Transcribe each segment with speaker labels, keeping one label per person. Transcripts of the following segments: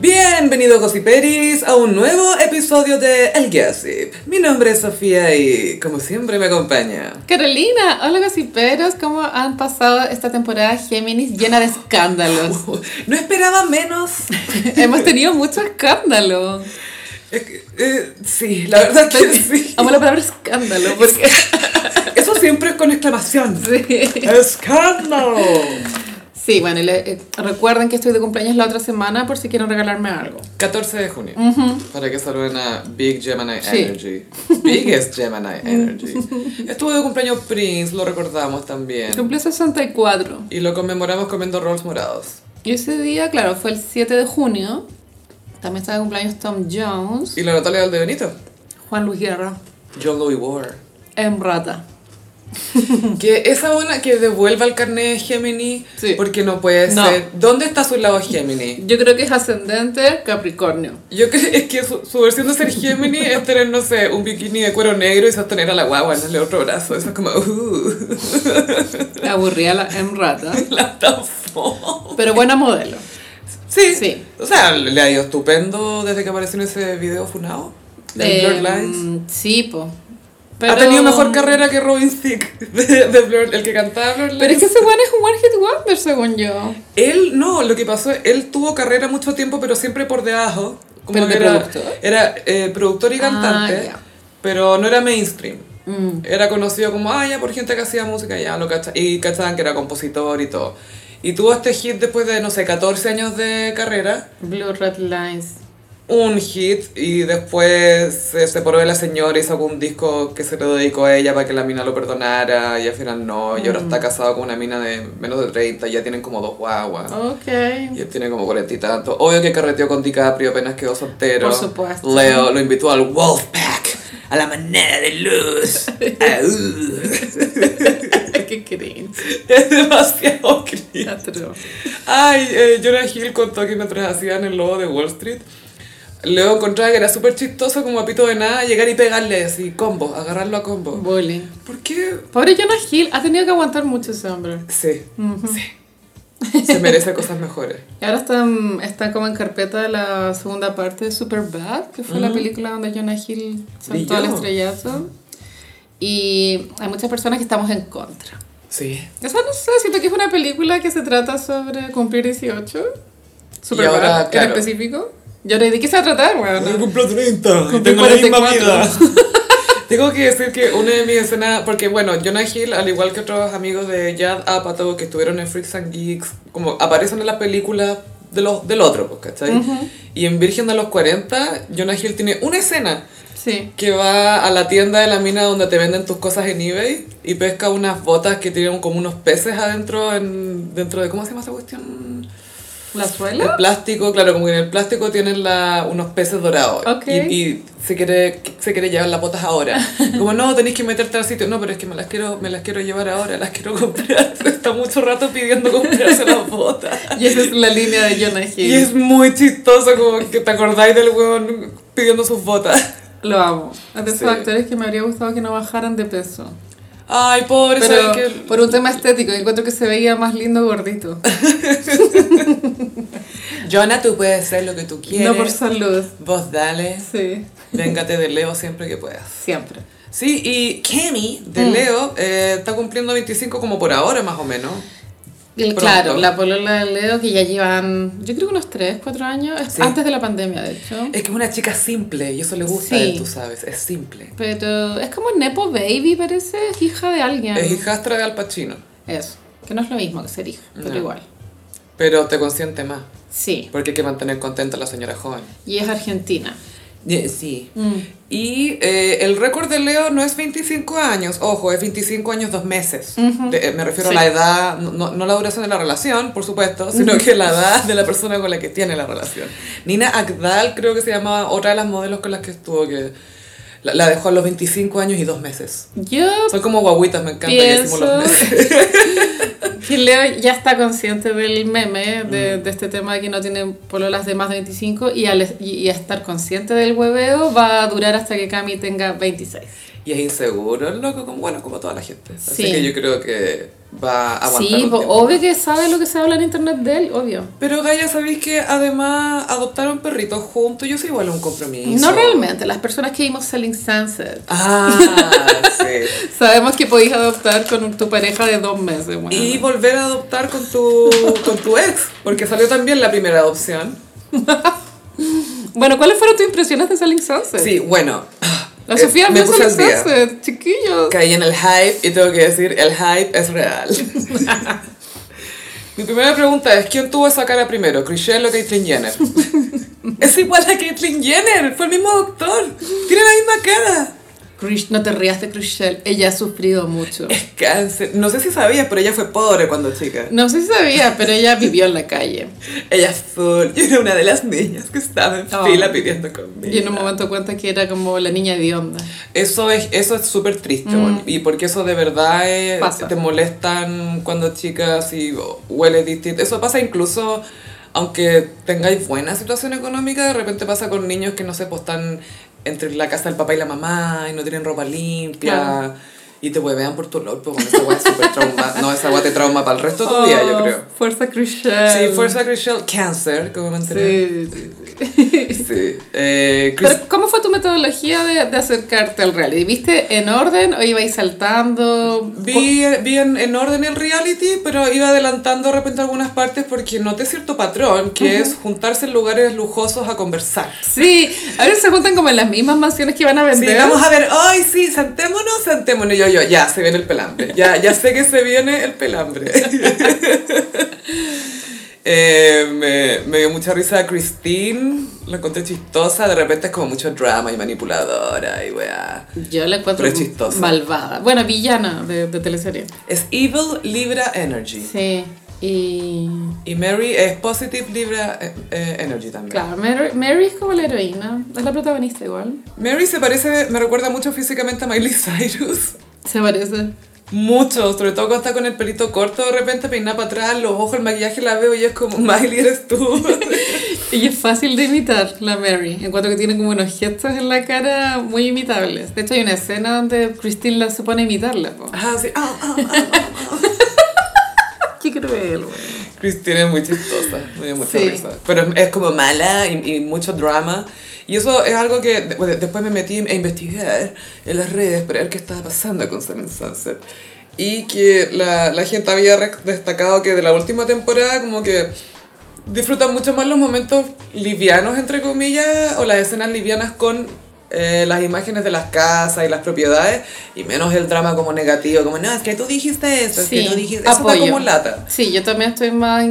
Speaker 1: Bienvenidos Gossiperis a un nuevo episodio de El Gossip. Mi nombre es Sofía y como siempre me acompaña.
Speaker 2: Carolina, hola gossiperos, ¿cómo han pasado esta temporada Géminis llena de escándalos?
Speaker 1: No esperaba menos.
Speaker 2: Hemos tenido mucho escándalo.
Speaker 1: Es que, eh, sí, la verdad es que sí. Pues,
Speaker 2: Amo la palabra escándalo porque
Speaker 1: Eso siempre es con exclamación.
Speaker 2: sí.
Speaker 1: ¡Escándalo!
Speaker 2: Sí, bueno, y le- eh, recuerden que estoy de cumpleaños la otra semana por si quieren regalarme algo.
Speaker 1: 14 de junio. Para que saluden a Big Gemini
Speaker 2: Sí.
Speaker 1: Energy. Biggest Gemini Energy. Estuvo de cumpleaños Prince, lo recordamos también.
Speaker 2: Cumplió 64.
Speaker 1: Y lo conmemoramos comiendo rolls morados.
Speaker 2: Y ese día, claro, fue el 7 de junio. También estaba de cumpleaños Tom Jones,
Speaker 1: Y la Natalia del de Benito.
Speaker 2: Juan Luis Guerra,
Speaker 1: John Louis Ward.
Speaker 2: en Rata.
Speaker 1: Que esa buena que devuelva el carnet de Gemini.
Speaker 2: Sí.
Speaker 1: Porque no puede
Speaker 2: No.
Speaker 1: ser. ¿Dónde está su lado Gemini?
Speaker 2: Yo creo que es ascendente Capricornio.
Speaker 1: Yo creo es que su, su versión de ser Gemini es tener, no sé, un bikini de cuero negro y sostener a la guagua en el otro brazo. Eso es como, uh,
Speaker 2: Aburría la en Rata.
Speaker 1: la tafó.
Speaker 2: Pero buena modelo.
Speaker 1: Sí.
Speaker 2: Sí.
Speaker 1: O sea, le ha ido estupendo desde que apareció en ese video funado. De
Speaker 2: Eh,
Speaker 1: Blurred Lines.
Speaker 2: mm, Sí, po.
Speaker 1: Ha tenido mejor carrera que Robin Thicke, de, de Blur- el que cantaba Blurred
Speaker 2: Pero es
Speaker 1: Lines.
Speaker 2: que ese one es un one hit wonder, según yo.
Speaker 1: Él, no, lo que pasó, él tuvo carrera mucho tiempo, pero siempre por debajo. Como
Speaker 2: ¿Pero
Speaker 1: que
Speaker 2: de
Speaker 1: era,
Speaker 2: productor? Ah,
Speaker 1: Era eh, productor y cantante,
Speaker 2: ya.
Speaker 1: pero no era mainstream.
Speaker 2: Mm.
Speaker 1: Era conocido como, ah, ya por gente que hacía música, ya lo cacha- Y cachaban que era compositor y todo. Y tuvo este hit después de, no sé, 14 años de carrera.
Speaker 2: Blue Red Lines.
Speaker 1: un hit y después se separó de la señora y sacó un disco que se lo dedicó a ella para que la mina lo perdonara y al final no, y ahora
Speaker 2: Mm.
Speaker 1: está casado con una mina de menos de 30 y ya tienen como dos guaguas.
Speaker 2: Ok.
Speaker 1: Y él tiene como 40 y tanto. Obvio que carreteó con DiCaprio apenas quedó soltero.
Speaker 2: Por supuesto.
Speaker 1: Leo lo invitó al Wolfpack, a la manera de luz. Ah, Au.
Speaker 2: Qué cringe.
Speaker 1: es demasiado cringe.
Speaker 2: Teatro.
Speaker 1: Ay, eh, Jonah Hill contó que mientras hacían el lobo de Wall Street, Leo encontraba que era súper chistoso como a pito de nada llegar y pegarle así, combo, agarrarlo a combo.
Speaker 2: Bullying.
Speaker 1: ¿Por qué?
Speaker 2: Pobre Jonah Hill, ha tenido que aguantar mucho ese hombre.
Speaker 1: Sí, sí. Se merece cosas mejores.
Speaker 2: Y ahora está, en- está como en carpeta de la segunda parte de Superbad, que fue la película donde Jonah Hill saltó al
Speaker 1: Brilló.
Speaker 2: estrellazo. Y hay muchas personas que estamos en contra.
Speaker 1: Sí.
Speaker 2: O sea, no sé, siento que es una película que se trata sobre cumplir 18. Super
Speaker 1: ahora,
Speaker 2: ahora,
Speaker 1: claro.
Speaker 2: en específico. Yo le dije, ¿de qué se va a tratar, weón?
Speaker 1: cumplo 30
Speaker 2: Cumplí tengo la misma 44.
Speaker 1: Tengo que decir que una de mis escenas, porque bueno, Jonah Hill, al igual que otros amigos de Judd Apatow que estuvieron en Freaks and Geeks, como aparecen en las películas de los, del otro, pues, ¿cachai? Y en Virgen de los 40, Jonah Hill tiene una escena
Speaker 2: Sí.
Speaker 1: que va a la tienda de la mina donde te venden tus cosas en eBay y pesca unas botas que tienen como unos peces adentro, en, dentro de, ¿cómo se llama esa cuestión?
Speaker 2: ¿La
Speaker 1: El
Speaker 2: suela?
Speaker 1: plástico, claro, como que en el plástico tienen la, unos peces dorados.
Speaker 2: Ok.
Speaker 1: Y, y se, quiere, se quiere llevar las botas ahora. Como, no, tenéis que meterte al sitio. No, pero es que me las quiero, me las quiero llevar ahora, las quiero comprar. Está mucho rato pidiendo comprarse las botas.
Speaker 2: Y esa es la línea de Jonah Hill.
Speaker 1: Y es muy chistoso como que te acordáis del huevón pidiendo sus botas.
Speaker 2: Lo amo. Es de esos
Speaker 1: Sí.
Speaker 2: actores que me habría gustado que no bajaran de peso.
Speaker 1: Ay, pobre,
Speaker 2: Pero
Speaker 1: ¿sabes qué?
Speaker 2: por un tema estético, encuentro que se veía más lindo gordito.
Speaker 1: Jonah, tú puedes ser lo que tú quieres.
Speaker 2: No por salud.
Speaker 1: Vos dale,
Speaker 2: Sí.
Speaker 1: véngate de Leo siempre que puedas.
Speaker 2: Siempre.
Speaker 1: Sí, y Kemi de Leo eh, está cumpliendo 25 como por ahora más o menos.
Speaker 2: Y el-
Speaker 1: Pronto.
Speaker 2: Claro, la polola de Leo que ya llevan, yo creo que unos 3, 4 años, es
Speaker 1: Sí.
Speaker 2: antes de la pandemia de hecho.
Speaker 1: Es que es una chica simple y eso le gusta a
Speaker 2: Sí.
Speaker 1: él, tú sabes, es simple.
Speaker 2: Pero es como Nepo Baby, parece, es hija de alguien.
Speaker 1: Es hijastra de Al Pacino,
Speaker 2: Eso, que no es lo mismo que ser hija,
Speaker 1: No.
Speaker 2: pero igual.
Speaker 1: pero te consiente más,
Speaker 2: Sí,
Speaker 1: porque hay que mantener contenta a la señora joven.
Speaker 2: y es argentina.
Speaker 1: Sí.
Speaker 2: Mm.
Speaker 1: Y eh, el récord de Leo no es 25 años, ojo, es 25 años, dos meses. De- eh, me refiero
Speaker 2: Sí.
Speaker 1: a la edad, no, no la duración de la relación, por supuesto, sino que la edad de la persona con la que tiene la relación. Nina Agdal creo que se llamaba otra de las modelos con las que estuvo, que la, la dejó a los 25 años y dos meses.
Speaker 2: Yo
Speaker 1: Son como guaguitas, me encanta que decimos los
Speaker 2: Pienso-
Speaker 1: meses.
Speaker 2: que Leo ya está consciente del meme, de,
Speaker 1: Mm.
Speaker 2: de este tema de que no tienen pololas de más de 25, y, al, y, y a estar consciente del hueveo va a durar hasta que Cami tenga 26.
Speaker 1: Y es inseguro, el loco, como, bueno, como toda la gente. Así
Speaker 2: Sí.
Speaker 1: que yo creo que va a aguantar
Speaker 2: Sí, pues,
Speaker 1: un
Speaker 2: po,
Speaker 1: tiempo.
Speaker 2: obvio que sabe lo que se habla en internet de él, obvio.
Speaker 1: Pero Gaia, sabéis que además adoptaron perritos juntos, yo soy igual a un compromiso.
Speaker 2: No realmente, las personas que vimos Selling Sunset.
Speaker 1: Ah, sí.
Speaker 2: Sabemos que podéis adoptar con tu pareja de dos meses, bueno.
Speaker 1: Y volver a adoptar con tu, con tu ex, porque salió también la primera adopción.
Speaker 2: Bueno, ¿cuáles fueron tus impresiones de Selling Sunset?
Speaker 1: Sí, bueno.
Speaker 2: La
Speaker 1: eh,
Speaker 2: Sofía
Speaker 1: me
Speaker 2: vio
Speaker 1: puse
Speaker 2: Selling
Speaker 1: al día.
Speaker 2: Sunset, chiquillos.
Speaker 1: Caí en el hype y tengo que decir, el hype es real. Mi primera pregunta es, ¿quién tuvo esa cara primero, Chriselle o Caitlyn Jenner? es igual a Caitlyn Jenner, fue el mismo doctor, tiene la misma cara.
Speaker 2: Krish- no te rías de Chriselle, ella ha sufrido mucho.
Speaker 1: Es cáncer, no sé si sabías, pero ella fue pobre cuando chica.
Speaker 2: No sé si sabía, pero ella vivió en la calle.
Speaker 1: Ella fue, yo era una de las niñas que estaba en
Speaker 2: Oh.
Speaker 1: fila pidiendo comida.
Speaker 2: Y en un momento cuenta que era como la niña de onda.
Speaker 1: Eso es eso es súper triste, bueno, y porque eso de verdad es-
Speaker 2: Mm. Pasa.
Speaker 1: te molestan cuando chicas y huele distinto. Eso pasa incluso aunque tengáis buena situación económica, de repente pasa con niños que no se postan entre la casa del papá y la mamá y no tienen ropa limpia.
Speaker 2: Claro.
Speaker 1: Y te huevean por tu olor, pues bueno, esa agua es súper trauma. No, esa agua te trauma para el resto de tu vida, yo creo.
Speaker 2: Oh, Fuerza Chriselle.
Speaker 1: Sí, Fuerza Chrishell, Cancer, como me enteré.
Speaker 2: Sí, sí, sí.
Speaker 1: Sí. Eh, Chris-
Speaker 2: Pero, ¿cómo fue tu metodología de, de acercarte al reality? ¿Viste en orden o ibais saltando?
Speaker 1: Vi, vi en, en orden el reality, pero iba adelantando de repente algunas partes porque noté cierto patrón, que es juntarse en lugares lujosos a conversar.
Speaker 2: Sí, a veces se juntan como en las mismas mansiones que van a
Speaker 1: Sí,
Speaker 2: vender.
Speaker 1: vamos a ver, hoy sí, sentémonos, sentémonos. Y yo, yo, ya, se viene el pelambre. Ya, ya sé que se viene el pelambre. Eh, me, me dio mucha risa a Christine, la encontré chistosa, de repente es como mucho drama y manipuladora y weá.
Speaker 2: Yo la encuentro
Speaker 1: Pero es chistosa.
Speaker 2: malvada. Bueno, villana de, de teleserie.
Speaker 1: Es Evil Libra Energy.
Speaker 2: Sí, y...
Speaker 1: Y Mary es Positive Libra eh, eh, Energy también.
Speaker 2: Claro, Mary, Mary es como la heroína, es la protagonista igual.
Speaker 1: Mary se parece, me recuerda mucho físicamente a Miley Cyrus.
Speaker 2: Se parece.
Speaker 1: Mucho, sobre todo cuando está con el pelito corto, de repente peinada para atrás, los ojos, el maquillaje, la veo y es como, Miley eres tú.
Speaker 2: Y es fácil de imitar, la Mary. En cuanto que tiene como unos gestos en la cara muy imitables. De hecho, hay una escena donde Christine la supone imitarla. po.
Speaker 1: ah, sí, ah, ah, ah.
Speaker 2: Qué cruel, güey.
Speaker 1: Christine es muy chistosa, me dio mucha
Speaker 2: Sí.
Speaker 1: risa. Pero es- es como mala y, y mucho drama. Y eso es algo que de- bueno, después me metí a investigar en las redes para ver qué estaba pasando con Sun and Sunset. Y que la, la gente había re- destacado que de la última temporada como que disfrutan mucho más los momentos livianos, entre comillas, o las escenas livianas con eh, las imágenes de las casas y las propiedades, y menos el drama como negativo, como, no, es que tú dijiste eso, es que tú dijiste eso, da como lata.
Speaker 2: Sí, yo también estoy más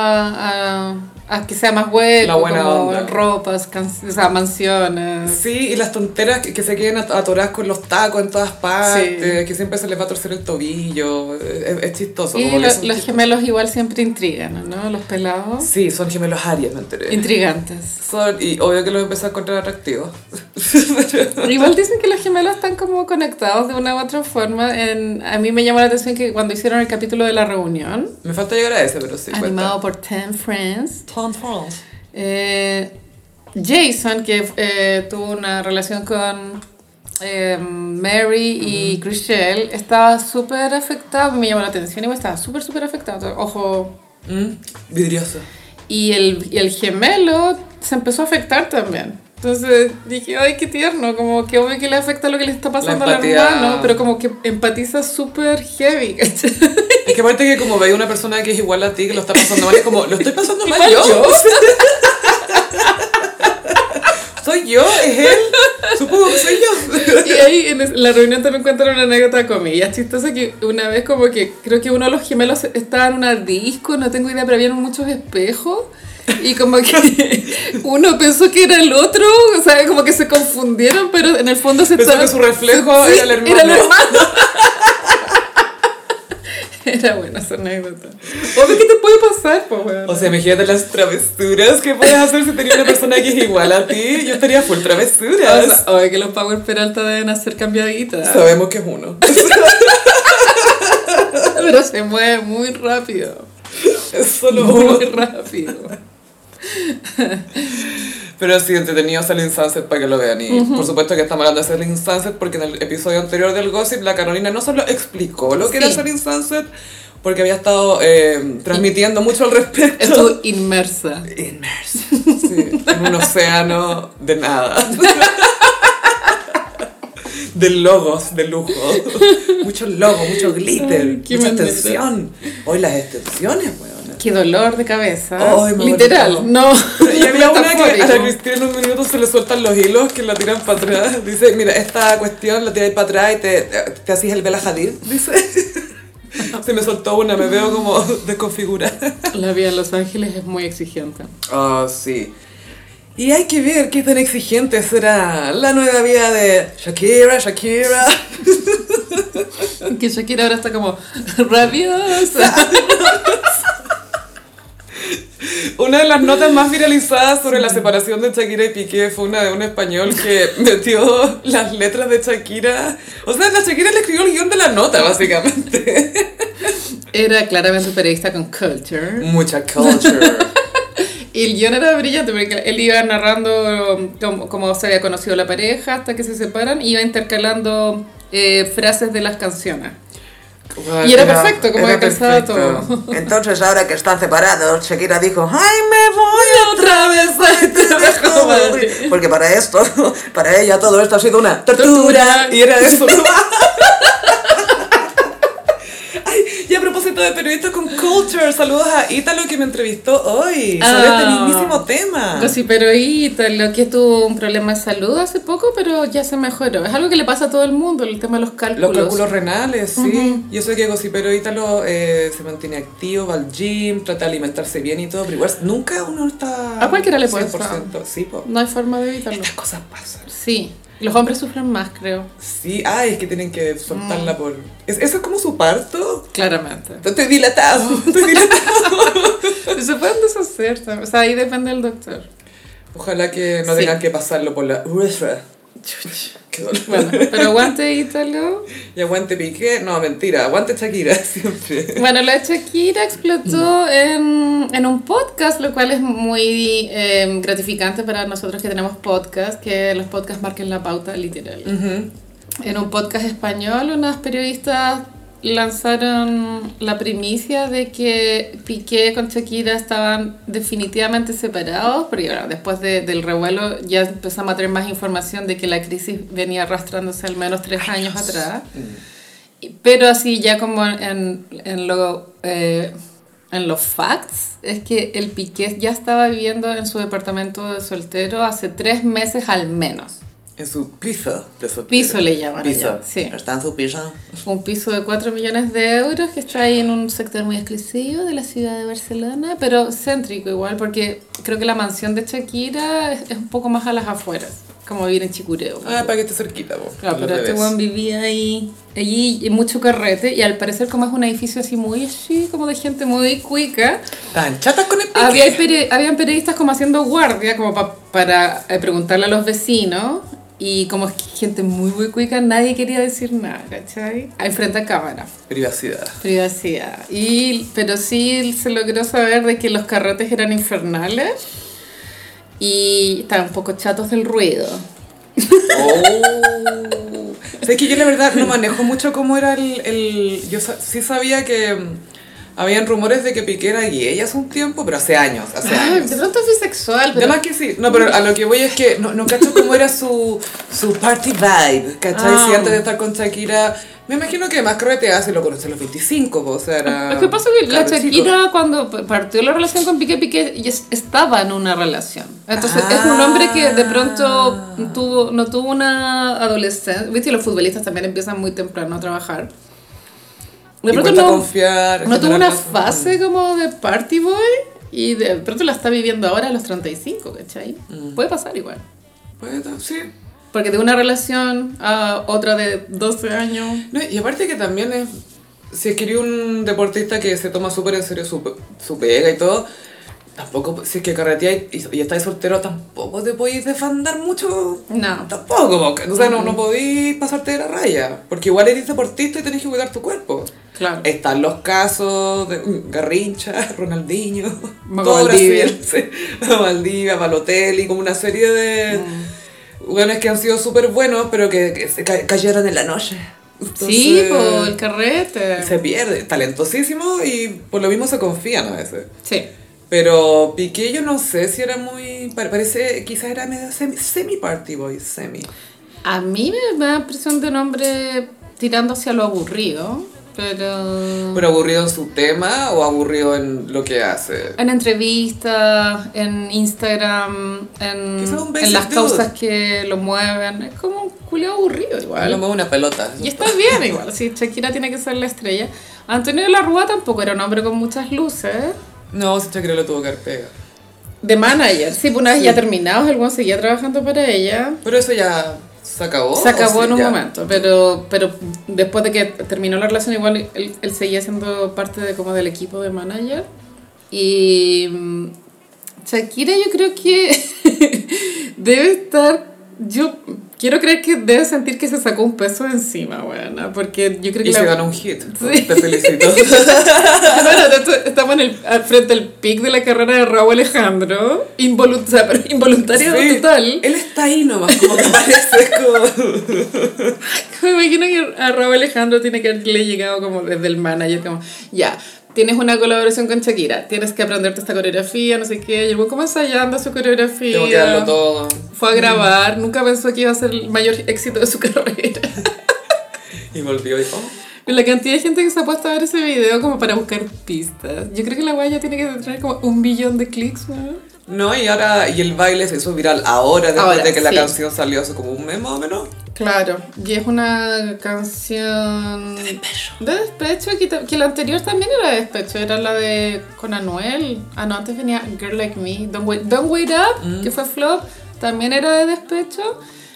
Speaker 2: inclinada a, a que sea más hueco,
Speaker 1: La buena
Speaker 2: como
Speaker 1: onda.
Speaker 2: ropas, can- o sea, mansiones.
Speaker 1: Sí, y las tonteras que, que se queden at- atoradas con los tacos en todas partes,
Speaker 2: Sí.
Speaker 1: que siempre se les va a torcer el tobillo, eh, es, es chistoso.
Speaker 2: Y
Speaker 1: como que
Speaker 2: lo-
Speaker 1: son
Speaker 2: los
Speaker 1: chis-
Speaker 2: gemelos igual siempre intrigan, ¿no? Los pelados.
Speaker 1: Sí, son gemelos Aries, me enteré.
Speaker 2: Intrigantes.
Speaker 1: Son- y obvio que los empecé a encontrar atractivos.
Speaker 2: Pero Igual dicen que los gemelos están como conectados de una u otra forma. En, a mí me llamó la atención que cuando hicieron el capítulo de la reunión,
Speaker 1: me falta llegar a ese, pero sí. cuenta.
Speaker 2: animado por Ten Friends,
Speaker 1: Tom Frost.
Speaker 2: Eh, Jason, que eh, tuvo una relación con eh, Mary y Chriselle, estaba súper afectado, me llamó la atención y estaba súper, súper afectado, ojo.
Speaker 1: Mm, vidrioso.
Speaker 2: Y el, y el gemelo se empezó a afectar también. Entonces dije, ay, qué tierno, como que obvio que le afecta lo que le está pasando al
Speaker 1: empatía.
Speaker 2: hermano, pero como que empatiza súper heavy, ¿cachai?
Speaker 1: Es que aparte que como veis una persona que es igual a ti, que lo está pasando mal, es como, ¿lo estoy pasando mal
Speaker 2: ¿Igual
Speaker 1: yo?
Speaker 2: yo?
Speaker 1: ¿Soy yo? ¿Es él? Supongo que soy yo.
Speaker 2: Y ahí en es- la reunión también cuentan una anécdota comillas chistosa que una vez como que creo que uno de los gemelos estaba en una disco, no tengo idea, pero habían muchos espejos y como que uno pensó que era el otro, o sea, como que se confundieron, pero en el fondo se
Speaker 1: Pensó
Speaker 2: estaban-
Speaker 1: que su reflejo
Speaker 2: Sí,
Speaker 1: era el hermano.
Speaker 2: Era el hermano. Era buena esa anécdota. Obvio que te puede pasar, pues weón.
Speaker 1: O sea, imagínate las travesuras que puedes hacer si tenías una persona que es igual a ti. Yo estaría full travesuras.
Speaker 2: O sea, obvio que los Power Peralta deben hacer cambiaditas.
Speaker 1: Sabemos que es uno.
Speaker 2: Pero se mueve muy rápido.
Speaker 1: Es solo uno.
Speaker 2: Muy rápido.
Speaker 1: Pero sí, entretenido Selling Sunset para que lo vean. Y por supuesto que estamos hablando de Selling Sunset porque en el episodio anterior del Gossip, la Carolina no solo explicó lo que era
Speaker 2: Sí.
Speaker 1: Selling Sunset, porque había estado eh, transmitiendo mucho al respecto.
Speaker 2: Estuve inmersa.
Speaker 1: Inmerso. Sí, en un océano de nada. De logos, de lujo. Muchos logos, mucho glitter,
Speaker 2: Ay, qué
Speaker 1: mucha
Speaker 2: manera.
Speaker 1: extensión. Hoy las extensiones, weón.
Speaker 2: Qué dolor de cabeza.
Speaker 1: Ay, me duele todo.
Speaker 2: Literal, no.
Speaker 1: Y había una que a la
Speaker 2: Metafórico.
Speaker 1: Cristina en un minuto se le sueltan los hilos que la tiran para atrás. Dice, mira, esta cuestión la tiráis para atrás y te, te, te hacís el Bela Hadid, dice. Se me soltó una, me veo como desconfigurada.
Speaker 2: La vida en Los Ángeles es muy exigente.
Speaker 1: Oh, sí. Y hay que ver qué tan exigente será la nueva vida de Shakira, Shakira.
Speaker 2: Que Shakira ahora está como rabiosa.
Speaker 1: Una de las notas más viralizadas sobre la separación de Shakira y Piqué fue una de un español que metió las letras de Shakira. O sea, la Shakira le escribió el guión de la nota, básicamente.
Speaker 2: Era claramente periodista con culture.
Speaker 1: Mucha culture.
Speaker 2: Y el guión era brillante porque él iba narrando um, cómo, cómo se había conocido la pareja hasta que se separan. Iba intercalando eh, frases de las canciones. Y era perfecto, como
Speaker 1: era
Speaker 2: que calzaba
Speaker 1: perfecto.
Speaker 2: todo.
Speaker 3: Entonces, ahora que están separados, Shakira dijo, ¡ay, me voy
Speaker 2: Otra vez
Speaker 3: a
Speaker 1: este
Speaker 2: trabajo, madre.
Speaker 3: dejar! Porque para esto, para ella, todo esto ha sido una
Speaker 2: Tortura.
Speaker 3: tortura.
Speaker 1: Y era eso. Ay, y a propósito de periodistas con culture, saludos a Ítalo que me entrevistó hoy sobre este
Speaker 2: Ah.
Speaker 1: mismísimo tema.
Speaker 2: pero lo que tuvo un problema de salud hace poco, pero ya se mejoró. Es algo que le pasa a todo el mundo, el tema de los cálculos.
Speaker 1: Los cálculos renales, sí. Yo sé que Gocipero Ítalo eh, se mantiene activo, va al gym, trata de alimentarse bien y todo, pero igual nunca uno está...
Speaker 2: A cualquiera le puede
Speaker 1: Sí, po.
Speaker 2: No hay forma de evitarlo.
Speaker 1: Estas cosas pasan.
Speaker 2: Sí, los hombres sufren más, creo.
Speaker 1: Sí, ay, es que tienen que soltarla
Speaker 2: Mm.
Speaker 1: por... ¿Es- ¿Eso es como su parto?
Speaker 2: Claramente.
Speaker 1: Estoy dilatado, estoy dilatado.
Speaker 2: Se pueden deshacer, tam- o sea, ahí depende del doctor.
Speaker 1: Ojalá que no
Speaker 2: Sí.
Speaker 1: tengan que pasarlo por la urethra. Qué dolor.
Speaker 2: Bueno, pero aguante Ítalo.
Speaker 1: Y aguante Piqué. No, mentira. Aguante Shakira siempre.
Speaker 2: Bueno, la Shakira explotó en, en un podcast, lo cual es muy eh, gratificante para nosotros que tenemos podcast, que los podcasts marquen la pauta literal. En un podcast español, unas periodistas lanzaron la primicia de que Piqué con Shakira estaban definitivamente separados, porque bueno, después de- del revuelo ya empezamos a tener más información de que la crisis venía arrastrándose al menos tres años atrás. Y- Pero así ya como en, en lo, eh, en los facts, es que el Piqué ya estaba viviendo en su departamento de soltero hace tres meses al menos.
Speaker 1: En su piso. De soltero.
Speaker 2: Piso le llaman
Speaker 1: Piso.
Speaker 2: allá, sí.
Speaker 3: Está en su piso.
Speaker 2: Un piso de 4 millones de euros que está ahí en un sector muy exclusivo de la ciudad de Barcelona, pero céntrico igual, porque creo que la mansión de Shakira es, es un poco más a las afueras, como vivir en Chicureo.
Speaker 1: Ah, para que esté cerquita, vos.
Speaker 2: Claro, pero este weón vivía ahí, allí y mucho carrete, y al parecer como es un edificio así muy así, como de gente muy cuica,
Speaker 1: Tan chatas con el pique.
Speaker 2: había peri- habían periodistas como haciendo guardia, como pa- para eh, preguntarle a los vecinos, y como es que gente muy muy cuica, nadie quería decir nada, ¿cachai? Ah, Enfrente a cámara,
Speaker 1: Privacidad.
Speaker 2: privacidad. Y, pero sí se logró saber de que los carretes eran infernales, y estaban un poco chatos del ruido.
Speaker 1: Oh. Sé que yo la verdad no manejo mucho cómo era el... el- yo sa- sí sabía que... mm, Habían rumores de que Piqué era gay hace un tiempo, pero hace años, hace
Speaker 2: Ay,
Speaker 1: años.
Speaker 2: de pronto es bisexual, Ah, pero...
Speaker 1: Además que sí, no, pero a lo que voy es que no, no cacho cómo era su, su party vibe, ¿cachai?
Speaker 2: Ah.
Speaker 1: Si antes de estar con Shakira, me imagino que más carreteaba se lo conoce a los 25, po, o sea, era...
Speaker 2: Lo que pasa es que la
Speaker 1: cabro chico.
Speaker 2: Shakira cuando p- partió la relación con Piqué Piqué ya es- estaba en una relación. Entonces es un hombre que de pronto tuvo, no tuvo una adolescencia. Viste, los futbolistas también empiezan muy temprano a trabajar.
Speaker 1: Y
Speaker 2: De pronto
Speaker 1: cuesta
Speaker 2: no,
Speaker 1: confiar,
Speaker 2: no tuvo
Speaker 1: generar
Speaker 2: una
Speaker 1: cosas.
Speaker 2: fase como de party boy y de pronto la está viviendo ahora a los 35, ¿cachai?
Speaker 1: Mm.
Speaker 2: Puede pasar igual.
Speaker 1: Bueno, sí.
Speaker 2: Porque de una relación a otra de 12 años.
Speaker 1: No, y aparte que también es... Si es que eres un deportista que se toma súper en serio su, pe- su pega y todo, tampoco, si es que carretea y, y, estáis soltero, tampoco te podéis desfandar mucho
Speaker 2: No.
Speaker 1: Tampoco, po, o sea, no, no podís pasarte de la raya, porque igual eres deportista y tenés que cuidar tu cuerpo.
Speaker 2: Claro.
Speaker 1: Están los casos de mm, Garrincha, Ronaldinho,
Speaker 2: Mago
Speaker 1: todo
Speaker 2: Valdivia.
Speaker 1: Brasil, sí. Mago Valdivia, Balotelli, como una serie de
Speaker 2: Ah. Mm.
Speaker 1: hueones que han sido súper buenos, pero que, que se ca- cayeron en la noche.
Speaker 2: Sí,
Speaker 1: Entonces,
Speaker 2: por el carrete.
Speaker 1: se pierde, talentosísimo y por lo mismo se confían a veces.
Speaker 2: Sí.
Speaker 1: Pero Piqué yo no sé si era muy... pa- Parece, quizás era medio semi, semi party boy, semi.
Speaker 2: A mí me da impresión de un hombre tirando hacia lo aburrido, pero...
Speaker 1: Pero aburrido en su tema o aburrido en lo que hace.
Speaker 2: En entrevistas, en Instagram, en,
Speaker 1: Quizá un basic
Speaker 2: en las
Speaker 1: dude.
Speaker 2: causas que lo mueven. Es como un culio aburrido
Speaker 1: A lo
Speaker 2: igual.
Speaker 1: mejor una pelota.
Speaker 2: Y está bien igual, si Shakira tiene que ser la estrella. Antonio de la Rúa tampoco era un hombre con muchas luces.
Speaker 1: No, si Shakira lo tuvo que haber pega.
Speaker 2: De manager, sí, pues una vez ya terminados, el buen seguía trabajando para ella.
Speaker 1: Pero eso ya se acabó.
Speaker 2: Se acabó
Speaker 1: ¿o sí?
Speaker 2: en un
Speaker 1: Ya.
Speaker 2: momento, pero, pero después de que terminó la relación, igual él, él seguía siendo parte de, como del equipo de manager. Y mm, Shakira yo creo que debe estar, yo quiero creer que debe sentir que se sacó un peso de encima, buena, porque yo creo que...
Speaker 1: Y
Speaker 2: la-
Speaker 1: se ganó un hit.
Speaker 2: Sí.
Speaker 1: Te felicito.
Speaker 2: Bueno, de hecho, estamos en el, al frente del pic de la carrera de Raúl Alejandro, involunt- o sea, pero involuntario
Speaker 1: Sí.
Speaker 2: total.
Speaker 1: Él está ahí nomás, como que parece como...
Speaker 2: Me imagino que a Raúl Alejandro tiene que haberle llegado como desde el manager, como, ya, tienes una colaboración con Shakira, tienes que aprenderte esta coreografía, no sé qué, y el buen como ensayando su coreografía.
Speaker 1: Tengo que darlo todo.
Speaker 2: Fue a grabar, nunca pensó que iba a ser el mayor éxito de su carrera.
Speaker 1: Y volvió y dijo... "Oh,
Speaker 2: La cantidad de gente que se ha puesto a ver ese video como para buscar pistas. Yo creo que la weá ya tiene que tener como un billón de clics, ¿no?
Speaker 1: No, y ahora, y el baile se hizo viral ahora, después
Speaker 2: Ahora,
Speaker 1: de que la
Speaker 2: sí.
Speaker 1: canción salió hace como un mes más o menos.
Speaker 2: Claro, y es una canción de despecho, que, ta- que la anterior también era de despecho, era la de con Anuel. Ah, no, antes venía Girl Like Me, Don't Wait, Don't Wait Up, que fue flop, también era de despecho.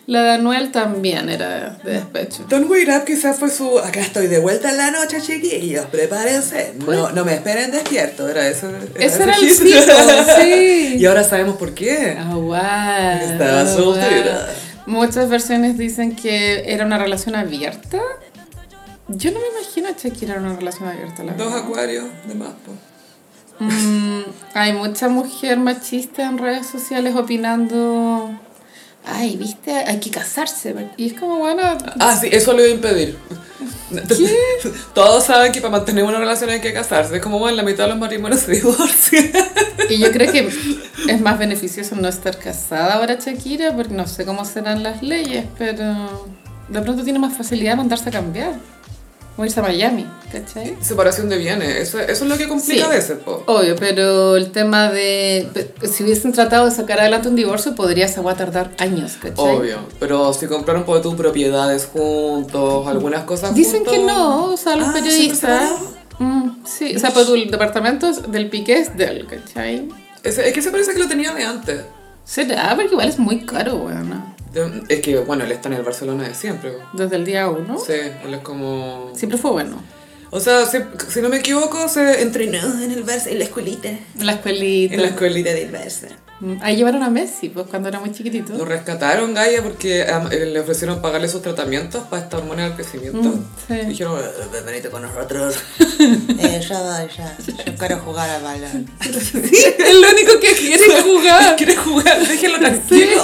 Speaker 2: La de Anuel también era de despecho.
Speaker 1: Don Wait Up quizás fue su, acá estoy de vuelta en la noche, chiquillos, prepárense, no, no me esperen despierto, era eso.
Speaker 2: Ese era el
Speaker 1: hit.
Speaker 2: ciclo, sí.
Speaker 1: Y ahora sabemos por qué.
Speaker 2: Ah, guau,
Speaker 1: Estaba
Speaker 2: ah, guau.
Speaker 1: soltera.
Speaker 2: Muchas versiones dicen que era una relación abierta. Yo no me imagino a Shakira en una relación abierta, la
Speaker 1: Dos
Speaker 2: verdad.
Speaker 1: acuarios de más, po.
Speaker 2: Mm, hay mucha mujer machista en redes sociales opinando. Ay, viste, hay que casarse. Y es como, bueno,
Speaker 1: Ah, sí, eso lo iba a impedir. Todos saben que para mantener una relación hay que casarse. Es como, bueno, la mitad de los matrimonios se divorcian.
Speaker 2: y yo creo que es más beneficioso no estar casada ahora, Shakira, porque no sé cómo serán las leyes, pero de pronto tiene más facilidad de mandarse a cambiar o irse a Miami, ¿cachai?
Speaker 1: Separación de bienes, eso, eso es lo que complica
Speaker 2: Sí.
Speaker 1: a veces, po.
Speaker 2: Obvio, pero el tema de. pe- Si hubiesen tratado de sacar adelante un divorcio, podría esa weá tardar años, ¿cachai?
Speaker 1: Obvio, pero si compraron por tus propiedades juntos, algunas cosas
Speaker 2: Dicen
Speaker 1: juntos.
Speaker 2: que no, o sea, los
Speaker 1: Ah,
Speaker 2: periodistas.
Speaker 1: ¿siempre
Speaker 2: Mm, sí, o sea, pues el departamento del pique es del, ¿cachai?
Speaker 1: Es, es que se parece que lo tenía de antes.
Speaker 2: Será, porque igual es muy caro, weón.
Speaker 1: De- Es que, bueno, él está en el Barcelona de siempre. po.
Speaker 2: Desde el día uno.
Speaker 1: Sí, él es como...
Speaker 2: Siempre fue bueno.
Speaker 1: O sea, si, si no me equivoco, se entrenó Ah, en, el Barça, en la escuelita.
Speaker 2: La escuelita.
Speaker 1: En la escuelita del Barça.
Speaker 2: Mm, Ahí llevaron a Messi, pues cuando era muy chiquitito.
Speaker 1: Lo rescataron, Gaia, porque am, eh, le ofrecieron pagarle sus tratamientos para esta hormona del crecimiento.
Speaker 2: Mm, sí.
Speaker 1: Dijeron, "Eh,
Speaker 3: Bienvenido con nosotros. eh, ya va, ya. Yo quiero jugar a bailar.
Speaker 2: es lo único que quiere jugar.
Speaker 1: ¿quieres jugar? Déjelo tranquilo.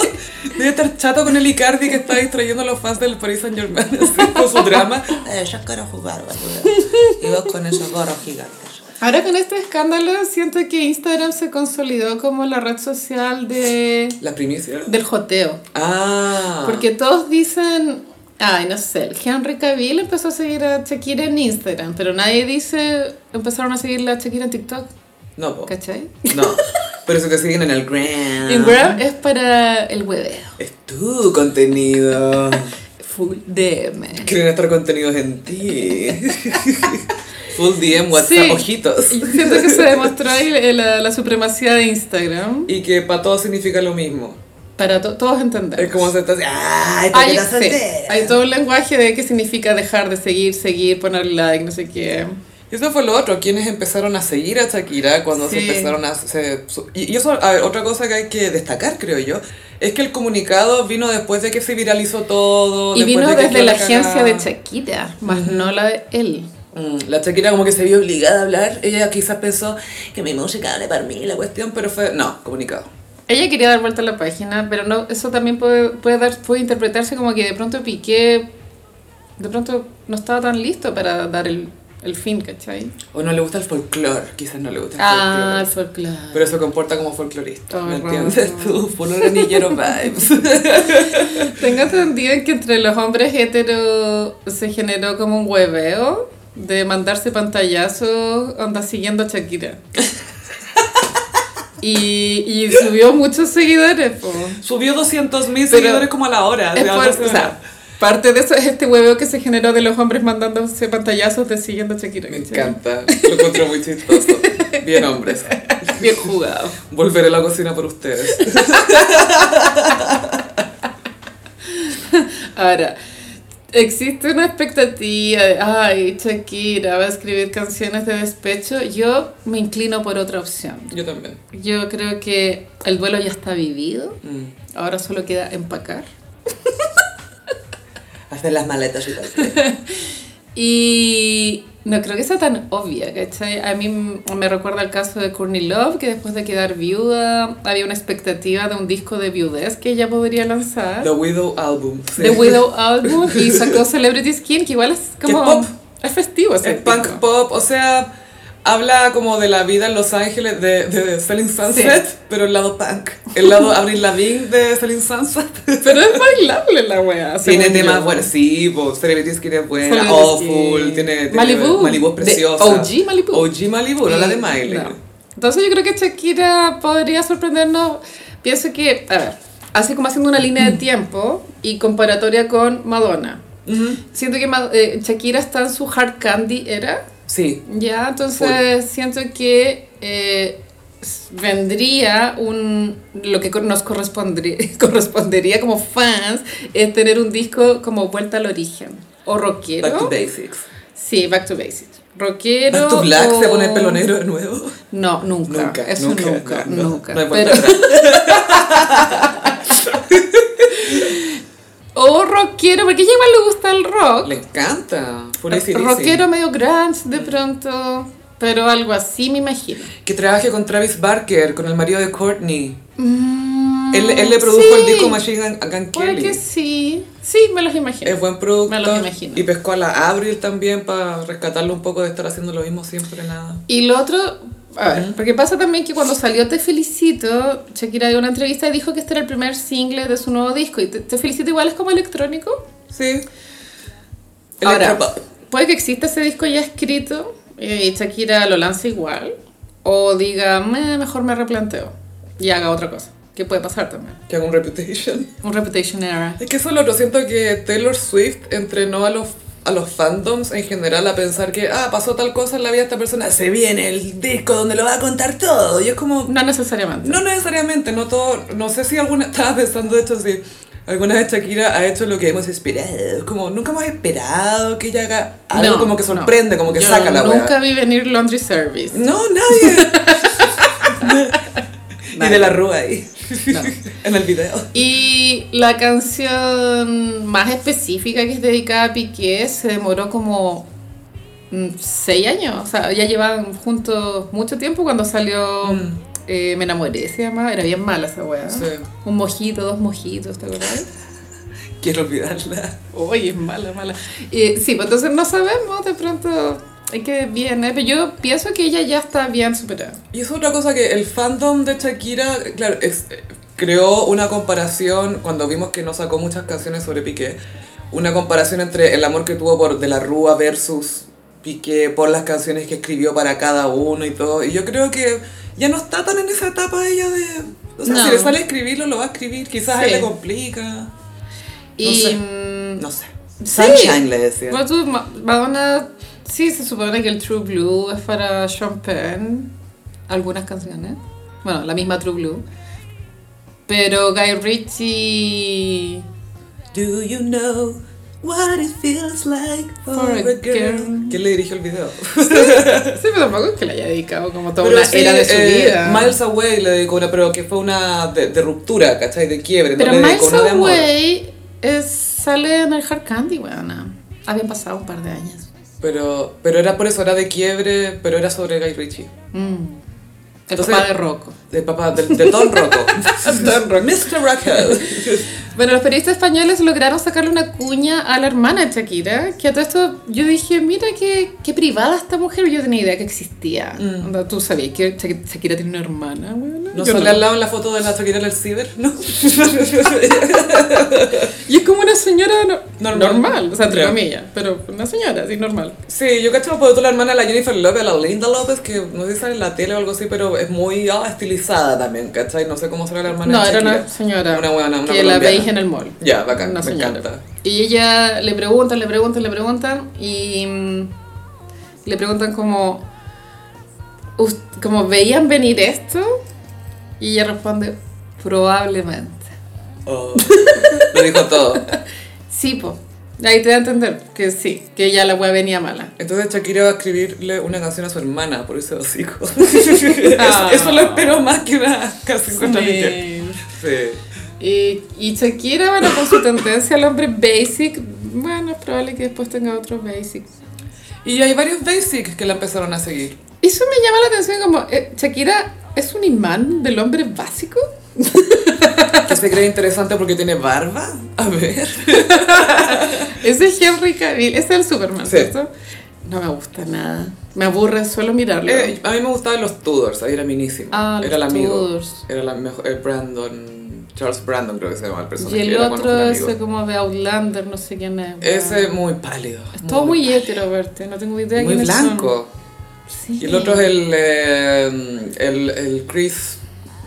Speaker 1: Debe estar chato con el Icardi que está distrayendo a los fans del Paris Saint Germain con su drama.
Speaker 3: Eh, yo quiero jugar, boludo. Y vos con esos gorros gigantes.
Speaker 2: Ahora con este escándalo siento que Instagram se consolidó como la red social de,
Speaker 1: ¿La primicia?
Speaker 2: del joteo.
Speaker 1: Ah.
Speaker 2: Porque todos dicen, ay, no sé, el Henry Cavill empezó a seguir a Shakira en Instagram, pero nadie dice, empezaron a seguir a Shakira en TikTok,
Speaker 1: No, po.
Speaker 2: ¿cachai?
Speaker 1: No. Pero si te siguen en el Gram.
Speaker 2: Instagram es para el hueveo,
Speaker 1: Es tu contenido.
Speaker 2: full DM.
Speaker 1: Quieren estar contenidos en ti. Full DM, WhatsApp,
Speaker 2: Sí.
Speaker 1: ojitos.
Speaker 2: Y siento que se demostró ahí la- la, la supremacía de Instagram,
Speaker 1: Y que para todos significa lo mismo.
Speaker 2: para to- todos entender.
Speaker 1: Es como se "Ah". está así, ¡ay!
Speaker 3: porque
Speaker 2: Hay,
Speaker 3: la
Speaker 2: sí,
Speaker 3: soltera.
Speaker 2: hay todo un lenguaje de qué significa dejar de seguir, seguir, poner like, no sé qué.
Speaker 1: Eso fue lo otro, quienes empezaron a seguir a Shakira cuando se
Speaker 2: Sí.
Speaker 1: empezaron a... se- su- y, y eso, a ver, otra cosa que hay que destacar, creo yo, es que el comunicado vino después de que se viralizó todo.
Speaker 2: Y
Speaker 1: Oh, después
Speaker 2: vino
Speaker 1: de que
Speaker 2: desde
Speaker 1: fue
Speaker 2: la
Speaker 1: cagada.
Speaker 2: agencia de Shakira, más no la de él.
Speaker 1: Mm, La Shakira como que se vio obligada a hablar. Ella quizás pensó que mi música hable para mí la cuestión, pero fue... No, comunicado.
Speaker 2: Ella quería dar vuelta a la página, pero no, eso también puede, puede, dar, puede interpretarse como que de pronto Piqué, de pronto no estaba tan listo para dar el, el fin, ¿cachai?
Speaker 1: O no le gusta el folclore, quizás no le gusta el
Speaker 2: Ah, el
Speaker 1: folclore.
Speaker 2: folclore.
Speaker 1: Pero se comporta como folclorista,
Speaker 2: Todo
Speaker 1: ¿me
Speaker 2: raro.
Speaker 1: entiendes tú? Por granillero vibes.
Speaker 2: Tengo entendido que entre los hombres heteros se generó como un hueveo de mandarse pantallazos, onda siguiendo a Shakira. Y, y subió muchos seguidores, po.
Speaker 1: Subió 200 mil
Speaker 2: Pero-
Speaker 1: seguidores como a la hora.
Speaker 2: Es
Speaker 1: de
Speaker 2: por-
Speaker 1: hablarse
Speaker 2: o
Speaker 1: de
Speaker 2: sea, parte de eso es este hueveo que se generó de los hombres mandándose pantallazos de siguiendo a Shakira.
Speaker 1: Me
Speaker 2: ¿cachai?
Speaker 1: encanta, lo encuentro muy chistoso. Bien, hombres.
Speaker 2: Bien jugado.
Speaker 1: Volveré a la cocina por ustedes.
Speaker 2: Ahora, existe una expectativa de, ay, Shakira va a escribir canciones de despecho. Yo me inclino por otra opción.
Speaker 1: Yo también.
Speaker 2: Yo creo que el duelo ya está vivido.
Speaker 1: Mm.
Speaker 2: Ahora solo queda empacar.
Speaker 3: Hacer las maletas y tal.
Speaker 2: Y no creo que sea tan obvia, ¿cachai? A mí m- me recuerda el caso de Courtney Love, que después de quedar viuda, había una expectativa de un disco de viudez que ella podría lanzar.
Speaker 1: The Widow Album. sí.
Speaker 2: The Widow Album y sacó Celebrity Skin, que igual es como...
Speaker 1: Que es pop.
Speaker 2: Es festivo ese
Speaker 1: Es punk
Speaker 2: disco.
Speaker 1: pop, o sea, habla como de la vida en Los Ángeles de, de Selling Sunset, pero el lado punk. El lado Avril Lavigne de Selling Sunset.
Speaker 2: Pero es bailable la wea.
Speaker 1: Tiene
Speaker 2: según
Speaker 1: temas
Speaker 2: yo.
Speaker 1: buenos, sí, pues Celebrity Skin es buena,
Speaker 2: Celebrity
Speaker 1: Awful,
Speaker 2: Skin.
Speaker 1: tiene, tiene-
Speaker 2: Malibu.
Speaker 1: Malibu es
Speaker 2: De
Speaker 1: preciosa.
Speaker 2: OG Malibu.
Speaker 1: OG Malibu, no la de
Speaker 2: Y-
Speaker 1: Miley.
Speaker 2: no. Entonces yo creo que Shakira podría sorprendernos. Pienso que, a ver, así como haciendo una línea de tiempo y comparatoria con Madonna.
Speaker 1: Ujú.
Speaker 2: Siento que Ma- eh, Shakira está en su hard candy era,
Speaker 1: Sí,
Speaker 2: ya, entonces siento que eh, s- vendría un, lo que co- nos correspondría, correspondería como fans es tener un disco como vuelta al origen. O rockero.
Speaker 1: Back to Basics.
Speaker 2: Sí, Back to Basics. Rockero.
Speaker 1: Back to Black
Speaker 2: o-
Speaker 1: se pone el pelo negro de nuevo.
Speaker 2: No, nunca.
Speaker 1: Nunca,
Speaker 2: Eso
Speaker 1: nunca,
Speaker 2: nunca, nunca.
Speaker 1: no, no, no hay
Speaker 2: Pero-
Speaker 1: vuelta
Speaker 2: o rockero, porque a ella igual le gusta el rock.
Speaker 1: Le encanta. Full AC/DC.
Speaker 2: rockero medio grunge de pronto. Pero algo así me imagino.
Speaker 1: Que trabaje con Travis Barker, con el marido de Courtney.
Speaker 2: Mm,
Speaker 1: Él, él le produjo el
Speaker 2: sí,
Speaker 1: disco Machine Gun, Gun
Speaker 2: Puede
Speaker 1: Kelly.
Speaker 2: que sí. Sí, me los imagino.
Speaker 1: Es buen productor.
Speaker 2: Me lo imagino.
Speaker 1: Y pescó a la Avril también para rescatarlo un poco de estar haciendo lo mismo siempre, nada.
Speaker 2: Y lo otro, a ver, porque pasa también que cuando salió Te Felicito, Shakira dio una entrevista y dijo que este era el primer single de su nuevo disco. Y Te, Te Felicito igual es como electrónico.
Speaker 1: Sí.
Speaker 2: Ahora,
Speaker 1: Electropop.
Speaker 2: puede que exista ese disco ya escrito eh, y Shakira lo lanza igual. O diga, "Meh, mejor me replanteo y haga otra cosa. Que puede pasar también.
Speaker 1: Que haga un reputation.
Speaker 2: Un Reputation Era.
Speaker 1: Es que eso es lo otro. Siento que Taylor Swift entrenó a los, a los fandoms en general a pensar que, ah, pasó tal cosa en la vida de esta persona. Se viene el disco donde lo va a contar todo. Y es como,
Speaker 2: No necesariamente.
Speaker 1: No necesariamente, no todo. No sé si alguna. Estaba pensando, de hecho, si alguna vez Shakira ha hecho lo que hemos esperado. Como nunca hemos esperado que ella haga algo
Speaker 2: No,
Speaker 1: como que
Speaker 2: no.
Speaker 1: sorprende, como que
Speaker 2: Yo
Speaker 1: saca la wea.
Speaker 2: Nunca vi venir Laundry Service.
Speaker 1: No, nadie. y de la rúa ahí.
Speaker 2: No.
Speaker 1: en el video.
Speaker 2: Y la canción más específica que es dedicada a Piqué se demoró como mm, seis años. O sea, ya llevaban juntos mucho tiempo cuando salió
Speaker 1: Mm.
Speaker 2: eh, Me enamoré, se llamaba. Era bien mala esa weá.
Speaker 1: Sí.
Speaker 2: Un mojito, dos mojitos, ¿te acuerdas?
Speaker 1: Quiero olvidarla.
Speaker 2: Oye, es mala, mala. Y, sí, pues entonces no sabemos de pronto es que viene. Pero yo pienso que ella ya está bien superada.
Speaker 1: Y es otra cosa que el fandom de Shakira, claro, es- eh, creó una comparación cuando vimos que no sacó muchas canciones sobre Piqué. Una comparación entre el amor que tuvo por De la Rúa versus Piqué, por las canciones que escribió para cada uno y todo. Y yo creo que ya no está tan en esa etapa ella de. O sea,
Speaker 2: No.
Speaker 1: si le sale escribirlo, lo va a escribir. Quizás a él
Speaker 2: Sí.
Speaker 1: le complica.
Speaker 2: Y.
Speaker 1: sé.
Speaker 2: mm,
Speaker 1: No sé.
Speaker 2: Sí.
Speaker 1: Sunshine le decía.
Speaker 2: Bueno, tú, Ma- Madonna, sí, se supone que el True Blue es para Champagne, algunas canciones. Bueno, la misma True Blue. Pero Guy Ritchie.
Speaker 3: Do you know what it feels like
Speaker 2: For a girl.
Speaker 1: ¿Quién le dirigió el video?
Speaker 2: Sí, pero tampoco es que le haya dedicado como toda
Speaker 1: Pero
Speaker 2: una
Speaker 1: sí,
Speaker 2: era de su
Speaker 1: eh,
Speaker 2: vida.
Speaker 1: Miles Away le dedicó una, pero que fue una de, de ruptura, ¿cachai? De quiebre.
Speaker 2: pero
Speaker 1: no le dedicó
Speaker 2: Miles
Speaker 1: una de amor.
Speaker 2: Away es- sale en el Hard Candy, weona. Habían pasado un par de años.
Speaker 1: Pero, pero era por eso, era de quiebre, pero era sobre Guy Ritchie.
Speaker 2: Mm. El
Speaker 1: Entonces-
Speaker 2: papá de Rocco.
Speaker 1: De papá, del, del Don Rocco. Don Rocco. Mr. Rocco.
Speaker 2: Bueno, los periodistas españoles lograron sacarle una cuña a la hermana de Shakira, que a todo esto yo dije, mira qué, qué privada esta mujer, yo tenía idea que existía. Onda, Tú sabías que Shak- Shakira tiene una hermana, weona?
Speaker 1: Mm. ¿No
Speaker 2: Yo
Speaker 1: sale
Speaker 2: no.
Speaker 1: al lado en la foto de la Shakira en el ciber? No.
Speaker 2: Y es como una señora no-
Speaker 1: Normal.
Speaker 2: normal. o sea, entre
Speaker 1: Ya.
Speaker 2: comillas, pero una señora, así normal.
Speaker 1: Sí, yo cacho por otro la hermana, la Jennifer López, la Linda López, que no sé si sale en la tele o algo así, pero es muy ah, estilizada también, ¿cachai? No sé cómo será la hermana
Speaker 2: No,
Speaker 1: de
Speaker 2: era
Speaker 1: Shakira.
Speaker 2: una señora
Speaker 1: Una huevona, una
Speaker 2: que la
Speaker 1: colombiana.
Speaker 2: veis en el mall.
Speaker 1: Ya, bacán,
Speaker 2: Una
Speaker 1: me
Speaker 2: señora.
Speaker 1: encanta.
Speaker 2: Y ella le preguntan, le preguntan, le preguntan y mm, le preguntan como, "Us- como veían venir esto y ella responde, probablemente.
Speaker 1: Oh, lo dijo todo.
Speaker 2: Sí, po. Ahí te da a entender que sí, que ya la wea venía mala.
Speaker 1: Entonces Shakira va a escribirle una canción a su hermana por ese hocico. eso, eso lo espero más que una canción contra Piqué. Sí.
Speaker 2: Y, y Shakira, bueno, con su tendencia al hombre basic, bueno, es probable que después tenga otros basics.
Speaker 1: Y hay varios basics que la empezaron a seguir.
Speaker 2: Eso me llama la atención como, eh, Shakira es un imán del hombre básico.
Speaker 1: Que se cree interesante porque tiene barba. A ver.
Speaker 2: Ese es Henry Cavill, ese es el Superman,
Speaker 1: Sí.
Speaker 2: ¿cierto? No me gusta nada. Me aburre solo mirarlo.
Speaker 1: Eh, a mí me gustaban los Tudors, ahí era minísimo.
Speaker 2: Ah,
Speaker 1: era
Speaker 2: los
Speaker 1: el amigo.
Speaker 2: Tudors.
Speaker 1: Era la mejor, el Brandon, Charles Brandon creo que se llama el
Speaker 2: y
Speaker 1: personaje.
Speaker 2: el
Speaker 1: era
Speaker 2: otro,
Speaker 1: bueno, un
Speaker 2: ese
Speaker 1: amigo.
Speaker 2: como de Outlander, no sé quién es.
Speaker 1: Ese es muy pálido.
Speaker 2: es todo muy hétero, verte. No tengo idea
Speaker 1: muy
Speaker 2: quiénes son.
Speaker 1: blanco.
Speaker 2: Sí.
Speaker 1: Y el otro es el, eh, el, el Chris,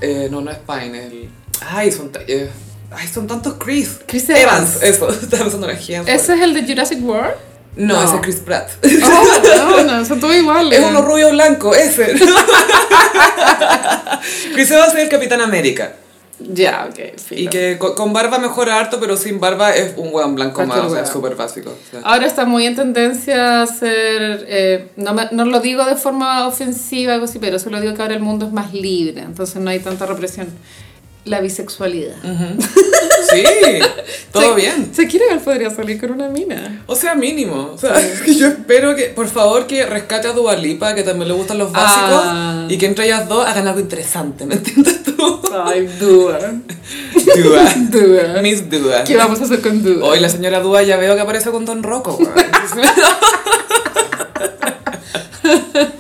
Speaker 1: eh, no, no es Pine, el... Ay, son, ta- eh, ay, son tantos Chris.
Speaker 2: Chris
Speaker 1: Evans.
Speaker 2: Evans.
Speaker 1: Eso, estaba pensando en Hemsworth.
Speaker 2: ¿Ese es el de Jurassic World?
Speaker 1: No,
Speaker 2: No.
Speaker 1: ese es Chris Pratt.
Speaker 2: Oh, no, no, son todos iguales.
Speaker 1: Es uno rubio blanco, ese. Chris Evans es el Capitán América.
Speaker 2: Ya, ok,
Speaker 1: Y
Speaker 2: filo.
Speaker 1: que con, con barba mejora harto, pero sin barba es un weón blanco más,
Speaker 2: Cualquier
Speaker 1: o sea,
Speaker 2: weón. Ah.
Speaker 1: súper básico. o sea.
Speaker 2: Ahora está muy en tendencia a ser, eh, no, me- no lo digo de forma ofensiva, algo así, pero solo digo que ahora el mundo es más libre, entonces no hay tanta represión. La bisexualidad.
Speaker 1: Sí, todo
Speaker 2: Shak-
Speaker 1: bien.
Speaker 2: Shakira igual podría salir con una mina.
Speaker 1: O sea, mínimo. O sea, yo espero que, por favor, que rescate a Dualipa, que también le gustan los básicos,
Speaker 2: Ah.
Speaker 1: y que entre ellas dos hagan algo interesante, ¿me entiendes tú?
Speaker 2: Ay, Dua.
Speaker 1: Dua.
Speaker 2: Dua.
Speaker 1: Mis Dua.
Speaker 2: ¿Qué vamos a hacer con Dua?
Speaker 1: Hoy la señora Dua ya veo que aparece con Don Rocco. weón.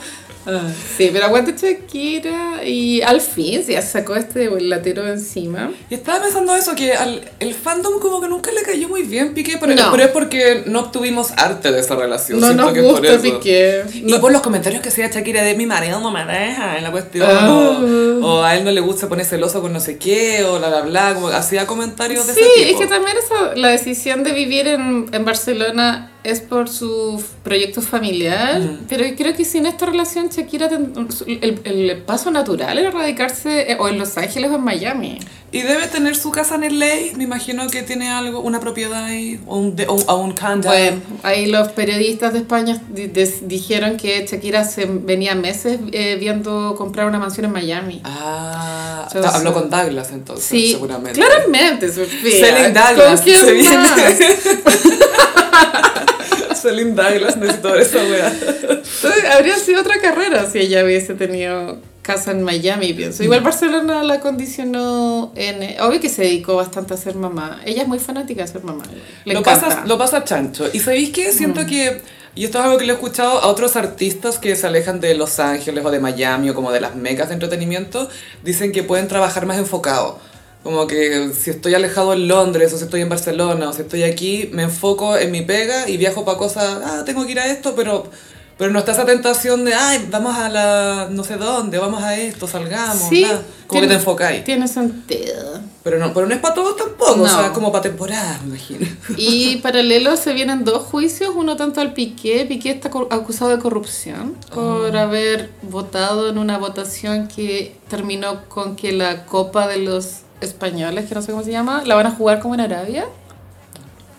Speaker 2: Ah, Sí, pero aguanta Shakira y al fin ya se sacó este latero de encima.
Speaker 1: Y estaba pensando eso, que al, el fandom como que nunca le cayó muy bien, Piqué, pero,
Speaker 2: No.
Speaker 1: pero es porque no obtuvimos arte de esa relación.
Speaker 2: No
Speaker 1: siento
Speaker 2: nos
Speaker 1: que por
Speaker 2: gusta
Speaker 1: eso.
Speaker 2: Piqué.
Speaker 1: Y por los comentarios que hacía Shakira de mi marido no me deja en la cuestión,
Speaker 2: Ah.
Speaker 1: o, o a él no le gusta poner celoso con no sé qué, o bla bla bla, como hacía comentarios de
Speaker 2: Sí,
Speaker 1: ese
Speaker 2: es
Speaker 1: tipo.
Speaker 2: que también esa- la decisión de vivir en, en Barcelona es por su f- proyecto familiar, pero yo creo que sin esta relación Shakira, ten- el, el paso natural era radicarse eh, o en Los Ángeles o en Miami.
Speaker 1: Y debe tener su casa en LA, me imagino que tiene algo, una propiedad ahí, o un, de- o, o un condo.
Speaker 2: Bueno, ahí los periodistas de España di- des- dijeron que Shakira se venía meses eh, viendo comprar una mansión en Miami.
Speaker 1: Ah,
Speaker 2: Yo
Speaker 1: ta- habló
Speaker 2: sé.
Speaker 1: con Douglas entonces,
Speaker 2: Sí,
Speaker 1: Ah, seguramente.
Speaker 2: claramente, Sofía.
Speaker 1: Selling
Speaker 2: ¿Con
Speaker 1: Douglas.
Speaker 2: quién
Speaker 1: se viene.
Speaker 2: más?
Speaker 1: Selling Douglas, necesito ver esa weá.
Speaker 2: Entonces, Habría sido otra carrera si ella hubiese tenido casa en Miami, pienso.
Speaker 1: Mm.
Speaker 2: Igual Barcelona la condicionó en... eh, Obvio que se dedicó bastante a ser mamá. Ella es muy fanática de ser mamá. Le
Speaker 1: lo,
Speaker 2: encanta.
Speaker 1: pasa, lo pasa chancho. ¿Y sabéis qué? Siento que... Y esto es algo que lo he escuchado a otros artistas que se alejan de Los Ángeles o de Miami o como de las mecas de entretenimiento. Dicen que pueden trabajar más enfocado. Como que si estoy alejado en Londres o si estoy en Barcelona o si estoy aquí, me enfoco en mi pega y viajo para cosas, ah, tengo que ir a esto, pero, pero no está esa tentación de, ay, vamos a la no sé dónde, vamos a esto, salgamos,
Speaker 2: Sí,
Speaker 1: nada. Como que te
Speaker 2: tiene-
Speaker 1: enfocáis.
Speaker 2: Tiene sentido.
Speaker 1: Pero no, pero no es para todos tampoco, o
Speaker 2: No.
Speaker 1: sea, es como para temporadas, me imagino.
Speaker 2: Y paralelo se vienen dos juicios, uno tanto al Piqué, Piqué está co- acusado de corrupción por haber votado en una votación que terminó con que la Copa de los Españoles, que no sé cómo se llama, la van a jugar como en Arabia.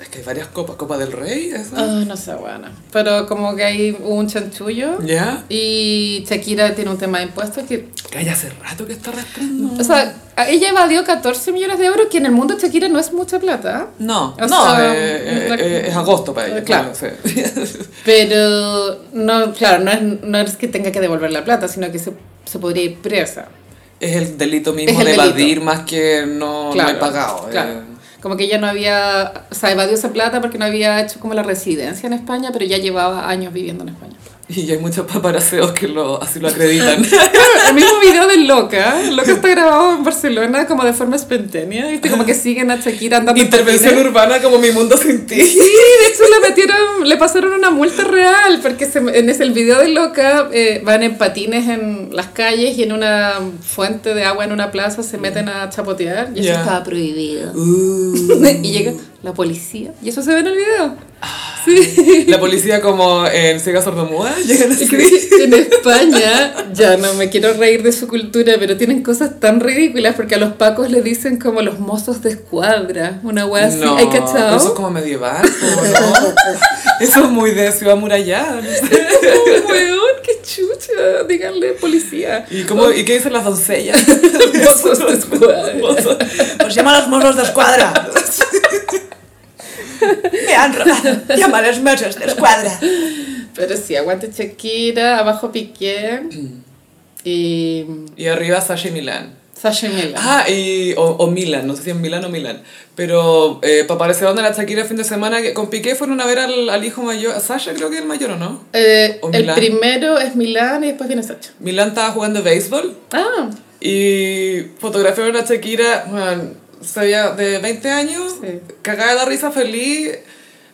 Speaker 1: Es que hay varias copas. Copa del Rey, esa.
Speaker 2: Ah, no sé, bueno. Pero como que hay un chanchullo.
Speaker 1: ¿Ya?
Speaker 2: Y Shakira tiene un tema de impuestos que...
Speaker 1: Que hay hace rato que está arrastrando.
Speaker 2: O sea, a- ella evadió 14 millones de euros, que en el mundo Shakira no es mucha plata.
Speaker 1: No,
Speaker 2: O
Speaker 1: no,
Speaker 2: sea,
Speaker 1: eh, eh,
Speaker 2: la-
Speaker 1: eh, es agosto para ella.
Speaker 2: Claro.
Speaker 1: claro, sí.
Speaker 2: Pero, no, claro, no es, no es que tenga que devolver la plata, sino que se, se podría ir presa.
Speaker 1: Es el delito mismo
Speaker 2: Es el
Speaker 1: de
Speaker 2: delito.
Speaker 1: evadir más que no,
Speaker 2: Claro,
Speaker 1: no he pagado. eh.
Speaker 2: claro. Como que ella no había, o sea, evadió esa plata porque no había hecho como la residencia en España, pero ya llevaba años viviendo en España.
Speaker 1: Y hay muchos paparaceos que lo, así lo acreditan.
Speaker 2: El mismo video de Loca, Loca está grabado en Barcelona como de forma espontánea, ¿viste? Como que siguen a Shakira andando en
Speaker 1: Intervención
Speaker 2: patines.
Speaker 1: urbana como mi mundo sin ti.
Speaker 2: Sí, de hecho le metieron, le pasaron una multa real, porque se- en ese el video de Loca eh, van en patines en las calles y en una fuente de agua en una plaza se meten a chapotear y eso
Speaker 1: Ya.
Speaker 2: estaba prohibido.
Speaker 1: Uh.
Speaker 2: y llega la policía y eso se ve en el video.
Speaker 1: Ah.
Speaker 2: Sí.
Speaker 1: Uh. La policía como en ciega sordomuda llegan
Speaker 2: Y
Speaker 1: así.
Speaker 2: creo que En España, ya no me quiero reír de su cultura, pero tienen cosas tan ridículas porque a los pacos le dicen como los mozos de escuadra, una wea así.
Speaker 1: No,
Speaker 2: ¿Hay
Speaker 1: pero
Speaker 2: cachao?
Speaker 1: eso es como medieval, como, ¿no? Eso es muy de ciudad murallada. no sé.
Speaker 2: Oh, weón, qué chucha, díganle policía.
Speaker 1: ¿Y, cómo, ¿Y qué dicen las doncellas?
Speaker 2: Mozos de escuadra.
Speaker 3: Pues llama a los monos de escuadra. Me han robado. Llama a los monos de escuadra.
Speaker 2: Pero sí, aguante Shakira, abajo Piqué y
Speaker 1: Y arriba Sasha y Milán.
Speaker 2: Sasha y Mila.
Speaker 1: Ah, y, o, o Milan, no sé si en Milán o Milán. Pero eh, para parecer donde la Shakira el fin de semana que con Piqué fueron a ver al, al hijo mayor, a Sasha creo que es el mayor o no.
Speaker 2: Eh,
Speaker 1: o
Speaker 2: el
Speaker 1: Milán.
Speaker 2: primero es Milán y después viene Sasha.
Speaker 1: Milán estaba jugando béisbol
Speaker 2: Ah,
Speaker 1: y fotografiaron a Shakira, bueno, se veía de 20 años,
Speaker 2: Sí.
Speaker 1: cagada de la risa, feliz.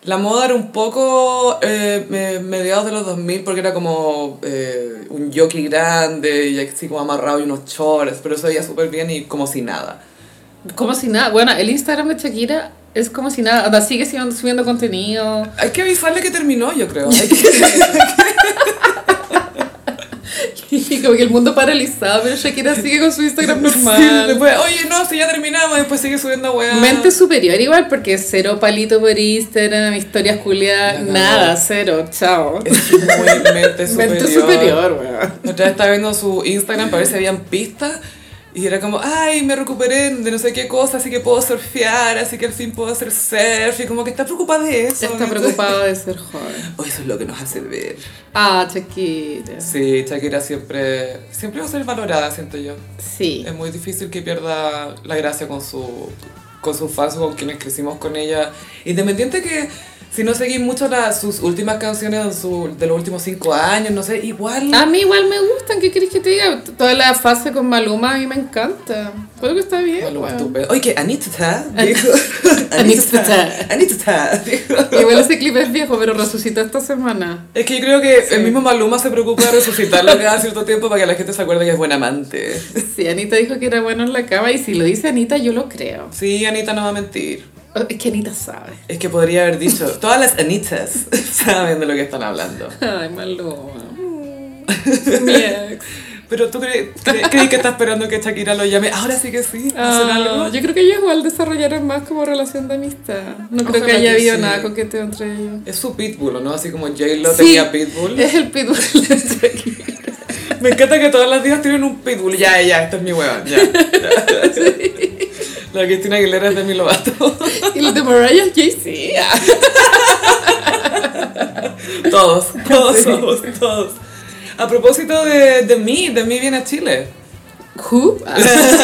Speaker 1: La moda era un poco eh, me- mediados de los 2000 porque era como eh, un jockey grande y así como amarrado y unos chores, pero se veía súper bien y como si nada.
Speaker 2: como si nada. Bueno, el Instagram de Shakira es como si nada. Anda, sigue siendo- subiendo contenido.
Speaker 1: Hay que avisarle que terminó, yo creo. Hay que-
Speaker 2: Y como que el mundo paralizado, pero Shakira sigue con su Instagram normal.
Speaker 1: Sí, después, oye, no, si ya terminamos, después sigue subiendo weá.
Speaker 2: Mente superior igual porque cero palito por Instagram, historias culiadas,
Speaker 1: No, no.
Speaker 2: nada, cero, chao.
Speaker 1: Es muy mente superior.
Speaker 2: Mente superior, weón.
Speaker 1: La otra vez estaba viendo su Instagram para ver si habían pistas. Y era como, ay, me recuperé de no sé qué cosa, así que puedo surfear, así que al fin puedo hacer surf. Y como que está preocupada de eso.
Speaker 2: Está
Speaker 1: ¿no?
Speaker 2: preocupado de ser joven.
Speaker 1: Oh, eso es lo que nos hace ver.
Speaker 2: Ah, Shakira.
Speaker 1: Sí, Shakira siempre, siempre va a ser valorada, siento yo.
Speaker 2: Sí.
Speaker 1: Es muy difícil que pierda la gracia con su con sus fans, con quienes crecimos con ella. Independiente que si no seguís mucho las sus últimas canciones en su- de los últimos cinco años, no sé, igual...
Speaker 2: A mí igual me gustan, ¿qué querés que te diga? Toda la fase con Maluma a mí me encanta. Creo que está bien.
Speaker 1: Maluma,
Speaker 2: weón.
Speaker 1: estúpido. Oye, que Anita, dijo.
Speaker 2: Anita.
Speaker 1: Anita, dijo.
Speaker 2: Igual ese clip es viejo, pero resucitó esta semana.
Speaker 1: Es que yo creo que el mismo Maluma se preocupa de resucitarlo cada cierto tiempo para que la gente se acuerde que es buen amante.
Speaker 2: Sí, Anita dijo que era bueno en la cama y si lo dice Anita, yo lo creo.
Speaker 1: Sí, Anita no va a mentir.
Speaker 2: Es que Anita sabe.
Speaker 1: Es que podría haber dicho, todas las Anitas saben de lo que están hablando.
Speaker 2: Ay, Maluma. Mi ex.
Speaker 1: Pero tú cre- cre- creí que está esperando que Shakira lo llame. Ahora sí que sí. ¿Hacen
Speaker 2: Ah,
Speaker 1: algo?
Speaker 2: yo creo que ellos igual desarrollaron más como relación de amistad. No creo
Speaker 1: Ojalá
Speaker 2: que haya
Speaker 1: que
Speaker 2: habido
Speaker 1: sí.
Speaker 2: nada coqueteo entre ellos.
Speaker 1: Es su pitbull, ¿o ¿no? Así como J-Lo
Speaker 2: Sí.
Speaker 1: tenía pitbull.
Speaker 2: Es el pitbull de Shakira.
Speaker 1: Me encanta que todas las días tienen un pitbull. Ya, ya, esto es mi hueón. Ya. ya. La Cristina Aguilera es de mi lobato.
Speaker 2: Y el de Mariah ah. Jay-Z.
Speaker 1: Todos, todos somos, todos. A propósito de, de mí, de mí viene a Chile.
Speaker 2: ¿Who? Ah.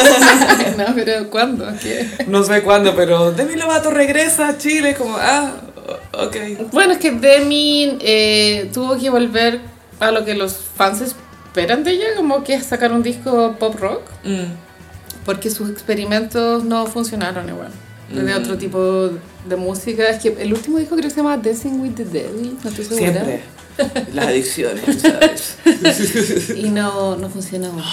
Speaker 2: no, pero ¿cuándo? ¿Qué?
Speaker 1: No sé cuándo, pero Demi Lovato regresa a Chile. es Como, ah, o- ok.
Speaker 2: Bueno, es que Demi eh, tuvo que volver a lo que los fans esperan de ella, como que es sacar un disco pop rock,
Speaker 1: Mm.
Speaker 2: porque sus experimentos no funcionaron igual. De otro tipo de música. Es que el último disco creo que se llama Dancing with the Devil, no estoy segura.
Speaker 1: Siempre. Las adicciones, tú ¿sabes?
Speaker 2: Y no, no funcionó mucho.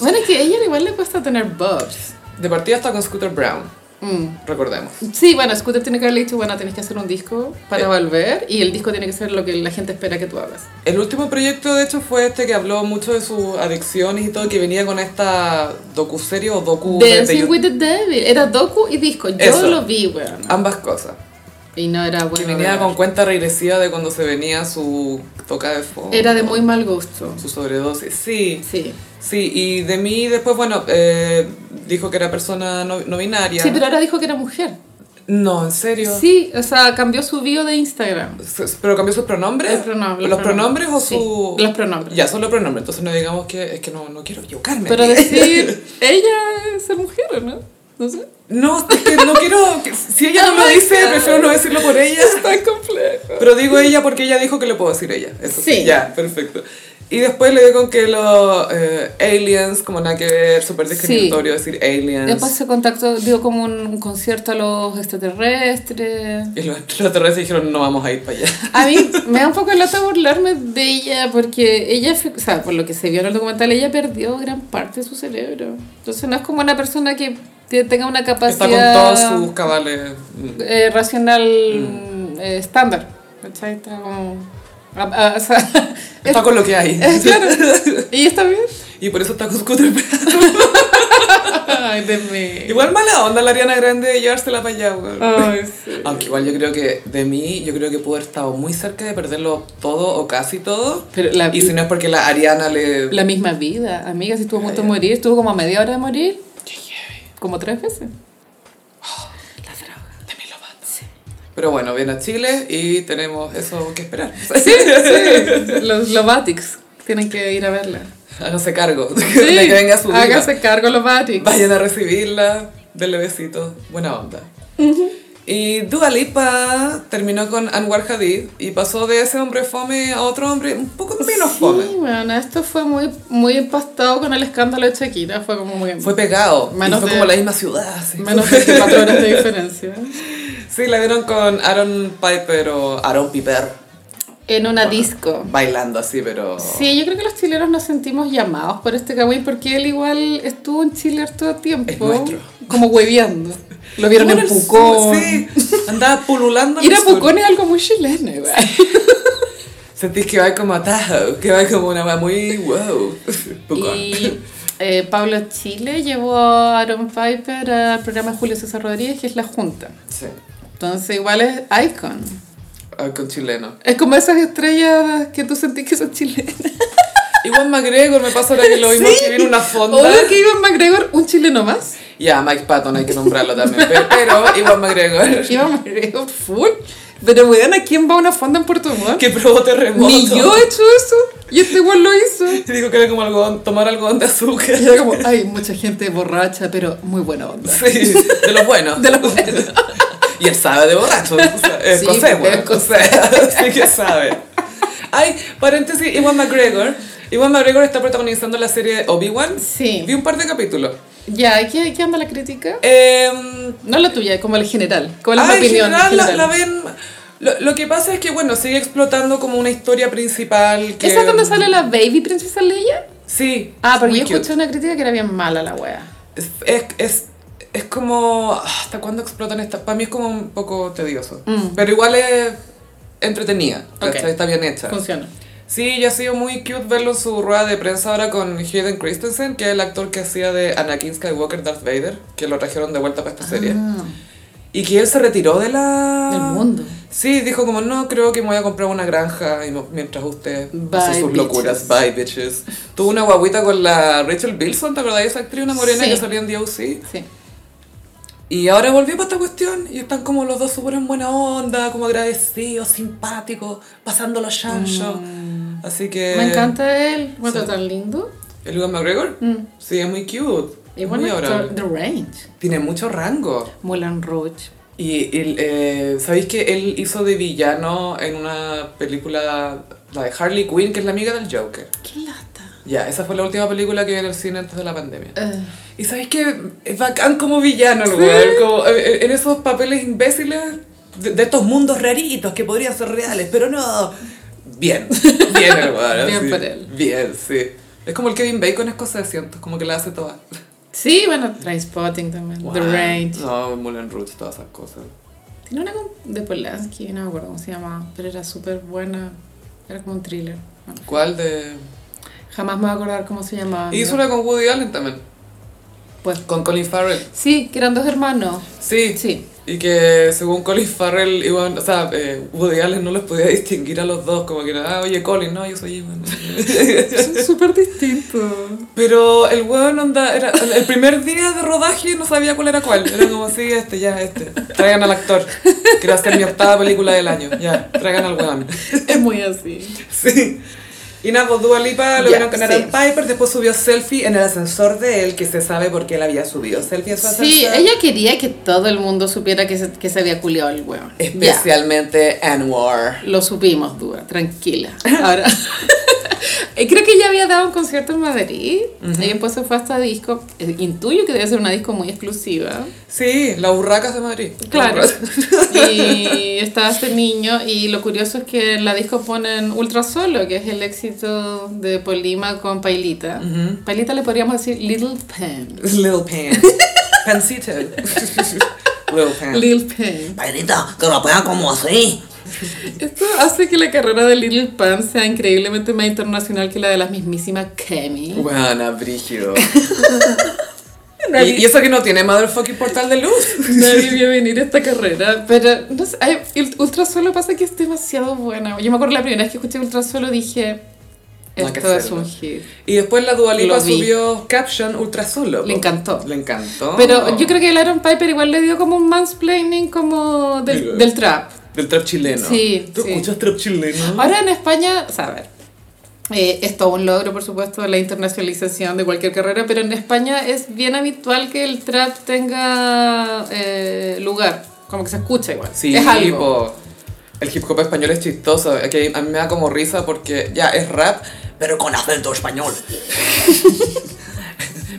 Speaker 2: bueno, es que a ella igual le cuesta tener bobs.
Speaker 1: De partida está con Scooter Brown,
Speaker 2: Mm.
Speaker 1: recordemos.
Speaker 2: Sí, bueno, Scooter tiene que haberle dicho, bueno, tenés que hacer un disco para
Speaker 1: Eh.
Speaker 2: volver y el disco tiene que ser lo que la gente espera que tú hagas.
Speaker 1: El último proyecto, de hecho, fue este que habló mucho de sus adicciones y todo, que venía con esta docu-serie
Speaker 2: Uh,
Speaker 1: o docu de- de
Speaker 2: Dancing
Speaker 1: YouTube.
Speaker 2: with the Devil. Era docu y disco. Yo
Speaker 1: Eso.
Speaker 2: lo vi, weón.
Speaker 1: Ambas cosas.
Speaker 2: Y no era
Speaker 1: Que
Speaker 2: bueno.
Speaker 1: venía
Speaker 2: ¿verdad?
Speaker 1: con cuenta regresiva de cuando se venía su toca de fondo.
Speaker 2: Era de muy mal gusto.
Speaker 1: Su sobredosis. Sí,
Speaker 2: Sí.
Speaker 1: sí. Y de mí después, bueno, eh, dijo que era persona no, no binaria.
Speaker 2: Sí, pero ahora dijo que era mujer.
Speaker 1: No, en serio.
Speaker 2: Sí, o sea, cambió su bio de Instagram.
Speaker 1: S- ¿Pero cambió sus pronombres?
Speaker 2: El pronombre,
Speaker 1: ¿Los
Speaker 2: los pronombres.
Speaker 1: pronombres o
Speaker 2: Sí,
Speaker 1: su...?
Speaker 2: los pronombres.
Speaker 1: Ya, son los pronombres, entonces no digamos que... Es que no, no quiero equivocarme.
Speaker 2: Pero decir, ella es ser mujer, ¿o no? No sé.
Speaker 1: No, es que no quiero... que- si ella no
Speaker 2: Oh
Speaker 1: lo
Speaker 2: my
Speaker 1: dice,
Speaker 2: God.
Speaker 1: prefiero no decirlo por ella.
Speaker 2: Es tan complejo.
Speaker 1: Pero digo ella porque ella dijo que le puedo decir ella. Eso sí.
Speaker 2: Sí.
Speaker 1: Ya, perfecto. Y después le dio con que los eh, aliens, como nada que ver, súper discriminatorio decir aliens.
Speaker 2: Después se contactó, dio como un, un concierto a los extraterrestres.
Speaker 1: Y los extraterrestres dijeron, no vamos a ir para allá.
Speaker 2: A mí me da un poco lata burlarme de ella porque ella, fue- o sea, por lo que se vio en el documental, ella perdió gran parte de su cerebro. Entonces no es como una persona que te- tenga una
Speaker 1: Está
Speaker 2: capacidad
Speaker 1: con todos sus cabales.
Speaker 2: eh, racional
Speaker 1: Mm.
Speaker 2: eh, estándar. ¿Cachai? Está como... a- a- o sea,
Speaker 1: Está con lo que hay.
Speaker 2: es- claro. ¿Y está bien?
Speaker 1: Y por eso está con Scooter.
Speaker 2: Ay, de mí.
Speaker 1: Igual mala onda la Ariana Grande de llevársela para allá, weón.
Speaker 2: Ay, sí.
Speaker 1: Aunque igual yo creo que de mí, yo creo que pude haber estado muy cerca de perderlo todo o casi todo.
Speaker 2: Pero la,
Speaker 1: Y si no es porque la Ariana le...
Speaker 2: Ah, la misma vida, amiga, si estuvo a punto de morir, estuvo como a media hora de morir, como tres veces. la droga.
Speaker 1: Demi Lovato. Pero bueno, viene a Chile y tenemos eso que esperar.
Speaker 2: Sí, los Lovatics tienen que ir a verla.
Speaker 1: Háganse cargo de
Speaker 2: Sí,
Speaker 1: que venga su diva.
Speaker 2: hágase cargo los Lovatics.
Speaker 1: Vayan a recibirla, denle besitos, buena onda. Y Dua Lipa terminó con Anwar Hadid y pasó de ese hombre fome a otro hombre un poco menos
Speaker 2: Sí,
Speaker 1: fome.
Speaker 2: bueno, esto fue muy, muy empastado con el escándalo de Shakira, fue como muy...
Speaker 1: Fue pegado, y
Speaker 2: Menos
Speaker 1: fue
Speaker 2: de-
Speaker 1: como la misma ciudad. así.
Speaker 2: menos de 24 horas de diferencia.
Speaker 1: Sí, la vieron con Aaron Piper o Aaron Piper
Speaker 2: En una disco.
Speaker 1: bailando así, pero...
Speaker 2: Sí, yo creo que los chilenos nos sentimos llamados por este Kawin porque él igual estuvo en Chile todo tiempo.
Speaker 1: Es nuestro.
Speaker 2: Como hueveando. Lo vieron
Speaker 1: Bueno,
Speaker 2: en
Speaker 1: el sur,
Speaker 2: Pucón.
Speaker 1: Sí, andaba pululando. en
Speaker 2: Ir a
Speaker 1: el sur.
Speaker 2: Pucón es algo muy chileno, igual.
Speaker 1: Sentís que va como atajo, que va como una va muy wow. Pucón.
Speaker 2: Y eh, Pablo Chile llevó a Aaron Piper al programa de Julio César Rodríguez, que es La Junta.
Speaker 1: Sí,
Speaker 2: Entonces, igual es icon.
Speaker 1: ah, con chileno.
Speaker 2: Es como esas estrellas que tú sentís que son chilenas.
Speaker 1: Igual McGregor me pasa ahora que lo vimos que viene una fonda.
Speaker 2: Obvio que Iván McGregor, un chileno más.
Speaker 1: Ya, Mike Patton hay que nombrarlo también. Pero, pero Iván McGregor,
Speaker 2: Iván McGregor, full. Pero, weón, ¿a quién va a una fonda en Puerto Montt?
Speaker 1: que probó terremoto.
Speaker 2: Ni yo he hecho eso. Y este weón lo hizo. Y
Speaker 1: Y dijo que era como algodón, tomar algodón de azúcar.
Speaker 2: era como, hay mucha gente borracha, pero muy buena onda.
Speaker 1: Sí, de los buenos.
Speaker 2: De los buenos.
Speaker 1: Y él sabe de borracho. O sea, es
Speaker 2: Sí,
Speaker 1: escocés, bueno,
Speaker 2: es escocés.
Speaker 1: escocés, Así que sabe. Ay, paréntesis, Iwan McGregor. Iwan McGregor está protagonizando la serie Obi-Wan.
Speaker 2: Sí.
Speaker 1: Vi un par de capítulos.
Speaker 2: Ya, ¿y ¿qué, ¿qué anda la crítica?
Speaker 1: Eh,
Speaker 2: No la tuya, como el general. Como la
Speaker 1: ah, en
Speaker 2: opinión.
Speaker 1: general la-
Speaker 2: general.
Speaker 1: la ven... Lo, lo que pasa es que, bueno, sigue explotando como una historia principal que...
Speaker 2: ¿Esa es donde sale la baby princesa Leia?
Speaker 1: Sí.
Speaker 2: Ah,
Speaker 1: Em, es
Speaker 2: pero
Speaker 1: muy
Speaker 2: yo
Speaker 1: cute.
Speaker 2: escuché una crítica que era bien mala la wea.
Speaker 1: Es, es, es, es como... ¿Hasta cuándo explotan estas? Para mí es como un poco tedioso. Pero igual es entretenida.
Speaker 2: Mm. Ok.
Speaker 1: ¿cachai? Está bien hecha.
Speaker 2: Funciona.
Speaker 1: Sí, y ha sido muy cute verlo en su rueda de prensa ahora con Hayden Christensen, que es el actor que hacía de Anakin Skywalker Darth Vader, que lo trajeron de vuelta para esta serie. Y que él se retiró de la...
Speaker 2: Ah. Del mundo.
Speaker 1: Sí, dijo como, no, creo que me voy a comprar una granja y mo- mientras usted hace
Speaker 2: Bye,
Speaker 1: sus locuras.
Speaker 2: bitches.
Speaker 1: Bye, bitches. Tuvo una guaguita con la Rachel Bilson, ¿te acordás de esa actriz? Una morena
Speaker 2: Sí.
Speaker 1: que salía en D.O.C.
Speaker 2: Sí.
Speaker 1: Y ahora volvió para esta cuestión y están como los dos súper en buena onda, como agradecidos, simpáticos, pasando los chanchos. Así que...
Speaker 2: Mm. Me encanta él. Bueno,
Speaker 1: Eh, sí.
Speaker 2: tan lindo.
Speaker 1: ¿El Ewan McGregor? Sí, es muy cute.
Speaker 2: Y
Speaker 1: es
Speaker 2: bueno,
Speaker 1: muy adorable.
Speaker 2: The Range.
Speaker 1: Tiene mucho rango.
Speaker 2: Moulin Rouge.
Speaker 1: Y el, eh, sabéis que él hizo de villano en una película, la de Harley Quinn, que es la amiga del Joker.
Speaker 2: Qué lata.
Speaker 1: Ya, esa fue la última película que vi en el cine antes de la pandemia.
Speaker 2: Eh,
Speaker 1: Y sabéis que es bacán como villano, el weón, como, eh, eh, en esos papeles imbéciles de, de estos mundos raritos que podrían ser reales, pero no. Bien, bien, el weón,
Speaker 2: Bien
Speaker 1: así,
Speaker 2: por él.
Speaker 1: Bien, sí. Es como el Kevin Bacon escocés, siento, como que la hace toda.
Speaker 2: sí, bueno, Trainspotting también. The Range.
Speaker 1: No, Moulin Rouge, todas esas cosas.
Speaker 2: Tiene una con- de Polanski, no me acuerdo cómo se llamaba, pero era súper buena. Era como un thriller. Bueno,
Speaker 1: ¿Cuál de...?
Speaker 2: jamás me voy a acordar cómo se llamaba.
Speaker 1: Hizo
Speaker 2: Ah, ¿no?
Speaker 1: una con Woody Allen también.
Speaker 2: Pues,
Speaker 1: Con Colin Farrell.
Speaker 2: sí, que eran dos hermanos.
Speaker 1: Sí.
Speaker 2: Sí.
Speaker 1: Y Y que según Colin Farrell, igual, o sea, eh, Woody Allen no los podía distinguir a los dos, como que era, ah, oye Colin, no, yo soy Ewan.
Speaker 2: Son súper distintos.
Speaker 1: Pero el hueón onda, era, el primer día de rodaje no sabía cuál era cuál. Era como, sí, este, ya, este. Traigan al actor. Quiero hacer mi octava película del año. Ya, traigan al hueón.
Speaker 2: Es muy así.
Speaker 1: Sí. Y nada, pues Dua Lipa lo
Speaker 3: Ya,
Speaker 1: vieron con Aaron Piper, después subió selfie en el ascensor de él, que se sabe por qué él había subido selfie a su
Speaker 2: Sí,
Speaker 1: ascensor.
Speaker 2: ella quería que todo el mundo supiera que se, que se había culiado el hueón. Ya,
Speaker 1: Especialmente Anwar.
Speaker 2: Lo supimos, Dua, tranquila. Ahora. Eh, Creo que ella había dado un concierto en Madrid y después se fue hasta disco. Eh, Intuyo que debe ser una disco muy exclusiva.
Speaker 1: Sí, las burracas de Madrid.
Speaker 2: Claro.
Speaker 1: Las
Speaker 2: Y estaba este niño y lo curioso es que en la disco ponen Ultra Solo, que es el éxito de Polima con Pailita. Pailita le podríamos decir Little Pen.
Speaker 1: burracas. Little Pan. Pancito. Little Pan.
Speaker 2: Little Pen.
Speaker 3: Pedrito, que lo pega como así.
Speaker 2: Esto hace que la carrera de Little Pan sea increíblemente más internacional que la de la mismísima Kemi.
Speaker 1: Buena, brígido. Y, y eso que no tiene motherfucking portal de luz.
Speaker 2: Nadie vio venir esta carrera, pero no sé, ay, el Ultra Solo pasa que es demasiado buena. Yo me acuerdo la primera vez que escuché Ultra Solo dije,
Speaker 1: No hay que
Speaker 2: esto es
Speaker 1: hacerlo.
Speaker 2: un hit.
Speaker 1: Y después la Dua Lipa
Speaker 2: Lo vi.
Speaker 1: subió caption ultra solo.
Speaker 2: Le encantó.
Speaker 1: Le encantó.
Speaker 2: Pero yo creo que el Aaron Piper igual le dio como un mansplaining como del,
Speaker 1: Digo.
Speaker 2: del trap.
Speaker 1: Del trap chileno.
Speaker 2: Sí,
Speaker 1: ¿Tú
Speaker 2: sí.
Speaker 1: escuchas trap chileno?
Speaker 2: Ahora en España, o sea, a ver, eh, es todo un logro, por supuesto, la internacionalización de cualquier carrera, pero en España es bien habitual que el trap tenga eh, lugar, como que se escucha igual.
Speaker 1: Sí,
Speaker 2: es algo.
Speaker 1: po. El hip hop español es chistoso. que a mí me da como risa porque ya es rap.
Speaker 3: Pero con acento español.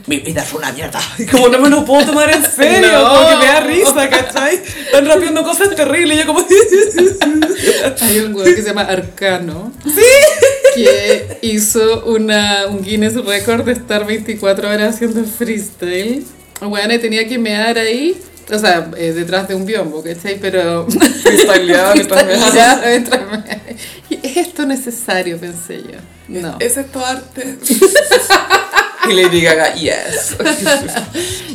Speaker 3: Mi vida es una mierda.
Speaker 1: Y como no me lo puedo tomar en serio,
Speaker 2: No.
Speaker 1: como que me da risa, ¿cachai? Están rapeando cosas terribles. Y yo como.
Speaker 2: Hay un güey que se llama Arcano. Que hizo una, un Guinness Record de estar 24 horas haciendo freestyle. Bueno, y tenía que mear ahí. O sea, eh, detrás de un biombo, ¿cachai? Pero.
Speaker 1: Freestyleaba mientras meaba.
Speaker 2: Freestyleaba mientras meaba. Y, ¿Es esto necesario? Pensé yo. No.
Speaker 1: ¿Es esto arte? y le diga, yes.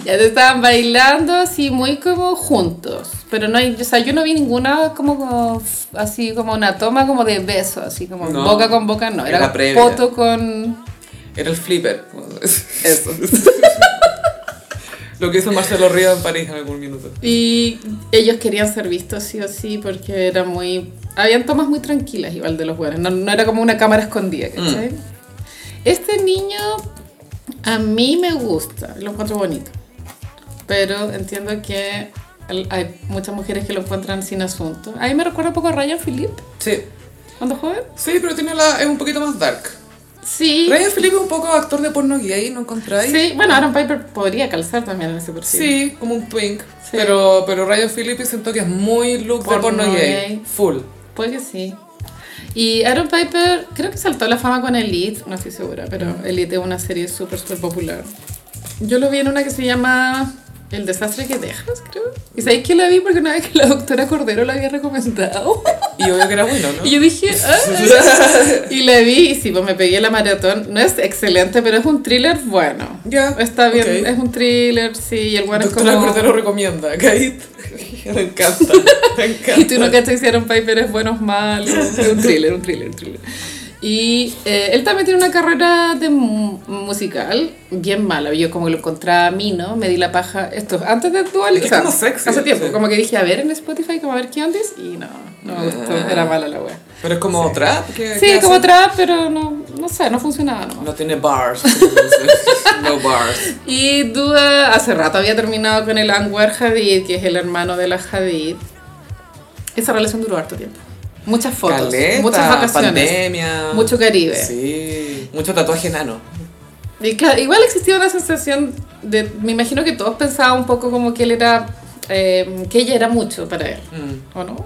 Speaker 2: Ya te estaban bailando así muy como juntos. Pero no hay, o sea, yo no vi ninguna como, como f- así como una toma como de beso, así como
Speaker 1: No.
Speaker 2: boca con boca, no. Era
Speaker 1: Era previa.
Speaker 2: foto con.
Speaker 1: Era el flipper. Eso. Lo que hizo Marcelo Ríos en París en algún minuto.
Speaker 2: Y ellos querían ser vistos sí o sí porque era muy... Habían tomas muy tranquilas igual de los buenos. No, no era como una cámara
Speaker 1: Mm.
Speaker 2: escondida, ¿cachai? Este niño a mí me gusta, lo encuentro bonito. Pero entiendo que al- hay muchas mujeres que lo encuentran sin asunto. A mí me recuerda un poco a Ryan Philippe
Speaker 1: Sí.
Speaker 2: cuando joven.
Speaker 1: Sí, pero tiene la, es un poquito más dark.
Speaker 2: Sí.
Speaker 1: Ryan Felipe es un poco actor de porno gay, ¿no encontráis?
Speaker 2: Sí, bueno, Aaron Piper podría calzar también en ese perfil.
Speaker 1: Sí, como un twink.
Speaker 2: Sí.
Speaker 1: Pero, pero Ryan Phillippe siento que es muy look de
Speaker 2: Porno
Speaker 1: porno gay.
Speaker 2: gay.
Speaker 1: Full.
Speaker 2: Puede que sí. Y Aaron Piper creo que saltó a la fama con Elite, no estoy segura, pero Elite es una serie súper, súper popular. Yo lo vi en una que se llama El desastre que dejas, creo. Y sabéis que la vi porque una vez que la doctora Cordero la había recomendado.
Speaker 1: Y obvio que era bueno, ¿no?
Speaker 2: Y yo dije, "Ah". Y la vi y sí, pues me pegué la maratón. No es excelente, pero es un thriller bueno.
Speaker 1: Ya,
Speaker 2: Está bien,
Speaker 1: ok.
Speaker 2: es un thriller, sí, y el bueno es
Speaker 1: Doctora
Speaker 2: como...
Speaker 1: Cordero recomienda, Kate. Me encanta, me encanta.
Speaker 2: Y tú no cachas hicieron Piper es buenos malos. Es un thriller, un thriller, un thriller. Y eh, él también tiene una carrera de mu- musical bien mala. Yo como que lo encontraba a mí, ¿no? Me di la paja. Esto, antes de Dual
Speaker 1: Es como sexy,
Speaker 2: Hace tiempo.
Speaker 1: sí.
Speaker 2: Como que dije, a ver en Spotify, como a ver qué antes. Y no, no me gustó.
Speaker 1: Ah.
Speaker 2: Era mala la wea.
Speaker 1: Pero es como trap. ¿qué-
Speaker 2: Sí,
Speaker 1: qué
Speaker 2: como
Speaker 1: hace?
Speaker 2: trap, pero no, no sé, no funcionaba nomás.
Speaker 1: No tiene bars. no bars.
Speaker 2: Y Duda hace rato había terminado con el Anwar Hadid, que es el hermano de la Hadid. Esa relación duró harto tiempo. Muchas fotos,
Speaker 1: Caleta,
Speaker 2: muchas vacaciones,
Speaker 1: pandemia.
Speaker 2: mucho Caribe.
Speaker 1: Sí. Mucho tatuaje enano.
Speaker 2: Y claro, igual existía una sensación de, me imagino que todos pensaban un poco como que él era, eh, que ella era mucho para él, ¿o no?
Speaker 1: Mm.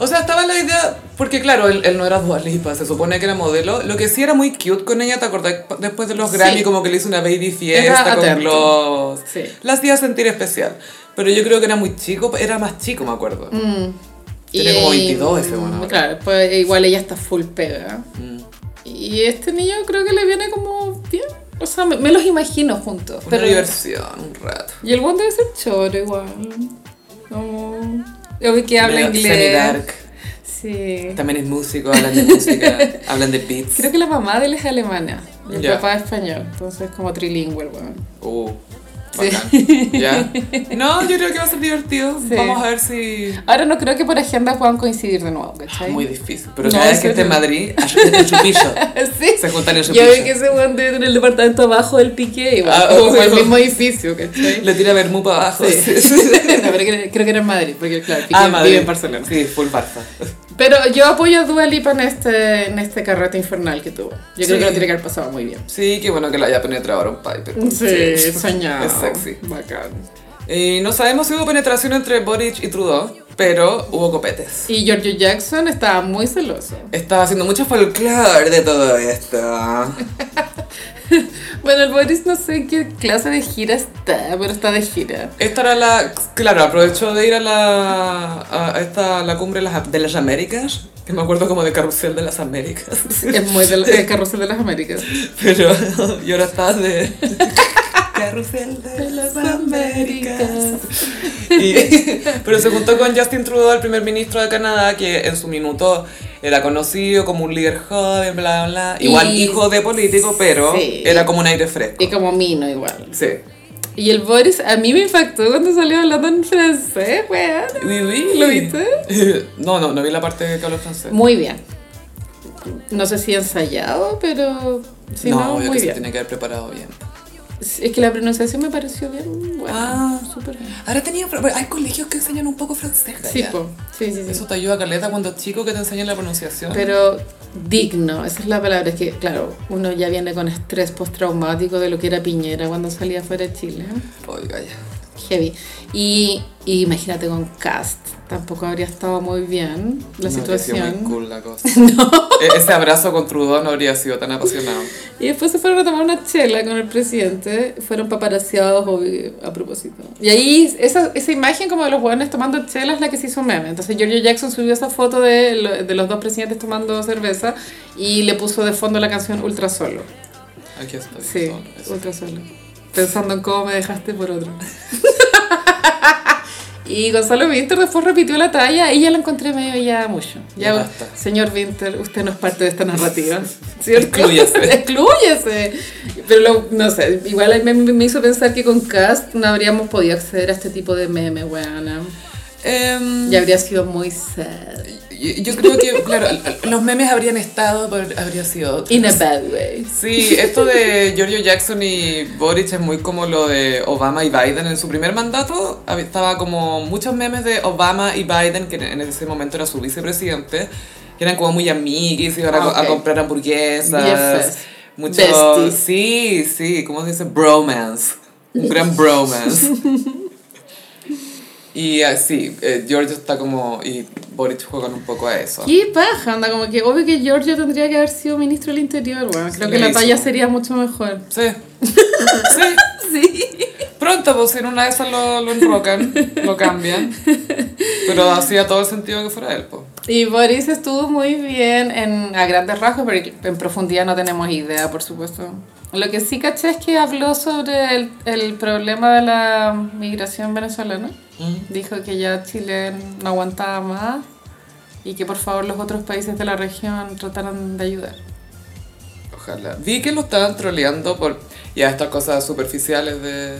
Speaker 1: O sea, estaba la idea, porque claro, él, él no era Dua Lipa, se supone que era modelo. Lo que sí era muy cute con ella, ¿te acordás? Pa- Después de los
Speaker 2: Sí.
Speaker 1: Grammy, como que le hizo una baby fiesta con
Speaker 2: atento.
Speaker 1: globos.
Speaker 2: Sí.
Speaker 1: La hacía sentir especial. Pero yo creo que era muy chico, era más chico, me acuerdo.
Speaker 2: Mm.
Speaker 1: Tiene como 22 ese bueno. ahora.
Speaker 2: Claro, pues igual ella está full pega.
Speaker 1: Mm.
Speaker 2: Y este niño creo que le viene como bien, o sea, me, me los imagino juntos.
Speaker 1: Una
Speaker 2: pero
Speaker 1: diversión, un rato.
Speaker 2: Y el one debe ser choro igual. Como... Obvio que habla
Speaker 1: Medio
Speaker 2: inglés.
Speaker 1: semi-dark.
Speaker 2: Sí.
Speaker 1: También es músico, hablan de música, hablan de beats.
Speaker 2: Creo que la mamá de él es alemana y el
Speaker 1: Ya.
Speaker 2: papá es español, entonces como trilingüe, weón.
Speaker 1: Uh, bacán. ¿Ya? No, yo creo que va a ser divertido.
Speaker 2: Sí.
Speaker 1: Vamos a ver si...
Speaker 2: Ahora no creo que por agenda puedan coincidir de nuevo, ¿cachai?
Speaker 1: Muy difícil. Pero
Speaker 2: No,
Speaker 1: cada vez
Speaker 2: sí,
Speaker 1: que esté en
Speaker 2: sí.
Speaker 1: Madrid, en el chupillo.
Speaker 2: sí.
Speaker 1: Se juntan en el
Speaker 2: Ya ve que
Speaker 1: chupillo.
Speaker 2: ese weón debe tener el departamento abajo del pique, igual,
Speaker 1: Ah,
Speaker 2: como el
Speaker 1: obvio.
Speaker 2: mismo edificio, ¿cachai?
Speaker 1: Le tira vermú para abajo.
Speaker 2: Sí. No, pero creo, creo que era en Madrid, porque claro, el pique
Speaker 1: Ah,
Speaker 2: vive
Speaker 1: Madrid.
Speaker 2: en Barcelona.
Speaker 1: Sí, full Barça.
Speaker 2: Pero yo apoyo a Dua Lipa en este, en este carrete infernal que tuvo. Yo creo
Speaker 1: Sí.
Speaker 2: que lo tiene que haber pasado muy bien.
Speaker 1: Sí, qué bueno que la haya penetrado Aaron Piper.
Speaker 2: Sí, soñado.
Speaker 1: Es sexy.
Speaker 2: Bacán.
Speaker 1: Y no sabemos si hubo penetración entre Boric y Trudeau, pero hubo copetes.
Speaker 2: Y Giorgio Jackson estaba muy celoso.
Speaker 1: Estaba haciendo mucho folclore de todo esto.
Speaker 2: Bueno, el Boris no sé en qué clase de gira está, pero está de gira.
Speaker 1: Esta era la... Claro, aprovechó de ir a la, a esta, la cumbre de las, de las Américas, que me acuerdo como de Carrusel de las Américas.
Speaker 2: Es muy del de Carrusel de las Américas.
Speaker 1: Pero y ahora estás de Carrusel de las Américas. Y- pero se juntó con Justin Trudeau, el primer ministro de Canadá, que en su minuto era conocido como un líder joven, bla, bla.
Speaker 2: Y-
Speaker 1: Igual hijo de político, pero
Speaker 2: Sí.
Speaker 1: era como un aire fresco.
Speaker 2: Y como Mino igual.
Speaker 1: Sí.
Speaker 2: Y el Boris a mí me impactó cuando salió hablando en francés, weón. ¿Lo viste?
Speaker 1: No, no, no vi la parte que habló francés.
Speaker 2: Muy bien. No sé si ensayado, pero si
Speaker 1: no,
Speaker 2: no,
Speaker 1: obvio
Speaker 2: muy
Speaker 1: que se
Speaker 2: bien.
Speaker 1: tiene que haber preparado bien.
Speaker 2: Es que la pronunciación me pareció bien buena.
Speaker 1: Ah.
Speaker 2: súper bien.
Speaker 1: Ahora tenía. Hay colegios que enseñan un poco francés.
Speaker 2: Sí,
Speaker 1: Gaya.
Speaker 2: po. sí, sí, sí.
Speaker 1: Eso te ayuda, Caleta, cuando chico que te enseñan la pronunciación.
Speaker 2: Pero digno, esa es la palabra. Es que, claro, uno ya viene con estrés postraumático de lo que era Piñera cuando salía fuera de Chile. ¿eh?
Speaker 1: Oiga, ya.
Speaker 2: Heavy. Y, y imagínate con Cast, tampoco habría estado muy bien
Speaker 1: No
Speaker 2: la
Speaker 1: habría sido
Speaker 2: situación.
Speaker 1: muy cool la cosa. E- Ese abrazo con Trudeau no habría sido tan apasionado.
Speaker 2: Y después se fueron a tomar una chela con el presidente. Fueron paparaciados obvio, a propósito. Y ahí esa, esa imagen como de los hueones tomando chela es la que se hizo meme. Entonces Giorgio Jackson subió esa foto de, lo- de los dos presidentes tomando cerveza y le puso de fondo la canción Ultra Solo.
Speaker 1: Aquí estoy.
Speaker 2: Sí,
Speaker 1: solo, eso.
Speaker 2: ultra solo. Pensando en cómo me dejaste por otro. y Gonzalo Winter después repitió la talla y ya la encontré medio ya mucho. Ya,
Speaker 1: Ya basta.
Speaker 2: señor Winter, usted no es parte de esta narrativa. ¿Cierto?
Speaker 1: Exclúyase.
Speaker 2: Exclúyase. Pero lo- no sé, igual me, me hizo pensar que con Cast no habríamos podido acceder a este tipo de meme, weana.
Speaker 1: Em,
Speaker 2: Y habría sido muy sad.
Speaker 1: y- yo creo que, claro, al- al- los memes habrían estado, pero habría sido.
Speaker 2: In a bad way.
Speaker 1: Sí, esto de Giorgio Jackson y Boric es muy como lo de Obama y Biden. En su primer mandato hab- estaba como muchos memes de Obama y Biden, que en ese momento era su vicepresidente, que eran como muy amiguis, iban a, co-
Speaker 2: Ah,
Speaker 1: a
Speaker 2: ok.
Speaker 1: comprar hamburguesas.
Speaker 2: Besties.
Speaker 1: Mucho,
Speaker 2: Besties.
Speaker 1: sí, sí, ¿cómo se dice? Bromance. Un gran bromance. y así, Giorgio está como, y Boric juegan un poco a eso.
Speaker 2: ¿Qué paja? Anda, como que obvio que Giorgio tendría que haber sido ministro del interior, bueno, creo que la
Speaker 1: Clarísimo.
Speaker 2: talla sería mucho mejor.
Speaker 1: Sí. Sí. Pronto, pues en una de esas lo, lo enrocan, lo cambian. Pero hacía todo el sentido que fuera él, pues.
Speaker 2: Y Boris estuvo muy bien en, a grandes rasgos, pero en profundidad no tenemos idea, por supuesto. Lo que sí caché es que habló sobre el, el problema de la migración venezolana. Dijo que ya Chile no aguantaba más y que por favor los otros países de la región trataran de ayudar.
Speaker 1: Ojalá. Vi que lo estaban troleando por ya estas cosas superficiales de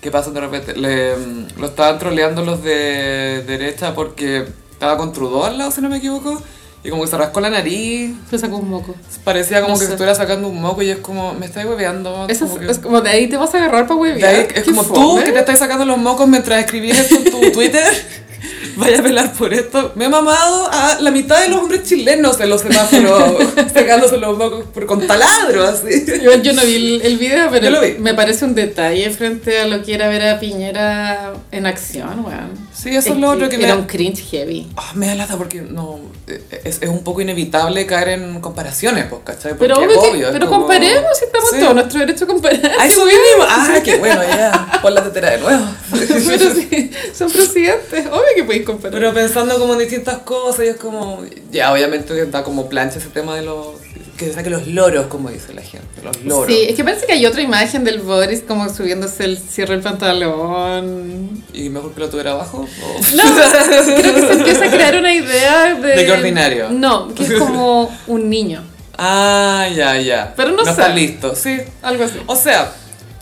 Speaker 1: que pasan de repente. Le, mm, lo estaban troleando los de derecha porque estaba con Trudeau al lado, si no me equivoco. Y como que se rascó la nariz.
Speaker 2: Se sacó un moco.
Speaker 1: Parecía como
Speaker 2: No
Speaker 1: que
Speaker 2: sé.
Speaker 1: se estuviera sacando un moco y es como, me estáis hueveando.
Speaker 2: Eso es,
Speaker 1: como que-
Speaker 2: es como de ahí te vas a agarrar para
Speaker 1: De
Speaker 2: huevear.
Speaker 1: ahí, es
Speaker 2: Qué
Speaker 1: como tú
Speaker 2: fome.
Speaker 1: que te estás sacando los mocos mientras escribís esto en tu Twitter. Vaya a velar por esto. Me ha mamado a la mitad de los hombres chilenos en los semáforos sacándose los mocos por, con taladro, así.
Speaker 2: Yo, yo no vi el, el video, pero
Speaker 1: Yo lo vi.
Speaker 2: me parece un detalle frente a lo que era ver a Piñera en acción, weón.
Speaker 1: Sí, eso es lo otro que me
Speaker 2: Era
Speaker 1: da-
Speaker 2: un cringe heavy.
Speaker 1: Ah, me da lata porque no, eh, es, es un poco inevitable caer en comparaciones, pues, ¿cachai? Porque
Speaker 2: Pero,
Speaker 1: es
Speaker 2: obvio que-
Speaker 1: obvio, es
Speaker 2: pero
Speaker 1: como-
Speaker 2: comparemos si estamos
Speaker 1: Sí.
Speaker 2: todos nuestro derecho a comparar.
Speaker 1: ¡A eso vinimos! ¡Ah, qué bueno, ya! Pon la tetera de nuevo.
Speaker 2: pero sí, son presidentes, obvio que podéis comparar.
Speaker 1: Pero pensando como en distintas cosas, y es como. Ya, obviamente da como plancha ese tema de los que se saque los loros, como dice la gente, los loros.
Speaker 2: Sí, es que parece que hay otra imagen del Boris como subiéndose el cierre del pantalón.
Speaker 1: ¿Y mejor que lo tuviera abajo? ¿O?
Speaker 2: No, creo que se empieza a crear una idea de...
Speaker 1: ¿De qué ordinario?
Speaker 2: No, que es como un niño,
Speaker 1: Ah, ya, ya.
Speaker 2: Pero no
Speaker 1: está
Speaker 2: sabe.
Speaker 1: listo, sí.
Speaker 2: algo así.
Speaker 1: O sea,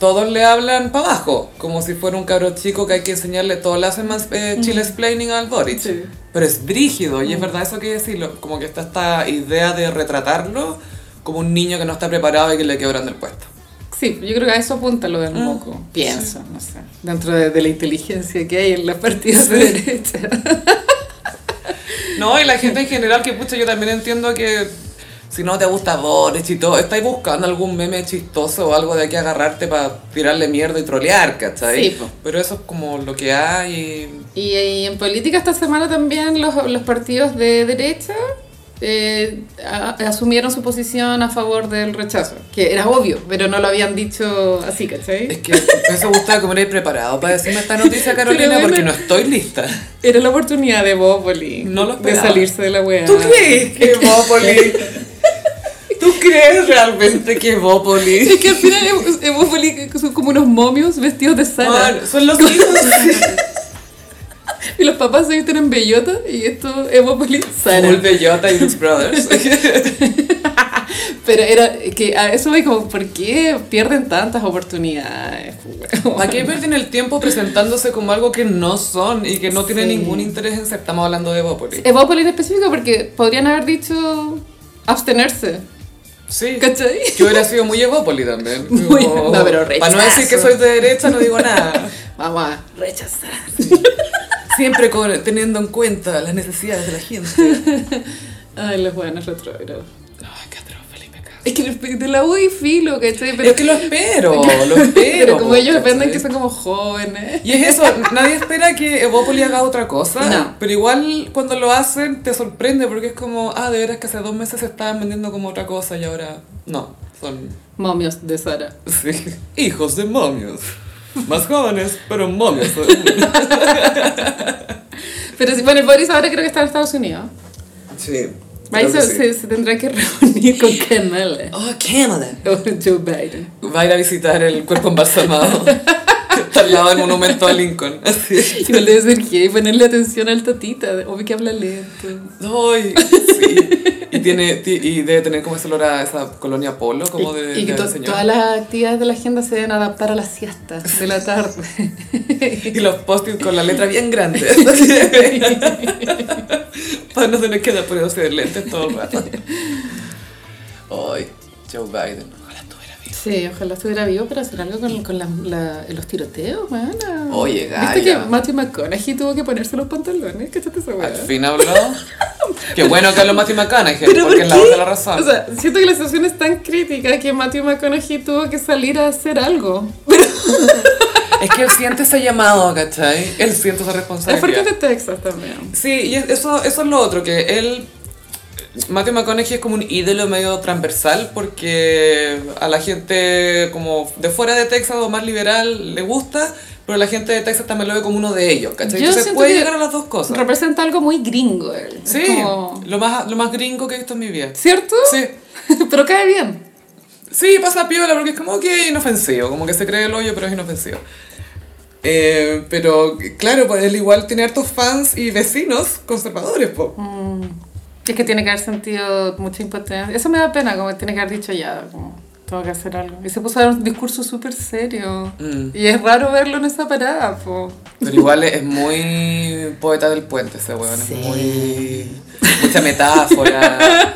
Speaker 1: todos le hablan para abajo, como si fuera un cabro chico que hay que enseñarle, todos le hacen más eh, chill explaining al Boric.
Speaker 2: Sí.
Speaker 1: Pero es brígido, y es verdad eso que decirlo, como que está esta idea de retratarlo como un niño que no está preparado y que le quebran del puesto.
Speaker 2: Sí, yo creo que a eso apunta lo del
Speaker 1: Mm,
Speaker 2: moco, pienso, no sé, dentro de, de la inteligencia que hay en los partidos de derecha.
Speaker 1: No, y la gente en general, que pucha, yo también entiendo que si no te gusta Boris y todo, estáis buscando algún meme chistoso o algo de que agarrarte para tirarle mierda y trolear, ¿cachai?
Speaker 2: Sí, po.
Speaker 1: Pero eso es como lo que hay.
Speaker 2: Y, y en política esta semana también los, los partidos de derecha eh, a- asumieron su posición a favor del rechazo, que era obvio, pero no lo habían dicho así,
Speaker 1: Es
Speaker 2: ¿cachai?
Speaker 1: que eso gusta como no ir preparado para decirme esta noticia, Carolina,
Speaker 2: Pero bueno.
Speaker 1: porque no estoy lista.
Speaker 2: Era la oportunidad de Bópoli
Speaker 1: No lo
Speaker 2: de
Speaker 1: esperaba.
Speaker 2: salirse de la weá.
Speaker 1: ¿Tú crees que Bópoli? ¿Tú crees realmente que Bópoli?
Speaker 2: Es que al final eh, eh, Bópoli son como unos momios vestidos de sala.
Speaker 1: Bueno, son los hijos.
Speaker 2: Y los papás se visten en bellota y esto es Bópoli sana.
Speaker 1: Full Bellota y Brooks Brothers.
Speaker 2: Pero era que a eso voy como, ¿por qué pierden tantas oportunidades? weón?
Speaker 1: ¿Para qué pierden el tiempo presentándose como algo que no son y que no tienen
Speaker 2: Sí.
Speaker 1: ningún interés en ser? Estamos hablando de Bópoli.
Speaker 2: Evópolis en específico porque podrían haber dicho abstenerse,
Speaker 1: Sí.
Speaker 2: ¿cachai?
Speaker 1: Que hubiera sido muy Evópoli también.
Speaker 2: Muy- no, pero
Speaker 1: Para no decir que
Speaker 2: rechazo.
Speaker 1: soy de derecha, no digo nada.
Speaker 2: Vamos a rechazar.
Speaker 1: Siempre con- teniendo en cuenta las necesidades de la gente.
Speaker 2: Ay, los buenos retrógrados.
Speaker 1: Ay, qué atroz, Felipe Castro.
Speaker 2: Es que los pe- de la U y filo, ¿cachai? Pero,
Speaker 1: Pero es que lo espero, lo espero.
Speaker 2: pero como
Speaker 1: po,
Speaker 2: ellos venden
Speaker 1: ¿cachai?
Speaker 2: que son como jóvenes.
Speaker 1: Y es eso, nadie espera que Evópoli haga otra cosa,
Speaker 2: No.
Speaker 1: pero igual cuando lo hacen te sorprende porque es como, ah, de veras que hace dos meses se estaban vendiendo como otra cosa y ahora no, son
Speaker 2: Momios de Sara.
Speaker 1: sí, hijos de momios. Más jóvenes, pero momios.
Speaker 2: Pero sí, bueno, el Boris ahora creo que está en Estados Unidos.
Speaker 1: Sí.
Speaker 2: Ahí se, se- se tendrá que reunir con Kamala.
Speaker 3: Oh, Canada.
Speaker 2: O Joe Biden.
Speaker 1: Va a ir a visitar el cuerpo embalsamado. que Está al lado del monumento a Lincoln. Así.
Speaker 2: Y no le decir que ponerle atención al tatita. Obvio que habla lento.
Speaker 1: Ay, sí. Y, tiene, ti- y debe tener como ese olor a esa colonia polo, como de,
Speaker 2: y que
Speaker 1: de
Speaker 2: to-
Speaker 1: señor.
Speaker 2: todas las actividades de la agenda se deben adaptar a las siestas de la tarde.
Speaker 1: Y los post-it con la letra bien grande. Para no tener que dar por de lentes todo el rato. Ay, Joe Biden. Ojalá estuviera vivo.
Speaker 2: sí, ojalá estuviera vivo para hacer algo con, con la- la- los tiroteos, weona.
Speaker 1: Oye, Gaia.
Speaker 2: Viste que Matthew McConaughey tuvo que ponerse los pantalones, ¿cachaste esa weá?
Speaker 1: Al fin habló. Qué bueno que habló Matthew McConaughey,
Speaker 2: ¿Pero
Speaker 1: porque es
Speaker 2: por
Speaker 1: la
Speaker 2: qué?
Speaker 1: voz de la razón.
Speaker 2: O sea, siento que la situación es tan crítica que Matthew McConaughey tuvo que salir a hacer algo. Pero
Speaker 1: es que él siente ese llamado, ¿cachai? Él siente esa
Speaker 2: es porque
Speaker 1: responsabilidad.
Speaker 2: es de Texas también.
Speaker 1: Sí, y es- eso, eso es lo otro, que él... Matthew McConaughey es como un ídolo medio transversal porque a la gente como de fuera de Texas o más liberal le gusta, pero la gente de Texas también lo ve como uno de ellos, ¿cachai?
Speaker 2: Yo
Speaker 1: Entonces
Speaker 2: siento
Speaker 1: puede
Speaker 2: que
Speaker 1: llegar a las dos cosas.
Speaker 2: Representa algo muy gringo él. Es
Speaker 1: Sí,
Speaker 2: como-
Speaker 1: lo, más, lo más gringo que he visto en mi vida.
Speaker 2: ¿Cierto?
Speaker 1: Sí.
Speaker 2: Pero cae bien.
Speaker 1: Sí, pasa piola porque es como que es inofensivo, como que se cree el hoyo, pero es inofensivo. Eh, pero claro, pues él igual tiene hartos fans y vecinos conservadores, po.
Speaker 2: Es que tiene que haber sentido mucha impotencia. Eso me da pena, como que tiene que haber dicho ya, como, tengo que hacer algo. Y se puso a dar un discurso súper serio.
Speaker 1: Mm.
Speaker 2: Y es raro verlo en esa parada, po.
Speaker 1: Pero igual es, es muy poeta del puente ese weón,
Speaker 3: Sí.
Speaker 1: es muy... Mucha metáfora,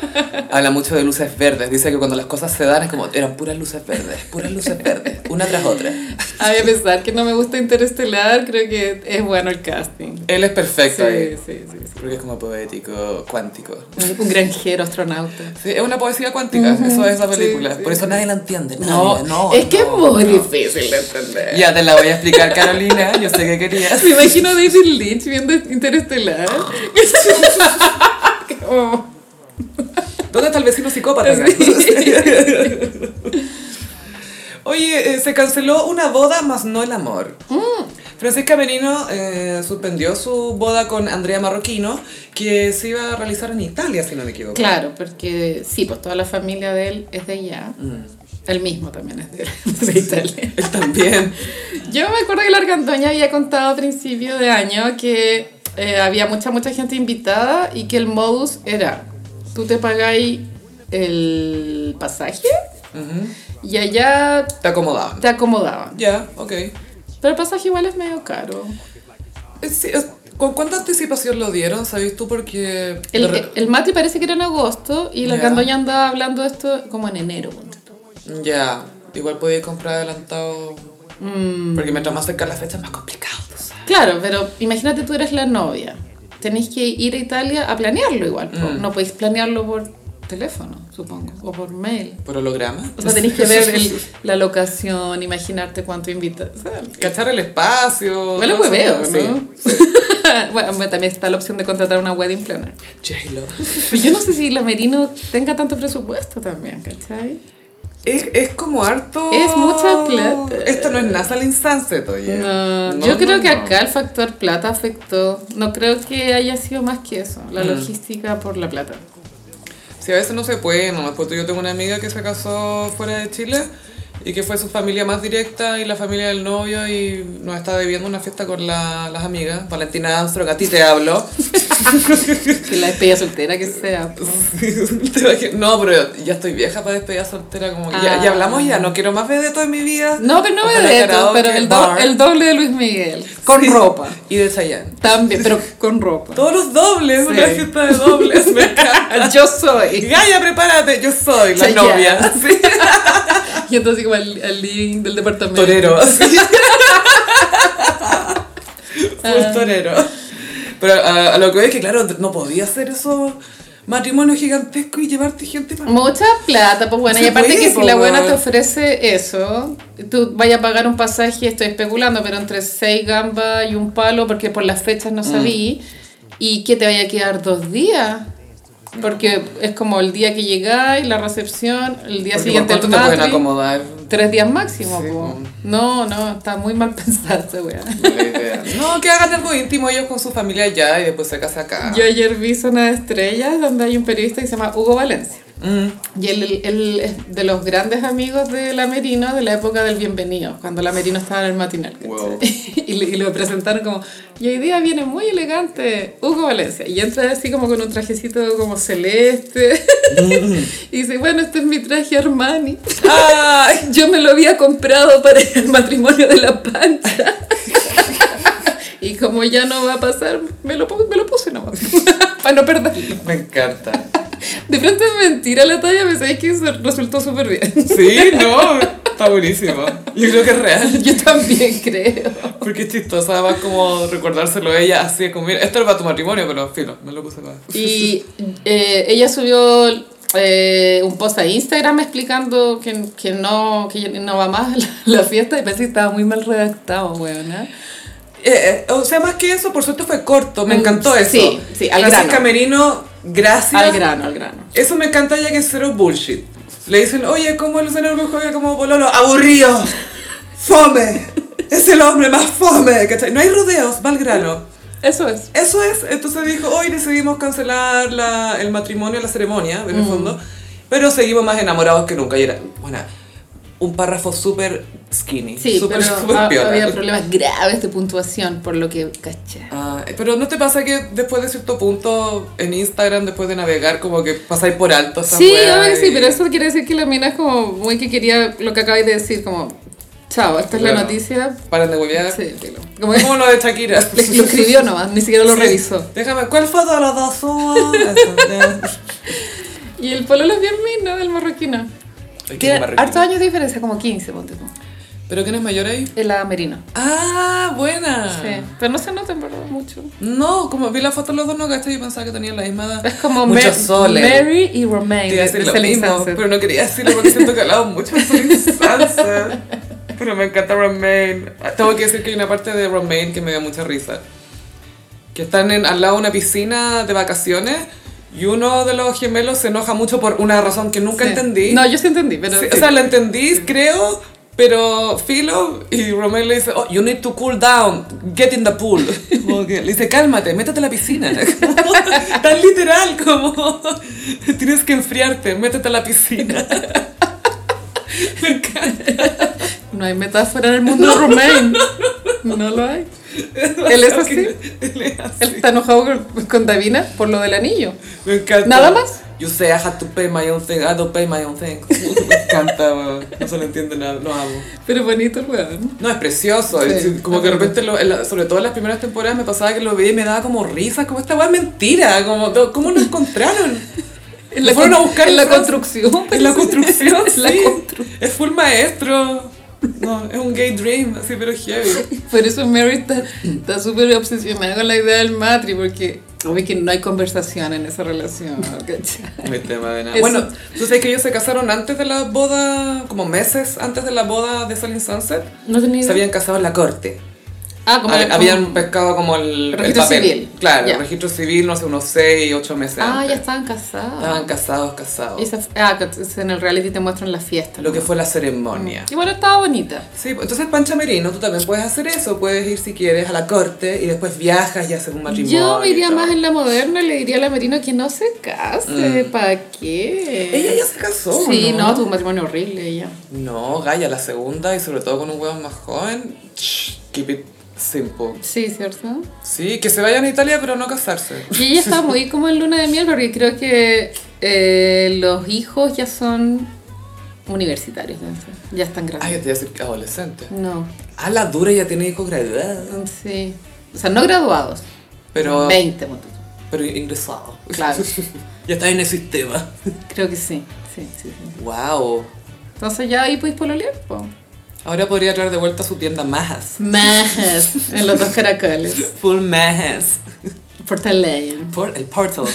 Speaker 1: habla mucho de luces verdes, dice que cuando las cosas se dan es como, eran puras luces verdes, puras luces verdes, una tras otra.
Speaker 2: Ay, a pesar que no me gusta Interestelar, creo que es bueno el casting.
Speaker 1: Él es perfecto
Speaker 2: Sí,
Speaker 1: ahí,
Speaker 2: sí, sí. sí.
Speaker 1: porque es como poético, cuántico.
Speaker 2: Un granjero astronauta.
Speaker 1: Sí, es una poesía cuántica, eso es la
Speaker 2: sí,
Speaker 1: película,
Speaker 2: sí.
Speaker 1: por eso nadie la entiende, nadie, no.
Speaker 2: Oh, es que
Speaker 1: no,
Speaker 2: es muy
Speaker 1: no.
Speaker 2: difícil de entender.
Speaker 1: Ya te la voy a explicar Carolina, yo sé que querías.
Speaker 2: Me imagino a David Lynch viendo Interestelar. Como-
Speaker 1: ¿Dónde está el vecino psicópata?
Speaker 2: Sí.
Speaker 1: Oye, eh, se canceló una boda, más no el amor.
Speaker 2: Mm.
Speaker 1: Francisca Benino eh, suspendió su boda con Andrea Marroquino, que se iba a realizar en Italia, si no me equivoco.
Speaker 2: Claro, porque sí, pues toda la familia de él es de allá. El mismo también es de, de Italia.
Speaker 1: Mm. Él también.
Speaker 2: Yo me acuerdo que la Argandoña había contado a principio de año que eh, había mucha, mucha gente invitada y que el modus era, tú te pagáis el pasaje y allá
Speaker 1: Te acomodaban.
Speaker 2: te acomodaban.
Speaker 1: Ya, ok.
Speaker 2: Pero el pasaje igual es medio caro.
Speaker 1: Eh, sí, es- ¿Con cuánta anticipación lo dieron? ¿Sabes tú? Porque... de
Speaker 2: El,
Speaker 1: re-
Speaker 2: el Mati parece que era en agosto y
Speaker 1: Ya.
Speaker 2: la Argandoña andaba hablando de esto como en enero. ponte tú.
Speaker 1: Ya, igual podía comprar adelantado.
Speaker 2: Mm.
Speaker 1: Porque mientras más cerca la fecha es más complicado, tú sabes.
Speaker 2: Claro, pero imagínate tú eres la novia. Tenéis que ir a Italia a planearlo igual. po.
Speaker 1: Mm.
Speaker 2: No podéis planearlo por teléfono, supongo, o por mail.
Speaker 1: Por holograma.
Speaker 2: O sea, tenéis que ver el- la locación, imaginarte cuánto invitas. O sea,
Speaker 1: Cachar el espacio.
Speaker 2: Huele
Speaker 1: todo eso,
Speaker 2: hueveo, ¿no? bueno, bueno, también está la opción de contratar una wedding planner.
Speaker 1: Sí. J-Lo.
Speaker 2: Pero yo no sé si la Merino tenga tanto presupuesto también, ¿cachai?
Speaker 1: Es, es como harto.
Speaker 2: Es mucha plata.
Speaker 1: Esto no es NASA al instante todavía.
Speaker 2: No,
Speaker 1: Eh, No,
Speaker 2: yo
Speaker 1: no,
Speaker 2: creo que
Speaker 1: no.
Speaker 2: acá el factor plata afectó. No creo que haya sido más que eso,
Speaker 1: Mm.
Speaker 2: la logística por la plata.
Speaker 1: Si a veces no se puede, nomás porque yo tengo una amiga que se casó fuera de Chile y que fue su familia más directa y la familia del novio y nos está debiendo una fiesta con la- las amigas. Valentina Armstrong, a ti te hablo.
Speaker 2: Que la despedida soltera que sea. po.
Speaker 1: no, pero ya estoy vieja para despedida soltera, como que ya,
Speaker 2: Ah.
Speaker 1: ya hablamos ya, no quiero más vedeto en mi vida.
Speaker 2: No, pero no
Speaker 1: Ojalá
Speaker 2: vedeto,
Speaker 1: karaoke,
Speaker 2: pero el, do-
Speaker 1: bar.
Speaker 2: el doble de Luis Miguel. Con
Speaker 1: Sí.
Speaker 2: ropa.
Speaker 1: Y de Chayanne.
Speaker 2: También, pero con ropa.
Speaker 1: Todos los dobles,
Speaker 2: Sí.
Speaker 1: una fiesta de dobles, me encanta.
Speaker 2: Yo soy.
Speaker 1: Gaya, prepárate, yo soy la
Speaker 2: Chayanne.
Speaker 1: novia. Sí.
Speaker 2: Y entonces como el, el living del departamento.
Speaker 1: Torero. sí.
Speaker 2: Ah.
Speaker 1: Full torero. Pero ah, a, a lo que veo es que, claro, no podía hacer eso matrimonio gigantesco y llevarte gente para...
Speaker 2: Mucha plata, pues bueno,
Speaker 1: Sí,
Speaker 2: y aparte
Speaker 1: pues,
Speaker 2: que si
Speaker 1: pues,
Speaker 2: la buena
Speaker 1: bueno.
Speaker 2: te ofrece eso, tú vayas a pagar un pasaje, estoy especulando, pero entre seis gambas y un palo, porque por las fechas
Speaker 1: Mm.
Speaker 2: no sabí, y que te vaya a quedar dos días, porque es como el día que llegáis, la recepción, el día
Speaker 1: Porque
Speaker 2: siguiente
Speaker 1: ¿por
Speaker 2: el
Speaker 1: cuánto te pueden
Speaker 2: matri,
Speaker 1: acomodar?
Speaker 2: tres días máximo.
Speaker 1: Sí,
Speaker 2: po.
Speaker 1: pues.
Speaker 2: No, no, está muy mal pensada esa weá.
Speaker 1: La idea. No, que hagan algo íntimo ellos con su familia allá y después se casa acá.
Speaker 2: Yo ayer vi Zona de Estrellas, donde hay un periodista que se llama Hugo Valencia.
Speaker 1: Mm.
Speaker 2: Y él, él- él es de los grandes amigos de la Merino de la época del Bienvenido, cuando la Merino estaba en el matinal. ¿cachai?
Speaker 1: Wow.
Speaker 2: Y, le- y lo presentaron como, y hoy día viene muy elegante Hugo Valencia. Y entra así como con un trajecito como celeste.
Speaker 1: Mm.
Speaker 2: y dice, bueno, este es mi traje Armani.
Speaker 1: ¡Ay!
Speaker 2: Yo me lo había comprado para el matrimonio de la pancha. y como ya no va a pasar, me lo, pon- me lo puse nomás, para no perderlo.
Speaker 1: Me encanta.
Speaker 2: De pronto es mentira la talla, pero sabéis que se- resultó súper bien.
Speaker 1: Sí, no, está buenísimo. Yo creo que es real.
Speaker 2: Yo también creo.
Speaker 1: Porque es chistosa, además, como recordárselo a ella así, como, mira, esto era para tu matrimonio, pero filo, me lo puse para...
Speaker 2: Y eh, ella subió eh, un post a Instagram explicando que, que no, que ya no va más la, la fiesta y pensé que estaba muy mal redactado, weón.
Speaker 1: Eh, eh, o sea, más que eso, por suerte fue corto, me
Speaker 2: Mm,
Speaker 1: encantó eso.
Speaker 2: sí, sí, al
Speaker 1: Gracias,
Speaker 2: grano.
Speaker 1: Camerino, gracias.
Speaker 2: Al grano, al grano.
Speaker 1: Eso me encanta ya que es cero bullshit. Le dicen, oye, ¿cómo el Luciano Urco juega como Pololo? Aburrido, fome, es el hombre más fome, ¿cachai? No hay rodeos, va al grano.
Speaker 2: Eso es.
Speaker 1: Eso es, entonces dijo, hoy decidimos cancelar la- el matrimonio, la ceremonia,
Speaker 2: Mm.
Speaker 1: en el fondo, pero seguimos más enamorados que nunca. Y era, bueno, un párrafo súper skinny,
Speaker 2: Sí,
Speaker 1: súper,
Speaker 2: pero
Speaker 1: súper
Speaker 2: ha-
Speaker 1: piola.
Speaker 2: había problemas graves de puntuación, por lo que caché.
Speaker 1: Ah, pero ¿no te pasa que después de cierto punto en Instagram, después de navegar, como que pasáis por alto esa
Speaker 2: Sí,
Speaker 1: wea
Speaker 2: obvio que sí,
Speaker 1: y-
Speaker 2: pero eso quiere decir que la mina es como muy que quería lo que acabáis de decir, como, chao, esta es la
Speaker 1: Claro.
Speaker 2: noticia.
Speaker 1: Paran de huevear.
Speaker 2: Sí, filo. Como que-
Speaker 1: Como lo de Shakira.
Speaker 2: Le- Lo escribió nomás, ni siquiera lo revisó.
Speaker 1: Déjame, ¿cuál fue de los dos? Oh, eso, ya.
Speaker 2: Y el pololo es bien mino del marroquino.
Speaker 1: Ay, qué
Speaker 2: Tiene
Speaker 1: marroquino.
Speaker 2: hartos años de diferencia, como 15, ponte tú.
Speaker 1: ¿Pero quién es mayor ahí?
Speaker 2: El amerino.
Speaker 1: Ah, buena.
Speaker 2: Sí. Pero no se nota en verdad mucho.
Speaker 1: No, como vi la foto de los dos, no gasté y pensaba que tenían la misma edad.
Speaker 2: Es como
Speaker 1: Muchos
Speaker 2: Mer-
Speaker 1: soles.
Speaker 2: Mary y Romaine.
Speaker 1: Te iba a
Speaker 2: de-
Speaker 1: decir
Speaker 2: de
Speaker 1: lo
Speaker 2: Selling
Speaker 1: mismo,
Speaker 2: Sunset.
Speaker 1: pero no quería decirlo porque siento que he hablado mucho de Selling Sunset. Pero me encanta Romaine. Tengo que decir que hay una parte de Romaine que me dio mucha risa. Que están en- al lado de una piscina de vacaciones y uno de los gemelos se enoja mucho por una razón que nunca
Speaker 2: Sí.
Speaker 1: entendí.
Speaker 2: No, yo sí entendí, pero.
Speaker 1: Sí, O
Speaker 2: sí.
Speaker 1: sea, la entendí, creo, Pero Philo y Romeo le dice, oh, you need to cool down, get in the pool. Como que le dice, cálmate, métete a la piscina. Como, tan literal como, tienes que enfriarte, métete a la piscina. Me encanta.
Speaker 2: No hay metáfora en el mundo de Romain. No lo hay. Él es así.
Speaker 1: Él es así.
Speaker 2: Él está enojado con, con Davina por lo del anillo.
Speaker 1: Me encanta.
Speaker 2: ¿Nada más?
Speaker 1: You say I had to pay my own thing, I don't pay my own thing. Me encanta, weón. No se lo entiende nada, lo amo.
Speaker 2: Pero bonito el weón.
Speaker 1: No, es precioso.
Speaker 2: Sí,
Speaker 1: es como que de
Speaker 2: ajá.
Speaker 1: repente, lo- en la- sobre todo en las primeras temporadas, me pasaba que lo veía y me daba como risas, como esta weá es mentira, como no- ¿cómo lo encontraron?
Speaker 2: En
Speaker 1: Lo fueron a
Speaker 2: con-
Speaker 1: buscar
Speaker 2: en la
Speaker 1: Francia.
Speaker 2: construcción.
Speaker 1: En la construcción,
Speaker 2: En la
Speaker 1: sí.
Speaker 2: constru-
Speaker 1: Es full maestro. No, es un gay dream, así pero heavy.
Speaker 2: Por eso Mary está está súper obsesionada con la idea del matri, porque obvio que no hay conversación en esa relación. ¿cachai?
Speaker 1: Mi tema de nada.
Speaker 2: Eso.
Speaker 1: Bueno, tú sabes que ellos se casaron antes de la boda, como meses antes de la boda de Selling Sunset.
Speaker 2: No tenía
Speaker 1: Se habían casado en la corte.
Speaker 2: Ah, como.
Speaker 1: Hab-
Speaker 2: como-
Speaker 1: habían pescado como el, el
Speaker 2: Registro
Speaker 1: papel.
Speaker 2: civil.
Speaker 1: Claro,
Speaker 2: Ya.
Speaker 1: el registro civil, no sé, unos 6, 8 meses.
Speaker 2: Ah,
Speaker 1: antes.
Speaker 2: ya estaban casados.
Speaker 1: Estaban casados, casados.
Speaker 2: Esa- ah, que entonces en el reality te muestran la fiesta.
Speaker 1: Lo
Speaker 2: ¿no?
Speaker 1: que fue la ceremonia.
Speaker 2: Y Mm, bueno, estaba bonita.
Speaker 1: Sí, pues, entonces Pancha Merino, tú también puedes hacer eso, puedes ir si quieres a la corte y después viajas y haces un matrimonio.
Speaker 2: Yo me
Speaker 1: y
Speaker 2: iría
Speaker 1: todo.
Speaker 2: más en la moderna, le diría a la Merino que no se case, ¿para qué?
Speaker 1: Mm. Ella ya se casó.
Speaker 2: Sí, no,
Speaker 1: ¿no?
Speaker 2: tuvo un matrimonio horrible ella.
Speaker 1: No, Gaia, la segunda y sobre todo con un huevón más joven. Shh, Keep it simple.
Speaker 2: Sí, ¿cierto?
Speaker 1: Sí, que se vayan a Italia pero no casarse.
Speaker 2: Y ella está muy como en luna de miel porque creo que eh, los hijos ya son universitarios, ¿no? ya están
Speaker 1: Ay,
Speaker 2: grandes.
Speaker 1: yo te voy a decir que adolescente.
Speaker 2: No,
Speaker 1: A la dura ya tiene hijos graduados.
Speaker 2: sí. O sea, no graduados,
Speaker 1: Pero,
Speaker 2: 20, ponte tú.
Speaker 1: pero ingresados.
Speaker 2: claro.
Speaker 1: Ya está en el sistema.
Speaker 2: Creo que sí. sí, sí, sí.
Speaker 1: Wow.
Speaker 2: Entonces ya ahí podéis pololear, po.
Speaker 1: Ahora podría traer de vuelta su tienda Majas.
Speaker 2: Majas en los dos caracoles.
Speaker 1: Full Majas.
Speaker 2: Fortaleza.
Speaker 1: Por el portal.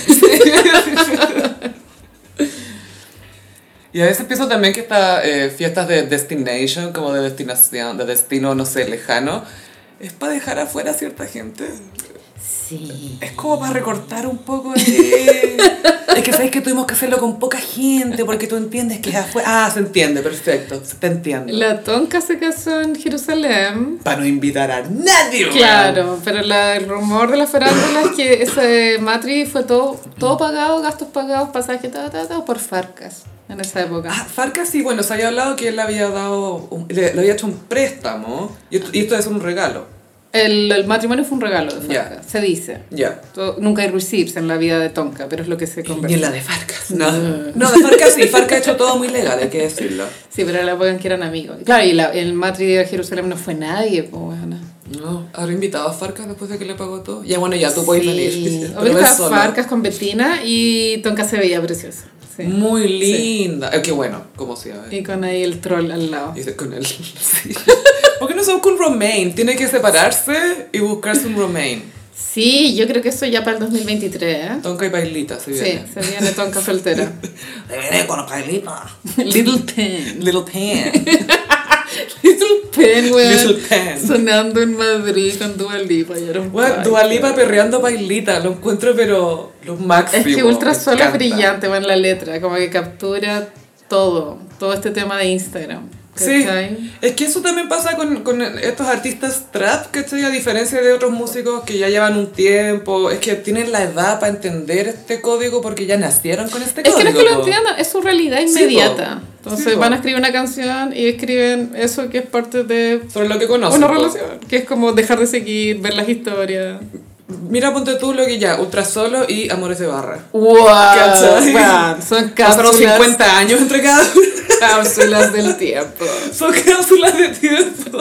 Speaker 1: y a veces pienso también que estas eh, fiestas de destination, como de destinación, de destino, no sé, lejano, es para dejar afuera a cierta gente.
Speaker 3: Sí.
Speaker 1: Es como para recortar un poco de... es que sabes que tuvimos que hacerlo con poca gente porque tú entiendes que es afuera. Ah, se entiende, perfecto, se te entiende.
Speaker 2: La Tonka se casó en Jerusalén.
Speaker 1: Para no invitar a nadie. weón.
Speaker 2: Claro, pero la- el rumor de la farándula es que ese matri fue todo, todo pagado, gastos pagados, pasajes, ta, ta, ta, por Farcas en esa época.
Speaker 1: Ah, Farca sí, bueno, se había hablado que él le había dado, un- le, le había hecho un préstamo y esto, y esto es un regalo.
Speaker 2: El, el matrimonio fue un regalo de Farcas,
Speaker 1: Ya.
Speaker 2: se dice.
Speaker 1: Ya.
Speaker 2: To- nunca hay receipts en la vida de Tonka, pero es lo que
Speaker 1: Y
Speaker 2: se
Speaker 1: en
Speaker 2: conversa.
Speaker 1: la de Farcas. No, no de Farcas sí, Farca ha hecho todo muy legal, hay que decirlo.
Speaker 2: Sí, pero era la época en que eran amigos. Claro, y la- el matri de Jerusalén no fue nadie, pues bueno.
Speaker 1: No, habrá invitado a Farcas después de que le pagó todo. Ya bueno, ya tú puedes
Speaker 2: Sí.
Speaker 1: venir.
Speaker 2: Obvio
Speaker 1: Pero
Speaker 2: que
Speaker 1: ves
Speaker 2: estaba
Speaker 1: sola.
Speaker 2: Farcas con Bettina y Tonka se veía preciosa. Sí.
Speaker 1: Muy linda. Eh, qué bueno, como se llama.
Speaker 2: Y con ahí el troll al lado.
Speaker 1: Y se- con él. Sí. ¿Por qué no se busca un Romain? Tiene que separarse y buscarse un Romain.
Speaker 2: Sí, yo creo que eso ya para el 2023, ¿eh?
Speaker 1: Tonka y Bailita se
Speaker 2: Sí,
Speaker 1: viene.
Speaker 2: se viene tonca soltera.
Speaker 3: Te veré con los calipas.
Speaker 2: Little Pen.
Speaker 1: Little Pan.
Speaker 2: Little Pen, weón.
Speaker 1: Little Pen.
Speaker 2: Sonando en Madrid con Dua Lipa. Y era un
Speaker 1: Bueno,
Speaker 2: vibe.
Speaker 1: Dua Lipa perreando bailita, lo encuentro pero lo máximo.
Speaker 2: Es que Ultra
Speaker 1: me
Speaker 2: Sol es
Speaker 1: encanta.
Speaker 2: brillante, va en la letra. Como que captura todo. Todo este tema de Instagram.
Speaker 1: Sí,
Speaker 2: ¿cachai?
Speaker 1: es que eso también pasa con, con estos artistas trap, ¿cachai? A diferencia de otros músicos que ya llevan un tiempo, es que tienen la edad para entender este código porque ya nacieron con este
Speaker 2: Es
Speaker 1: código.
Speaker 2: que no es que lo
Speaker 1: po.
Speaker 2: entiendan, es su realidad
Speaker 1: Sí, po.
Speaker 2: inmediata.
Speaker 1: Sí,
Speaker 2: Entonces
Speaker 1: po.
Speaker 2: van a escribir una canción y escriben eso que es parte de
Speaker 1: Sobre lo que conocen.
Speaker 2: una
Speaker 1: po.
Speaker 2: relación. Que es como dejar de seguir, ver las historias.
Speaker 1: Mira, ponte tú lo que ya, Ultra Solo y Amores de Barra.
Speaker 2: ¡Wow!
Speaker 1: ¿Cachai?
Speaker 2: Weón,
Speaker 1: Pasaron
Speaker 2: son cápsulas,
Speaker 1: 50 años entre cada uno.
Speaker 2: cápsulas del tiempo.
Speaker 1: Son cápsulas de tiempo.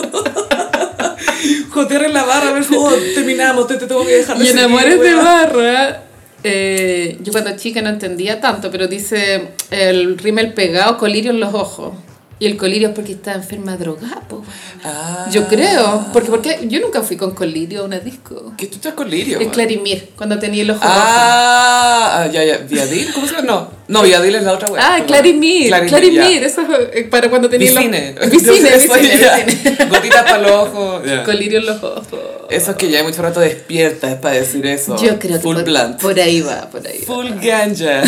Speaker 1: Jotear en la barra, a ver cómo terminamos, te, te tengo que dejar de
Speaker 2: Y en
Speaker 1: seguir,
Speaker 2: Amores de
Speaker 1: weón.
Speaker 2: Barra, eh, yo cuando chica no entendía tanto, pero dice el rímel pegado, colirio en los ojos. Y el colirio es porque está enferma drogada, po, weón.
Speaker 1: Ah.
Speaker 2: Yo creo, porque, porque yo nunca fui con colirio a una disco.
Speaker 1: ¿Qué tú estás con lirio?
Speaker 2: El
Speaker 1: man?
Speaker 2: clarimir, cuando tenía el ojo rojo.
Speaker 1: Ah, ah, ya, ya. ¿Viadil? ¿Cómo se llama? No, no, Viadil es la otra wea.
Speaker 2: Ah,
Speaker 1: perdón.
Speaker 2: clarimir, clarimir,
Speaker 1: ya.
Speaker 2: eso es eh, para cuando tenía
Speaker 1: Vicine.
Speaker 2: el ojo. Vicine,
Speaker 1: Yo sé, soy
Speaker 2: vicine,
Speaker 1: ya.
Speaker 2: vicine.
Speaker 1: Gotitas para el ojo. ya.
Speaker 2: Colirio en los ojos.
Speaker 1: Eso es que ya hay mucho rato despierta, es para decir eso.
Speaker 2: Yo creo
Speaker 1: Full
Speaker 2: que por,
Speaker 1: plant.
Speaker 2: por ahí va, por ahí va.
Speaker 1: Full ganja.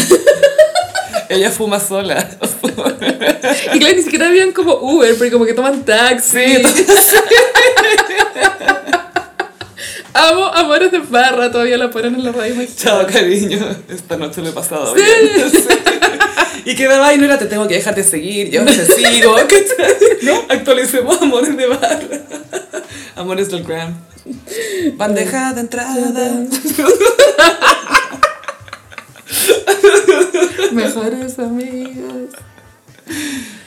Speaker 1: Ella fuma sola.
Speaker 2: Y claro, ni siquiera habían como Uber, porque como que toman taxi.
Speaker 1: Sí,
Speaker 2: Amo Amores de Barra, todavía la ponen en la radio. imagínate.
Speaker 1: Chao, cariño. Esta noche lo he pasado bien. Sí. Y quedaba ahí, no era te tengo que dejar de seguir, yo no te sigo. ¿cachai? Actualicemos amores de barra. Amores del gram. Bandeja de entrada.
Speaker 2: Mejores amigos.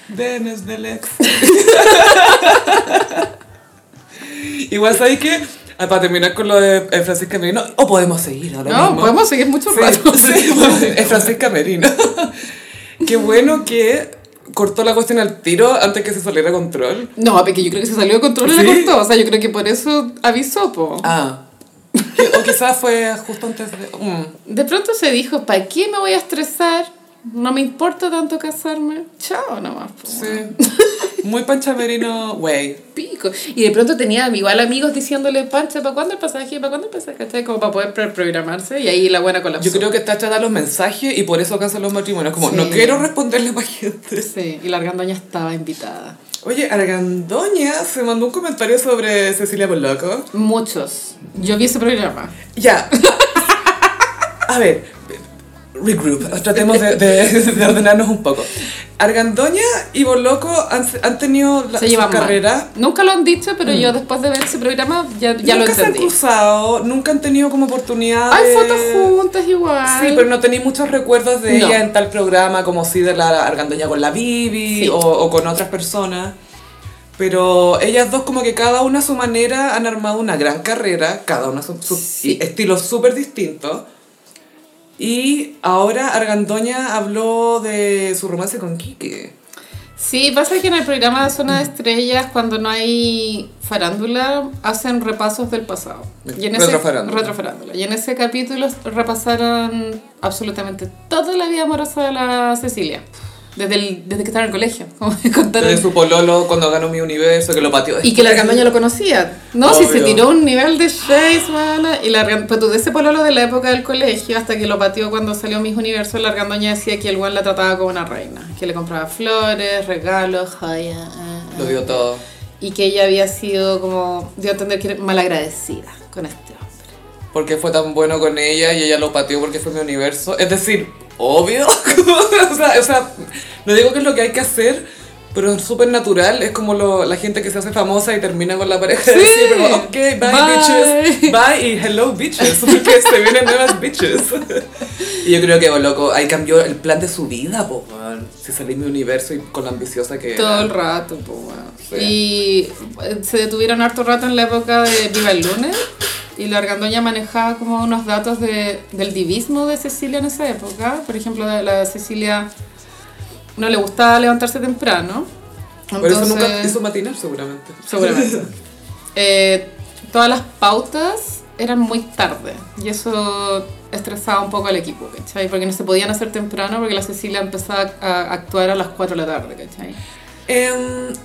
Speaker 1: Denes del ex. Igual sabes que, para terminar con lo de eh, Francisca Merino, o podemos seguir ahora
Speaker 2: No,
Speaker 1: mismo.
Speaker 2: podemos seguir mucho rato.
Speaker 1: Sí, sí, bueno, es Francisca Merino. Qué bueno que cortó la cuestión al tiro antes que se saliera a control.
Speaker 2: No, porque yo creo que se salió de control y la
Speaker 1: ¿Sí?
Speaker 2: cortó. O sea, yo creo que por eso avisó, po.
Speaker 1: Ah. O quizás fue justo antes de... mm.
Speaker 2: De pronto se dijo, ¿para qué me voy a estresar? No me importa tanto casarme. Chao nomás, po.
Speaker 1: Sí. Muy panchamerino, güey.
Speaker 2: Pico. Y de pronto tenía igual amigos diciéndole, Pancha, ¿para cuándo el pasaje? ¿Para cuándo el pasaje? ¿Cachai? Como para poder pre- programarse y ahí la buena colapsó.
Speaker 1: Yo creo que está echada a los mensajes y por eso cansan los matrimonios. Como,
Speaker 2: Sí.
Speaker 1: no quiero responderle más gente.
Speaker 2: Sí, y la argandoña estaba invitada.
Speaker 1: Oye, Argandoña se mandó un comentario sobre Cecilia Boloco.
Speaker 2: Muchos. Yo vi ese programa.
Speaker 1: Ya. A ver, regroup. Tratemos de, de- de ordenarnos un poco. Argandoña y Boloco han, han tenido la,
Speaker 2: Se
Speaker 1: su
Speaker 2: llevan mal.
Speaker 1: carrera.
Speaker 2: Nunca lo han dicho, pero yo después de ver ese programa ya, ya lo
Speaker 1: nunca se han
Speaker 2: entendí.
Speaker 1: cruzado, nunca han tenido como oportunidades.
Speaker 2: Hay fotos juntas igual.
Speaker 1: Sí, pero no tenía muchos recuerdos de
Speaker 2: No.
Speaker 1: ella en tal programa como si de la Argandoña con la Bibi
Speaker 2: Sí.
Speaker 1: o, o con otras personas. Pero ellas dos como que cada una a su manera han armado una gran carrera, cada una su, su-
Speaker 2: Sí.
Speaker 1: y estilos súper distintos. Y ahora Argandoña habló de su romance con Quique.
Speaker 2: Sí, pasa que en el programa de Zona de Estrellas, cuando no hay farándula, hacen repasos del pasado. Y en ese-
Speaker 1: Retrofarándula.
Speaker 2: retrofarándula. Y en ese capítulo repasaron absolutamente toda la vida amorosa de la Cecilia. Desde, el- desde que estaba en el colegio. Como que contaron.
Speaker 1: De su pololo cuando ganó mi universo, que lo pateó.
Speaker 2: Y que la Argandoña lo conocía. No, si se
Speaker 1: Obvio.
Speaker 2: tiró un nivel de shades, mala. Y la Argan- pues, de ese pololo de la época del colegio, hasta que lo pateó cuando salió Mis Universo, la Argandoña decía que el guan la trataba como una reina. Que le compraba flores, regalos, joyas. ah, ah.
Speaker 1: Lo dio todo.
Speaker 2: Y que ella había sido como, dio a entender que era malagradecida con este hombre.
Speaker 1: Porque fue tan bueno con ella y ella lo pateó porque fue mi universo. Es decir, obvio. o, sea, o sea, no digo que es lo que hay que hacer, pero es súper natural. Es como lo- la gente que se hace famosa y termina con la pareja de siempre, como, ok, bye,
Speaker 2: Bye.
Speaker 1: bitches. Bye y hello, bitches. Porque se vienen nuevas bitches. y yo creo que, oh, loco, ahí cambió el plan de su vida, po, weón. Si salí mi universo y con la ambiciosa que era.
Speaker 2: Todo el rato, pues bueno. Y eh, se detuvieron harto rato en la época de Viva el Lunes. Y la Argandoña manejaba como unos datos de- del divismo de Cecilia en esa época. Por ejemplo, la- la Cecilia no le gustaba levantarse temprano.
Speaker 1: Por eso nunca
Speaker 2: entonces-
Speaker 1: hizo matinal, seguramente.
Speaker 2: Seguramente. Eh, todas las pautas eran muy tarde y eso estresaba un poco al equipo, ¿cachai? Porque no se podían hacer temprano porque la Cecilia empezaba a actuar a las 4 de la tarde, ¿cachai?
Speaker 1: Em,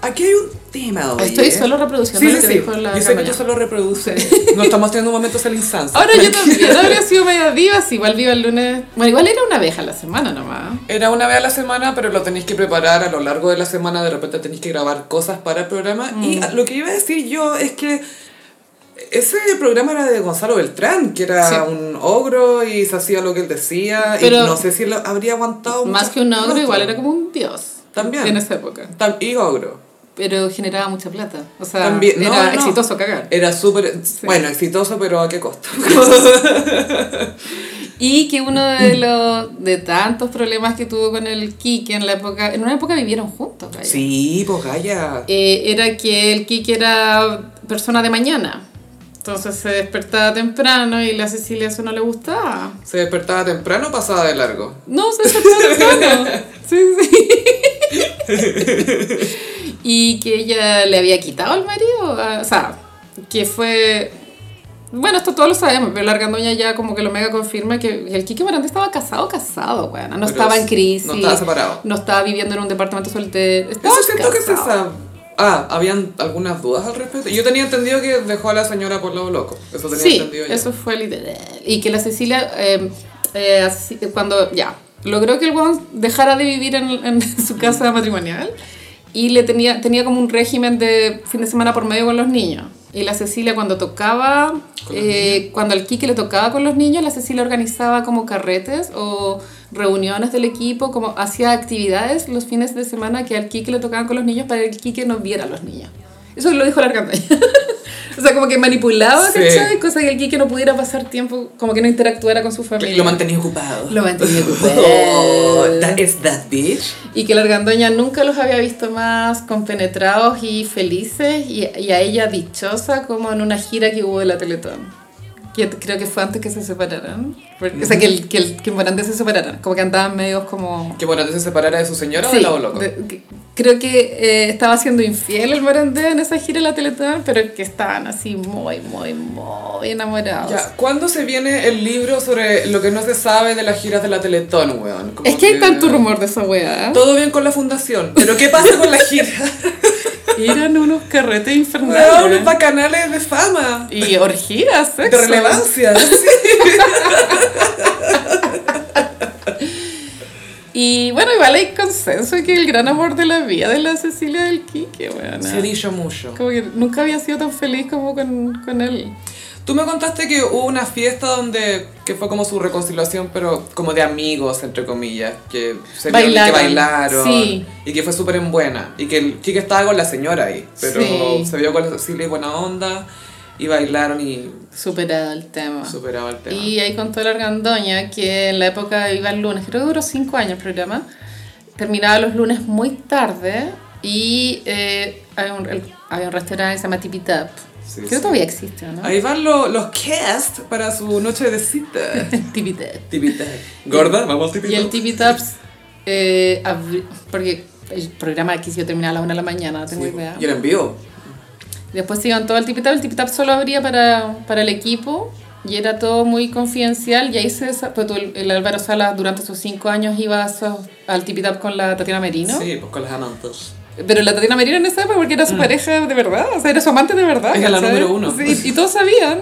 Speaker 1: aquí hay un tema hoy,
Speaker 2: Estoy
Speaker 1: ¿eh?
Speaker 2: solo reproduciendo lo que dijo la
Speaker 1: Yo sé que
Speaker 2: Gamaya.
Speaker 1: tú solo reproduces. No estamos teniendo momentos de insanza.
Speaker 2: Ahora Oh, yo también habría sido media diva, si igual viva el lunes. Bueno, igual era una abeja a la semana nomás.
Speaker 1: Era una vez a la semana, pero lo tenéis que preparar a lo largo de la semana. De repente tenéis que grabar cosas para el programa. Y
Speaker 2: Mm.
Speaker 1: lo que iba a decir yo es que ese programa era de Gonzalo Beltrán, que era
Speaker 2: Sí.
Speaker 1: un ogro y se hacía lo que él decía.
Speaker 2: Pero-
Speaker 1: y no sé si lo habría aguantado.
Speaker 2: Más
Speaker 1: mucho
Speaker 2: que un ogro,
Speaker 1: rato.
Speaker 2: igual era como un dios.
Speaker 1: También.
Speaker 2: En esa época.
Speaker 1: Tam- Y ogro.
Speaker 2: Pero generaba mucha plata. O sea,
Speaker 1: También- no,
Speaker 2: era
Speaker 1: no.
Speaker 2: exitoso cagar.
Speaker 1: Era súper. Bueno, exitoso, pero ¿a qué costo?
Speaker 2: Y que uno
Speaker 1: Mm.
Speaker 2: de los de tantos problemas que tuvo con el Kike en la época, en una época vivieron juntos, Gaya.
Speaker 1: sí, pues Gaya.
Speaker 2: Eh, era que el Kike era persona de mañana. Entonces se despertaba temprano y la Cecilia eso no le gustaba.
Speaker 1: Se despertaba temprano, pasaba de largo.
Speaker 2: No, se despertaba temprano. Sí, sí. y que ella le había quitado al marido. a- O sea, que fue. Bueno, esto todos lo sabemos, pero la Argandoña ya como que lo mega confirma que el Kike Morante estaba casado, casado, weón. No
Speaker 1: Pero
Speaker 2: estaba en
Speaker 1: sí,
Speaker 2: crisis.
Speaker 1: no estaba separado.
Speaker 2: No estaba viviendo en un departamento soltero.
Speaker 1: Eso
Speaker 2: Estaba
Speaker 1: siento que se
Speaker 2: casado.
Speaker 1: sabe. Ah, habían algunas dudas al respecto. Yo tenía entendido que dejó a la señora por lo loco. Eso tenía
Speaker 2: Sí,
Speaker 1: entendido yo.
Speaker 2: eso fue el ideal. Y que la Cecilia, eh, eh, así- cuando ya, logró que el weón dejara de vivir en, en su casa matrimonial y le tenía, tenía como un régimen de fin de semana por medio con los niños. Y la Cecilia cuando tocaba,
Speaker 1: Con los
Speaker 2: eh, cuando al Kike le tocaba con los niños, la Cecilia organizaba como carretes o reuniones del equipo, como hacía actividades los fines de semana que al Kike le tocaban con los niños para que el Kike no viera a los niños. Eso lo dijo la arcandaya. o sea, como que manipulaba,
Speaker 1: Sí.
Speaker 2: ¿cachai? Cosa que el Kike no pudiera pasar tiempo, como que no interactuara con su familia.
Speaker 1: Lo mantenía ocupado.
Speaker 2: Lo mantenía ocupado.
Speaker 1: Oh, that is that bitch.
Speaker 2: Y que la argandoña nunca los había visto más compenetrados y felices y, y a ella dichosa como en una gira que hubo de la Teletón. Que t- creo que fue antes que se separaran. Porque- O sea, que, el, que, el, que en Morandé se separaran. Como que andaban medios como...
Speaker 1: Que bueno, antes se separara de su señora o
Speaker 2: Sí,
Speaker 1: del lado loco.
Speaker 2: de- que- creo que eh, estaba siendo infiel el Morandé en esa gira de la Teletón, pero que estaban así muy, muy, muy enamorados.
Speaker 1: Ya, ¿cuándo se viene el libro sobre lo que no se sabe de las giras de la Teletón, weón? Como
Speaker 2: Es que hay
Speaker 1: que-
Speaker 2: tanto rumor de esa weá.
Speaker 1: Todo bien con la fundación, pero ¿qué pasa con la gira?
Speaker 2: Eran unos carretes
Speaker 1: Weón,
Speaker 2: infernales.
Speaker 1: unos bacanales de fama,
Speaker 2: Y orgías,
Speaker 1: de
Speaker 2: sexo.
Speaker 1: relevancia.
Speaker 2: Y bueno, igual hay consenso que el gran amor de la vida de la Cecilia del Quique, weón.
Speaker 1: Se ha dicho mucho.
Speaker 2: Como que nunca había sido tan feliz como con, con él.
Speaker 1: Tú me contaste que hubo una fiesta donde que fue como su reconciliación, pero como de amigos, entre comillas, que se vieron y
Speaker 2: Bailaron,
Speaker 1: que bailaron
Speaker 2: sí.
Speaker 1: y que fue súper en buena y que el chico estaba con la señora ahí, pero
Speaker 2: Sí.
Speaker 1: se vio con la Cecilia y buena onda y bailaron y
Speaker 2: Superado el tema.
Speaker 1: superaba el tema.
Speaker 2: Y ahí contó la argandoña que en la época de Viva el Lunes, creo que duró cinco años el programa, terminaba los lunes muy tarde y eh, había, un, el- había un restaurante que se llama Tipi Tap.
Speaker 1: Sí,
Speaker 2: creo
Speaker 1: sí.
Speaker 2: que todavía existe, ¿o ¿no?
Speaker 1: Ahí van lo- los cast para su noche de cita.
Speaker 2: Tipi Tap.
Speaker 1: Tipita. Gorda, vamos tipita.
Speaker 2: Y el Tipi Taps, eh, abri- porque el programa aquí si yo terminaba a las 1 de la mañana, no tengo
Speaker 1: Sí,
Speaker 2: idea.
Speaker 1: Y el envío.
Speaker 2: Después se iban todo al Tipi Tap, el Tipi Tap solo abría para, para el equipo y era todo muy confidencial y ahí se desa- pues, tú, el, el Álvaro Salas durante sus 5 años iba a esos- al Tipi Tap con la Tatiana Merino.
Speaker 1: Sí, pues con las amantes.
Speaker 2: Pero la Tatiana Merino en esa época porque era su pareja de verdad, o sea, era su amante de verdad.
Speaker 1: Era Mm. la
Speaker 2: ¿cachai?
Speaker 1: número uno.
Speaker 2: Sí, y todos sabían.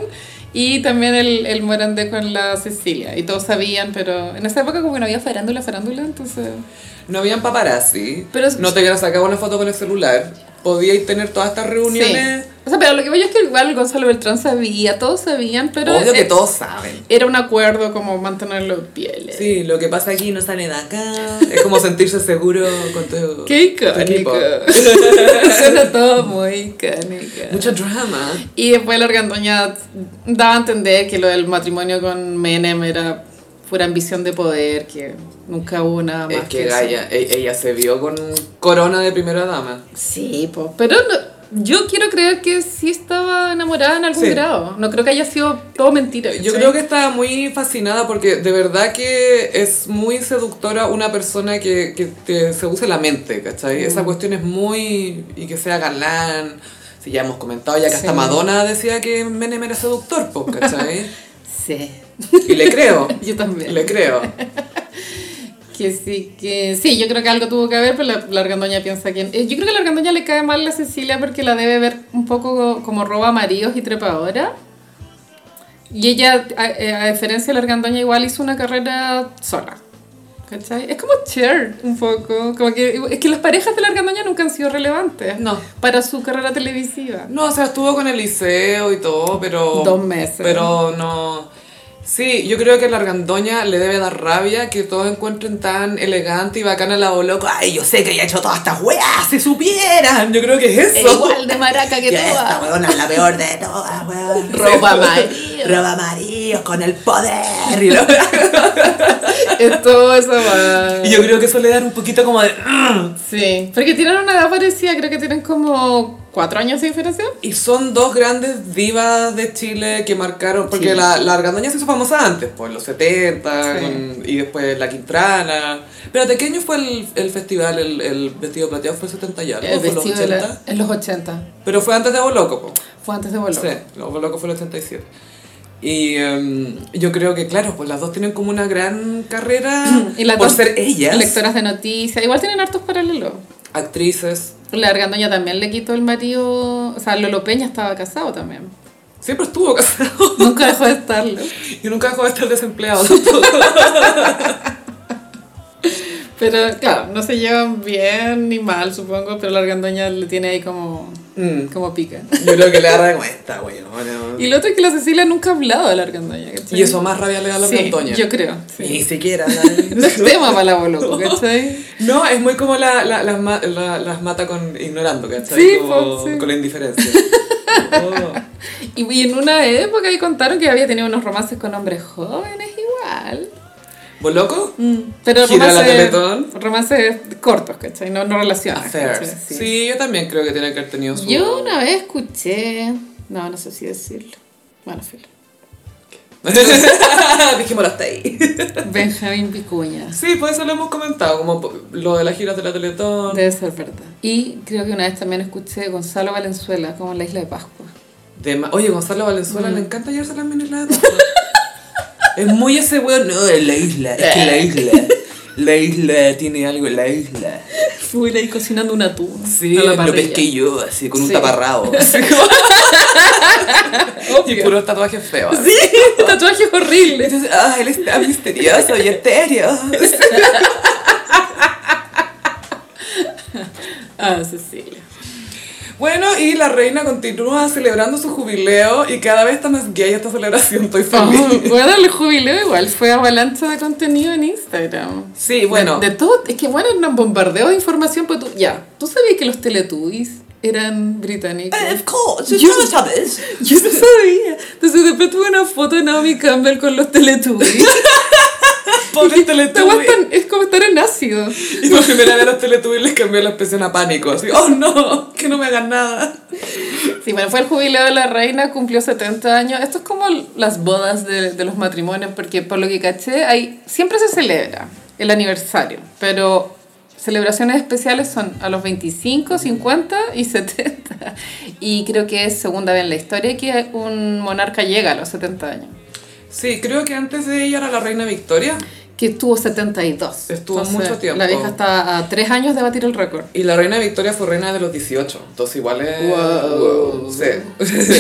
Speaker 2: Y también el, el Morandé con la Cecilia. Y todos sabían, pero en esa época como que no había farándula, farándula, entonces...
Speaker 1: No habían paparazzi.
Speaker 2: Pero-
Speaker 1: no te hubieran sacado una foto con el celular. Podíais tener todas estas reuniones.
Speaker 2: Sí. O sea, pero lo que veo yo es que igual Gonzalo Beltrán sabía, todos sabían, pero
Speaker 1: Obvio que
Speaker 2: eh,
Speaker 1: todos saben.
Speaker 2: era un acuerdo como mantenerlo en pieles.
Speaker 1: Sí, lo que pasa aquí no sale de acá. Es como sentirse seguro con tu,
Speaker 2: Qué
Speaker 1: tu equipo.
Speaker 2: icónico. Suena todo muy icónico.
Speaker 1: Mucho drama.
Speaker 2: Y después la argandoña daba a entender que lo del matrimonio con Menem era pura ambición de poder, que nunca hubo nada más
Speaker 1: Es que
Speaker 2: eso.
Speaker 1: Gaia, e- ella se vio con corona de primera dama.
Speaker 2: Sí, po, pero no- yo quiero creer que sí estaba enamorada en algún
Speaker 1: Sí.
Speaker 2: grado. No creo que haya sido todo mentira.
Speaker 1: Yo
Speaker 2: ¿cachai?
Speaker 1: creo que estaba muy fascinada porque de verdad que es muy seductora una persona que, que te seduce la mente, ¿cachai? Esa cuestión es muy... y que sea galán, si ya hemos comentado, ya que hasta
Speaker 2: Sí.
Speaker 1: Madonna decía que Menem era seductor, pues, ¿cachai?
Speaker 2: Sí,
Speaker 1: y le creo,
Speaker 2: yo también.
Speaker 1: le creo.
Speaker 2: Que sí, que sí, yo creo que algo tuvo que ver, pero la, la argandoña piensa que... eh, Yo creo que a la argandoña le cae mal la Cecilia porque la debe ver un poco como roba maridos y trepadora. Y ella, a, eh, a diferencia de la argandoña, igual hizo una carrera sola. ¿Cachai? Es como Cher, un poco. Como que, es que las parejas de la argandoña nunca han sido relevantes
Speaker 1: No.
Speaker 2: para su carrera televisiva.
Speaker 1: No, o sea, estuvo con Eliseo y todo, pero...
Speaker 2: Dos meses.
Speaker 1: Pero no... Sí, yo creo que a la argandoña le debe dar rabia que todos encuentren tan elegante y bacana la Boloco. Ay, yo sé que ella ha hecho todas estas weas, si supieran. Yo creo que es
Speaker 2: Es
Speaker 1: eso.
Speaker 2: igual de maraca que
Speaker 3: Ya esta
Speaker 2: tú.
Speaker 3: weona es la peor de todas, weón.
Speaker 2: Roba maridos.
Speaker 3: Roba maridos con el poder. Y lo-
Speaker 2: Es todo eso, va.
Speaker 1: Y yo creo que eso le da un poquito como de... "Ah". "Ugh".
Speaker 2: Sí, porque tienen una edad parecida, creo que tienen como cuatro años de diferencia.
Speaker 1: Y son dos grandes divas de Chile que marcaron... Porque
Speaker 2: Sí.
Speaker 1: la, la argandoña se hizo famosa antes, pues, en los 70,
Speaker 2: Sí.
Speaker 1: con- y después la Quintrana. Espérate, ¿qué año fue el, el festival, el, el vestido plateado? ¿Fue el 70 y algo?
Speaker 2: El
Speaker 1: ¿Fue los
Speaker 2: vestido de
Speaker 1: 80?
Speaker 2: la- en los 80.
Speaker 1: Pero fue antes de Boloco, po.
Speaker 2: Fue antes de volver.
Speaker 1: Sí, lo Boloco fue el 87. Y em, yo creo que, claro, pues las dos tienen como una gran carrera
Speaker 2: Y las
Speaker 1: por
Speaker 2: dos
Speaker 1: ser ellas,
Speaker 2: Lectoras de noticias. Igual tienen hartos paralelos.
Speaker 1: actrices.
Speaker 2: La argandoña también le quitó el marido. O sea, Lolo Peña estaba casado también.
Speaker 1: Siempre estuvo casado.
Speaker 2: Nunca dejó de estarlo.
Speaker 1: Yo nunca dejó de estar desempleado.
Speaker 2: Pero claro, no se llevan bien ni mal, supongo, pero la argandoña le tiene ahí como,
Speaker 1: Mm.
Speaker 2: como pica.
Speaker 1: Yo creo que le da como esta, güey. ¿no? No.
Speaker 2: Y lo otro es que la Cecilia nunca ha hablado de la argandoña, ¿cachai?
Speaker 1: Y eso más rabia le da a la
Speaker 2: Sí,
Speaker 1: Argandoña.
Speaker 2: Yo creo. sí.
Speaker 1: Ni siquiera. la-
Speaker 2: No es tema para la boloco, ¿cachai?
Speaker 1: No, es muy como la- la- las, ma- la- las mata con ignorando, ¿cachai?
Speaker 2: Sí,
Speaker 1: Como
Speaker 2: po, sí.
Speaker 1: Con la indiferencia. Oh.
Speaker 2: Y, y en una época ahí contaron que había tenido unos romances con hombres jóvenes igual.
Speaker 1: ¿Vos loco?
Speaker 2: Mm. Pero
Speaker 1: Gira la
Speaker 2: romances,
Speaker 1: Teletón.
Speaker 2: romances cortos, ¿cachai? No, no relaciones.
Speaker 1: Affairs.
Speaker 2: ¿cachai?
Speaker 1: Sí. yo también creo que tiene que haber tenido su...
Speaker 2: Yo una vez escuché. No, no sé si decirlo. Bueno, filo.
Speaker 1: Dijimos hasta ahí.
Speaker 2: Benjamín Vicuña.
Speaker 1: Sí, pues eso lo hemos comentado, como po- lo de las giras de la Teletón. De,
Speaker 2: Debe ser verdad. Y creo que una vez también escuché Gonzalo Valenzuela, como en la isla de Pascua.
Speaker 1: ma- Oye, Gonzalo Valenzuela le encanta llevarse las minerales. es muy ese weón. No, es la isla, es que la isla. La isla tiene algo, la isla.
Speaker 2: Fui ahí cocinando una atún.
Speaker 1: Sí, lo pesqué yo, así, con un
Speaker 2: Sí.
Speaker 1: taparrabo. y puros tatuajes feos.
Speaker 2: Sí, tatuajes horribles.
Speaker 1: Entonces, ah, él está misterioso y etéreo.
Speaker 2: Ah, Cecilia.
Speaker 1: Bueno, y la reina continúa celebrando su jubileo y cada vez está más gay esta celebración, estoy feliz.
Speaker 2: bueno, el jubileo igual fue avalancha de contenido en Instagram.
Speaker 1: Sí, bueno.
Speaker 2: De, de todo, es que bueno, era un bombardeo de información, pero tú, ya, ¿tú sabías que los Teletubbies eran británicos?
Speaker 3: Of course,
Speaker 2: Yo-
Speaker 3: Eh, tú lo sabes.
Speaker 2: Yo no sabía. Entonces después tuve una foto de Naomi Campbell con los Teletubbies.
Speaker 1: Pobre
Speaker 2: Esta
Speaker 1: Teletubbies.
Speaker 2: weá es tan- es como estar en ácido.
Speaker 1: Y por primera vez los Teletubbies les cambió la expresión a pánico. Así, oh no, que no me hagan nada.
Speaker 2: Sí, bueno, fue el jubileo de la reina, cumplió 70 años. Esto es como las bodas de, de los matrimonios, porque por lo que caché, hay, siempre se celebra el aniversario, pero celebraciones especiales son a los 25, 50 y 70. Y creo que es segunda vez en la historia que un monarca llega a los 70 años.
Speaker 1: Sí, creo que antes de ella era la reina Victoria.
Speaker 2: Que estuvo 72.
Speaker 1: Estuvo mucho tiempo.
Speaker 2: La vieja está a 3 años de batir el récord.
Speaker 1: Y la reina Victoria fue reina de los 18. Entonces igual es...
Speaker 2: Wow.
Speaker 1: sí.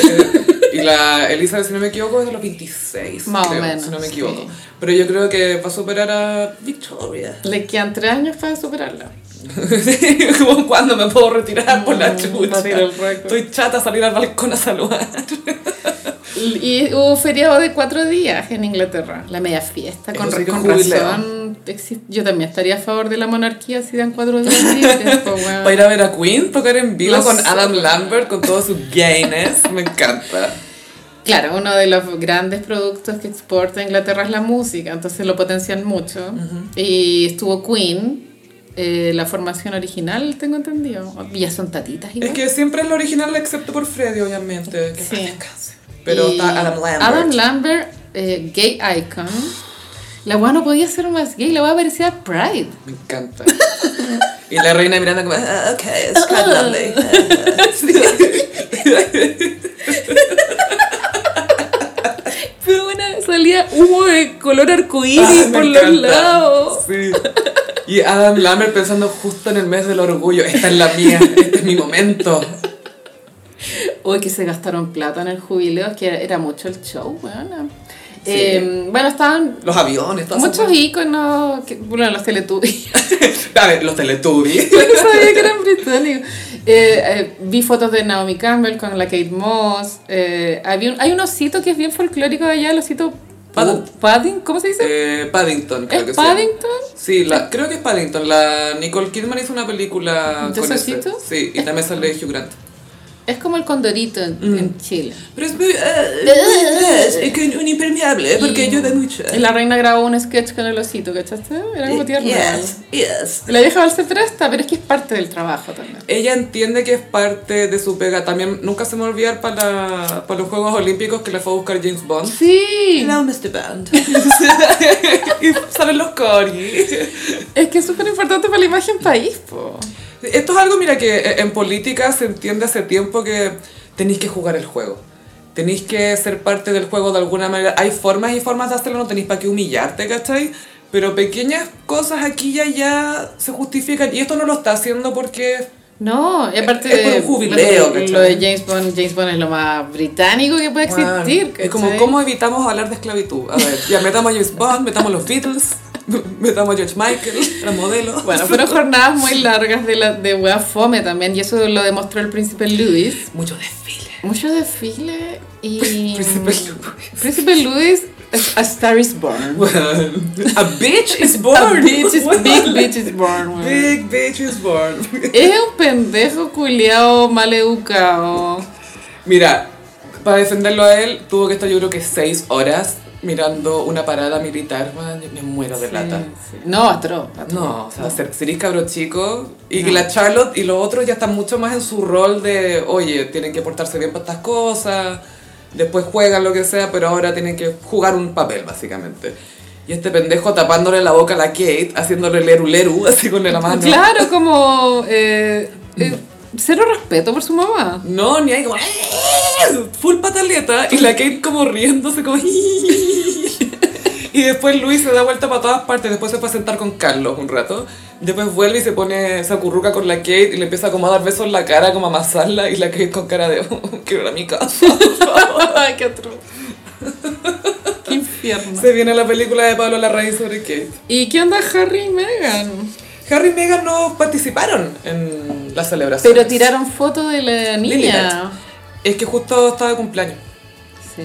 Speaker 1: y la Elizabeth, si no me equivoco, es de los 26.
Speaker 2: Más o
Speaker 1: creo,
Speaker 2: menos,
Speaker 1: Si no me
Speaker 2: sí.
Speaker 1: equivoco. Pero yo creo que va a superar a Victoria.
Speaker 2: Le quedan 3 años para superarla.
Speaker 1: Como cuando me puedo retirar por la
Speaker 2: Mm,
Speaker 1: chucha.
Speaker 2: batir el récord.
Speaker 1: Estoy chata a salir al balcón a saludar.
Speaker 2: Y hubo feriado de cuatro días en Inglaterra, la media fiesta, con,
Speaker 1: Eso sí que
Speaker 2: con
Speaker 1: es jubileo.
Speaker 2: razón. exi- Yo también estaría a favor de la monarquía si dan cuatro días libres, po, weón.
Speaker 1: Para ir a ver a Queen tocar en vivo
Speaker 2: Los-
Speaker 1: con Adam Lambert, con todo su gayness. Me encanta.
Speaker 2: Claro, uno de los grandes productos que exporta Inglaterra es la música, entonces lo potencian mucho. Y estuvo Queen, eh, la formación original, tengo entendido. Y Ya son tatitas igual.
Speaker 1: Es que siempre es lo original, excepto por Freddy, obviamente. que
Speaker 2: Sí.
Speaker 1: paz descanse. Pero
Speaker 2: Y
Speaker 1: está Adam Lambert.
Speaker 2: Adam Lambert, eh, gay icon. La weá no podía ser más gay, la weá parecía Pride.
Speaker 1: Me encanta. Y la reina Miranda como, ah, ok,
Speaker 3: Es quite lovely.
Speaker 2: Pero bueno, salía humo de color
Speaker 1: ah,
Speaker 2: arcoíris
Speaker 1: me
Speaker 2: por
Speaker 1: encanta.
Speaker 2: los lados.
Speaker 1: Sí. Y Adam Lambert pensando justo en el mes del orgullo, esta es la mía, este es mi momento.
Speaker 2: Hoy que se gastaron plata en el jubileo, es que era, era mucho el show, bueno. Eh, bueno, estaban
Speaker 1: Los aviones, todo
Speaker 2: muchos íconos, que- bueno, los Teletubbies.
Speaker 1: eso. A ver, los Teletubbies.
Speaker 2: Yo no sabía que eran británicos. Eh, eh, vi fotos de Naomi Campbell con la Kate Moss. Eh, había un- hay un osito que es bien folclórico de allá, el osito
Speaker 1: Padding-
Speaker 2: Padding, ¿cómo se dice?
Speaker 1: Eh, Paddington, creo que
Speaker 2: ¿Es
Speaker 1: se llama.
Speaker 2: Paddington?
Speaker 1: Sí, la, creo que es Paddington. La Nicole Kidman hizo una película
Speaker 2: ¿De
Speaker 1: con ese.
Speaker 2: Sosito?
Speaker 1: Sí, y también sale Hugh Grant.
Speaker 2: Es como el condorito en,
Speaker 1: Mm.
Speaker 2: en Chile.
Speaker 1: Pero es muy... eh, es un impermeable,
Speaker 2: porque
Speaker 1: yo de mucho.
Speaker 2: Y la reina grabó un sketch con el osito, ¿cachaste? Era como tierno.
Speaker 3: Yes, yes.
Speaker 2: La vieja valse presta, pero es que es parte del trabajo también.
Speaker 1: Ella entiende que es parte de su pega. También nunca se me va a olvidar para, para los Juegos Olímpicos que la fue a buscar James Bond.
Speaker 2: Sí,
Speaker 3: Hello, Mr. Bond.
Speaker 1: y salen los Cory.
Speaker 2: es que es súper importante para la imagen país, po.
Speaker 1: Esto es algo, mira, que eh, en política se entiende hace tiempo que tenéis que jugar el juego. Tenéis que ser parte del juego de alguna manera. Hay formas y formas de hacerlo, no tenéis para qué humillarte, ¿cachai? Pero pequeñas cosas aquí y allá se justifican. Y esto no lo está haciendo porque...
Speaker 2: No, y aparte
Speaker 1: Es por un jubileo,
Speaker 2: lo,
Speaker 1: ¿cachai?
Speaker 2: lo de James Bond, James Bond es lo más británico que puede existir.
Speaker 1: Es como,
Speaker 2: ¿cachai?
Speaker 1: ¿cómo evitamos hablar de esclavitud? A ver, ya metamos a James Bond, metamos los Beatles. Metamos a George Michael, era modelo.
Speaker 2: Bueno, fueron jornadas muy largas de, la, de wea fome también, y eso lo demostró el príncipe Luis.
Speaker 1: Mucho desfile.
Speaker 2: Mucho desfile y.
Speaker 1: Príncipe Luis.
Speaker 2: Príncipe Luis, a, a Star is Born.
Speaker 1: Bueno, a bitch is born.
Speaker 2: A bitch is,
Speaker 1: Bueno,
Speaker 2: big bitch is born, weón.
Speaker 1: Big bitch is born.
Speaker 2: Es un pendejo culiao mal educado.
Speaker 1: Mira, para defenderlo a él, tuvo que estar yo creo que seis horas mirando una parada militar. Bueno, yo me muero de lata.
Speaker 2: Sí, sí. No, atro.
Speaker 1: No, o sea, ser, si eres cabro chico y la Charlotte y los otros ya están mucho más en su rol de, oye, tienen que portarse bien para estas cosas, después juegan lo que sea, pero ahora tienen que jugar un papel, básicamente. Y este pendejo tapándole la boca a la Kate, haciéndole leru leru, así con la mano.
Speaker 2: Claro, como. eh, eh, cero respeto por su mamá.
Speaker 1: No, ni hay como... "¡Eh!", Full pataleta y la Kate como riéndose como... Y después Luis se da vuelta para todas partes, después se fue a sentar con Carlos un rato. Después vuelve y se pone, se acurruca con la Kate y le empieza como a dar besos en la cara, como a amasarla. Y la Kate con cara de, "Oh, quiero ir a mi casa.
Speaker 2: Ay, qué atro. Qué infierno.
Speaker 1: Se viene la película de Pablo Larraín sobre Kate.
Speaker 2: ¿Y qué onda Harry y Meghan?
Speaker 1: Harry y Meghan no participaron en la celebración.
Speaker 2: Pero tiraron foto de la niña.
Speaker 1: Es que justo estaba de cumpleaños.
Speaker 2: Sí.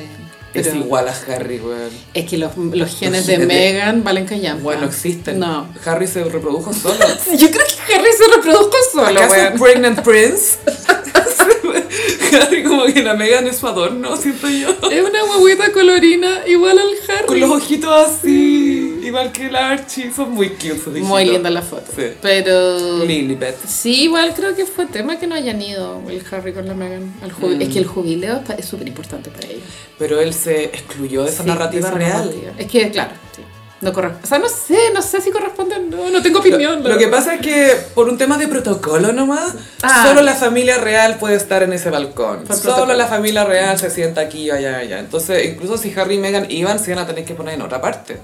Speaker 1: es
Speaker 2: pero
Speaker 1: igual a Harry, weón.
Speaker 2: es que los, los genes
Speaker 1: Los
Speaker 2: de
Speaker 1: genes de-
Speaker 2: Meghan valen callampa.
Speaker 1: Bueno, existen.
Speaker 2: No.
Speaker 1: Harry se reprodujo solo.
Speaker 2: Yo creo que Harry se reprodujo solo,
Speaker 1: ¿Acaso
Speaker 2: weón.
Speaker 1: Pregnant Prince? Harry como que la Megan es su adorno, siento yo.
Speaker 2: Es una guaguita colorina igual al Harry.
Speaker 1: Con los ojitos así, igual que la Archie. Son muy cute sus
Speaker 2: Muy
Speaker 1: hijitos.
Speaker 2: linda la foto.
Speaker 1: Sí.
Speaker 2: Pero.
Speaker 1: Lilibet.
Speaker 2: Sí, igual creo que fue tema que no hayan ido el Harry con la Meghan. al ju-
Speaker 1: Mm.
Speaker 2: Es que el jubileo pa- es súper importante para ellos.
Speaker 1: Pero él se excluyó de esa
Speaker 2: Sí,
Speaker 1: narrativa
Speaker 2: esa
Speaker 1: real.
Speaker 2: narrativa. Es que, claro, sí. No corresponde. O sea, no sé, no sé si corresponde o no. No tengo opinión.
Speaker 1: Lo, lo que pasa es que por un tema de protocolo nomás,
Speaker 2: Ah.
Speaker 1: solo la familia real puede estar en ese balcón.
Speaker 2: Por
Speaker 1: solo
Speaker 2: protocolo.
Speaker 1: la familia real se sienta aquí y allá, allá. Entonces, incluso si Harry y Meghan iban, se iban a tener que poner en otra parte.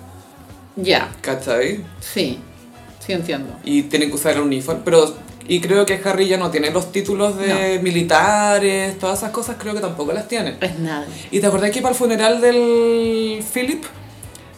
Speaker 2: Ya,
Speaker 1: ¿Cachai?
Speaker 2: sí. Sí, entiendo.
Speaker 1: y tienen que usar el uniforme, pero y creo que Harry ya no tiene los títulos de militares, todas esas cosas creo que tampoco las tiene.
Speaker 2: Es nada.
Speaker 1: ¿Y te acordás que para el funeral del Philip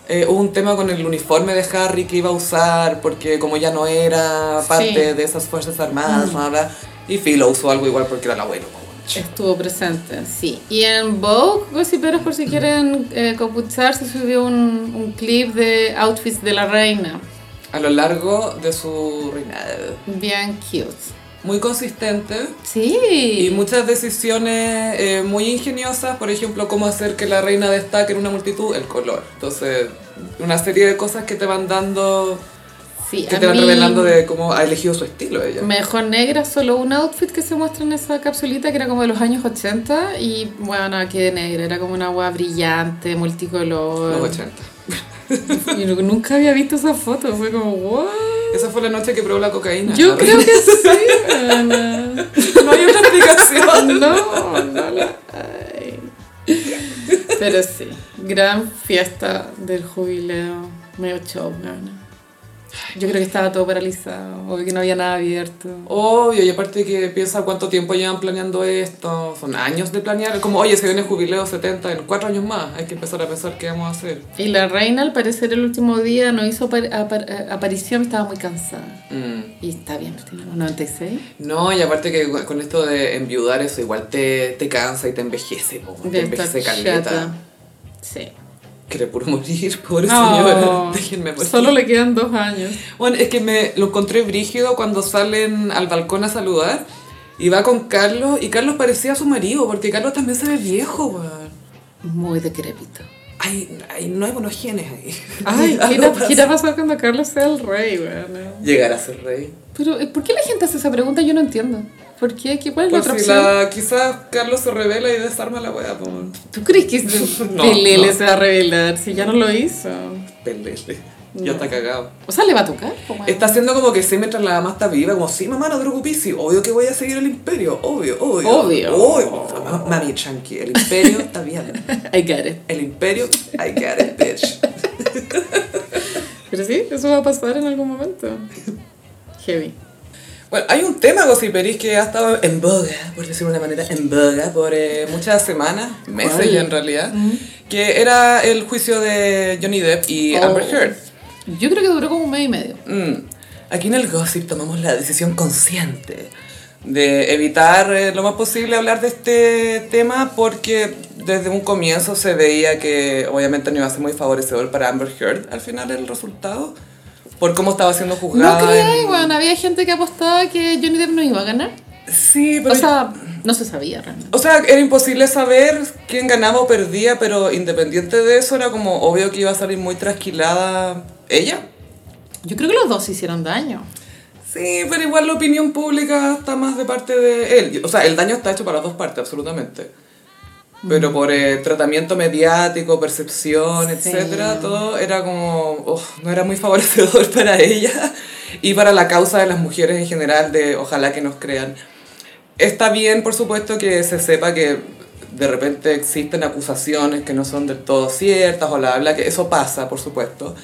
Speaker 1: eh, hubo un tema con el uniforme de Harry que iba a usar porque como ya no era parte
Speaker 2: Sí.
Speaker 1: de esas fuerzas armadas, bla, bla, y Philo usó algo igual porque era el abuelo. po, weón.
Speaker 2: Estuvo presente, sí. Y en Vogue, gossiperos, por si quieren eh, copuchar, se subió un, un clip de outfits de la reina.
Speaker 1: A lo largo de su reinado.
Speaker 2: Bien cute.
Speaker 1: Muy consistente.
Speaker 2: Sí.
Speaker 1: Y muchas decisiones eh, muy ingeniosas, por ejemplo, cómo hacer que la reina destaque en una multitud, el color. Entonces, una serie de cosas que te van dando,
Speaker 2: sí,
Speaker 1: que
Speaker 2: a
Speaker 1: te van
Speaker 2: mí-
Speaker 1: revelando de cómo ha elegido su estilo ella.
Speaker 2: Mejor negra, solo un outfit que se muestra en esa capsulita que era como de los años 80 y bueno, aquí de negra, era como una agua brillante, multicolor.
Speaker 1: Los 80.
Speaker 2: Y nu- nunca había visto esa foto, fue como, wow.
Speaker 1: Esa fue la noche que probó la cocaína.
Speaker 2: Yo
Speaker 1: La
Speaker 2: creo
Speaker 1: reina.
Speaker 2: que sí, Ana.
Speaker 1: No hay otra explicación.
Speaker 2: No, no la hay. Pero sí, gran fiesta del jubileo, medio show, Ana. Yo creo que estaba todo paralizado, o que no había nada abierto.
Speaker 1: Obvio, y aparte que piensa cuánto tiempo llevan planeando esto, son años de planear, como oye, se viene el jubileo 70 en cuatro años más, hay que empezar a pensar qué vamos a hacer.
Speaker 2: Y la reina, al parecer, el último día no hizo apar- apar- eh, aparición, estaba muy cansada.
Speaker 1: Mm.
Speaker 2: Y está bien, pues, tiene unos 96.
Speaker 1: No, y aparte que con- con esto de enviudar eso igual te, te cansa y te envejece, po,
Speaker 2: De
Speaker 1: te
Speaker 2: estar
Speaker 1: envejece
Speaker 2: chata.
Speaker 1: caleta.
Speaker 2: Sí.
Speaker 1: Quiere puro morir, pobre
Speaker 2: No,
Speaker 1: señora. Déjenme morir.
Speaker 2: solo le quedan dos años.
Speaker 1: Bueno, es que me lo encontré brígido cuando salen al balcón a saludar y va con Carlos y Carlos parecía a su marido porque Carlos también se ve viejo, weón.
Speaker 2: Muy decrépito.
Speaker 1: Ay, ay, no hay buenos genes ahí.
Speaker 2: Ay, ¿qué
Speaker 1: Algo
Speaker 2: irá,
Speaker 1: pasa.
Speaker 2: qué irá a pasar cuando Carlos sea el rey, weón?
Speaker 1: Llegar a ser rey.
Speaker 2: Pero, eh, ¿por qué la gente hace esa pregunta? Yo no entiendo. ¿Por qué? ¿Qué- ¿Cuál es la
Speaker 1: Por
Speaker 2: otra
Speaker 1: Pues si
Speaker 2: opción?
Speaker 1: la- quizás Carlos se revela y desarma la weá, po.
Speaker 2: ¿Tú crees que se-
Speaker 1: No,
Speaker 2: Pelele
Speaker 1: no.
Speaker 2: se va a revelar si ya no lo hizo?
Speaker 1: Pelele. Ya está cagado.
Speaker 2: O sea, le va a tocar. po, weón.
Speaker 1: Está haciendo como que sí mientras la mamá está viva, como sí, mamá, no te preocupes, sí, obvio que voy a seguir el imperio, obvio, obvio.
Speaker 2: Obvio.
Speaker 1: Obvio. Ma- Mami, tranqui, el imperio está bien.
Speaker 2: I get it.
Speaker 1: El imperio, I got it, bitch.
Speaker 2: Pero sí, eso va a pasar en algún momento. Heavy.
Speaker 1: Bueno, hay un tema, Gossiperis, que ha estado en boga, por decirlo de una manera, en boga por eh, muchas semanas, meses
Speaker 2: ¿Cuál?
Speaker 1: ya en realidad, que era el juicio de Johnny Depp y
Speaker 2: Oh.
Speaker 1: Amber Heard.
Speaker 2: Yo creo que duró como un mes y medio.
Speaker 1: Mm. Aquí en el gossip tomamos la decisión consciente de evitar eh, lo más posible hablar de este tema porque desde un comienzo se veía que obviamente no iba a ser muy favorecedor para Amber Heard al final el resultado por cómo estaba siendo
Speaker 2: No
Speaker 1: juzgada.
Speaker 2: creáis,
Speaker 1: en-
Speaker 2: weón. Había gente que apostaba que Johnny Depp no iba a ganar.
Speaker 1: Sí, pero
Speaker 2: O sea, no se sabía realmente.
Speaker 1: O sea, era imposible saber quién ganaba o perdía, pero independiente de eso, era como obvio que iba a salir muy trasquilada ella.
Speaker 2: Yo creo que los dos se hicieron daño.
Speaker 1: Sí, pero igual la opinión pública está más de parte de él. O sea, el daño está hecho para las dos partes, absolutamente. Pero por eh, tratamiento mediático, percepción,
Speaker 3: Sí.
Speaker 1: etcétera, todo era como. uf, no era muy favorecedor para ella y para la causa de las mujeres en general, de ojalá que nos crean. Está bien, por supuesto, que se sepa que de repente existen acusaciones que no son del todo ciertas o la bla, que eso pasa, por supuesto.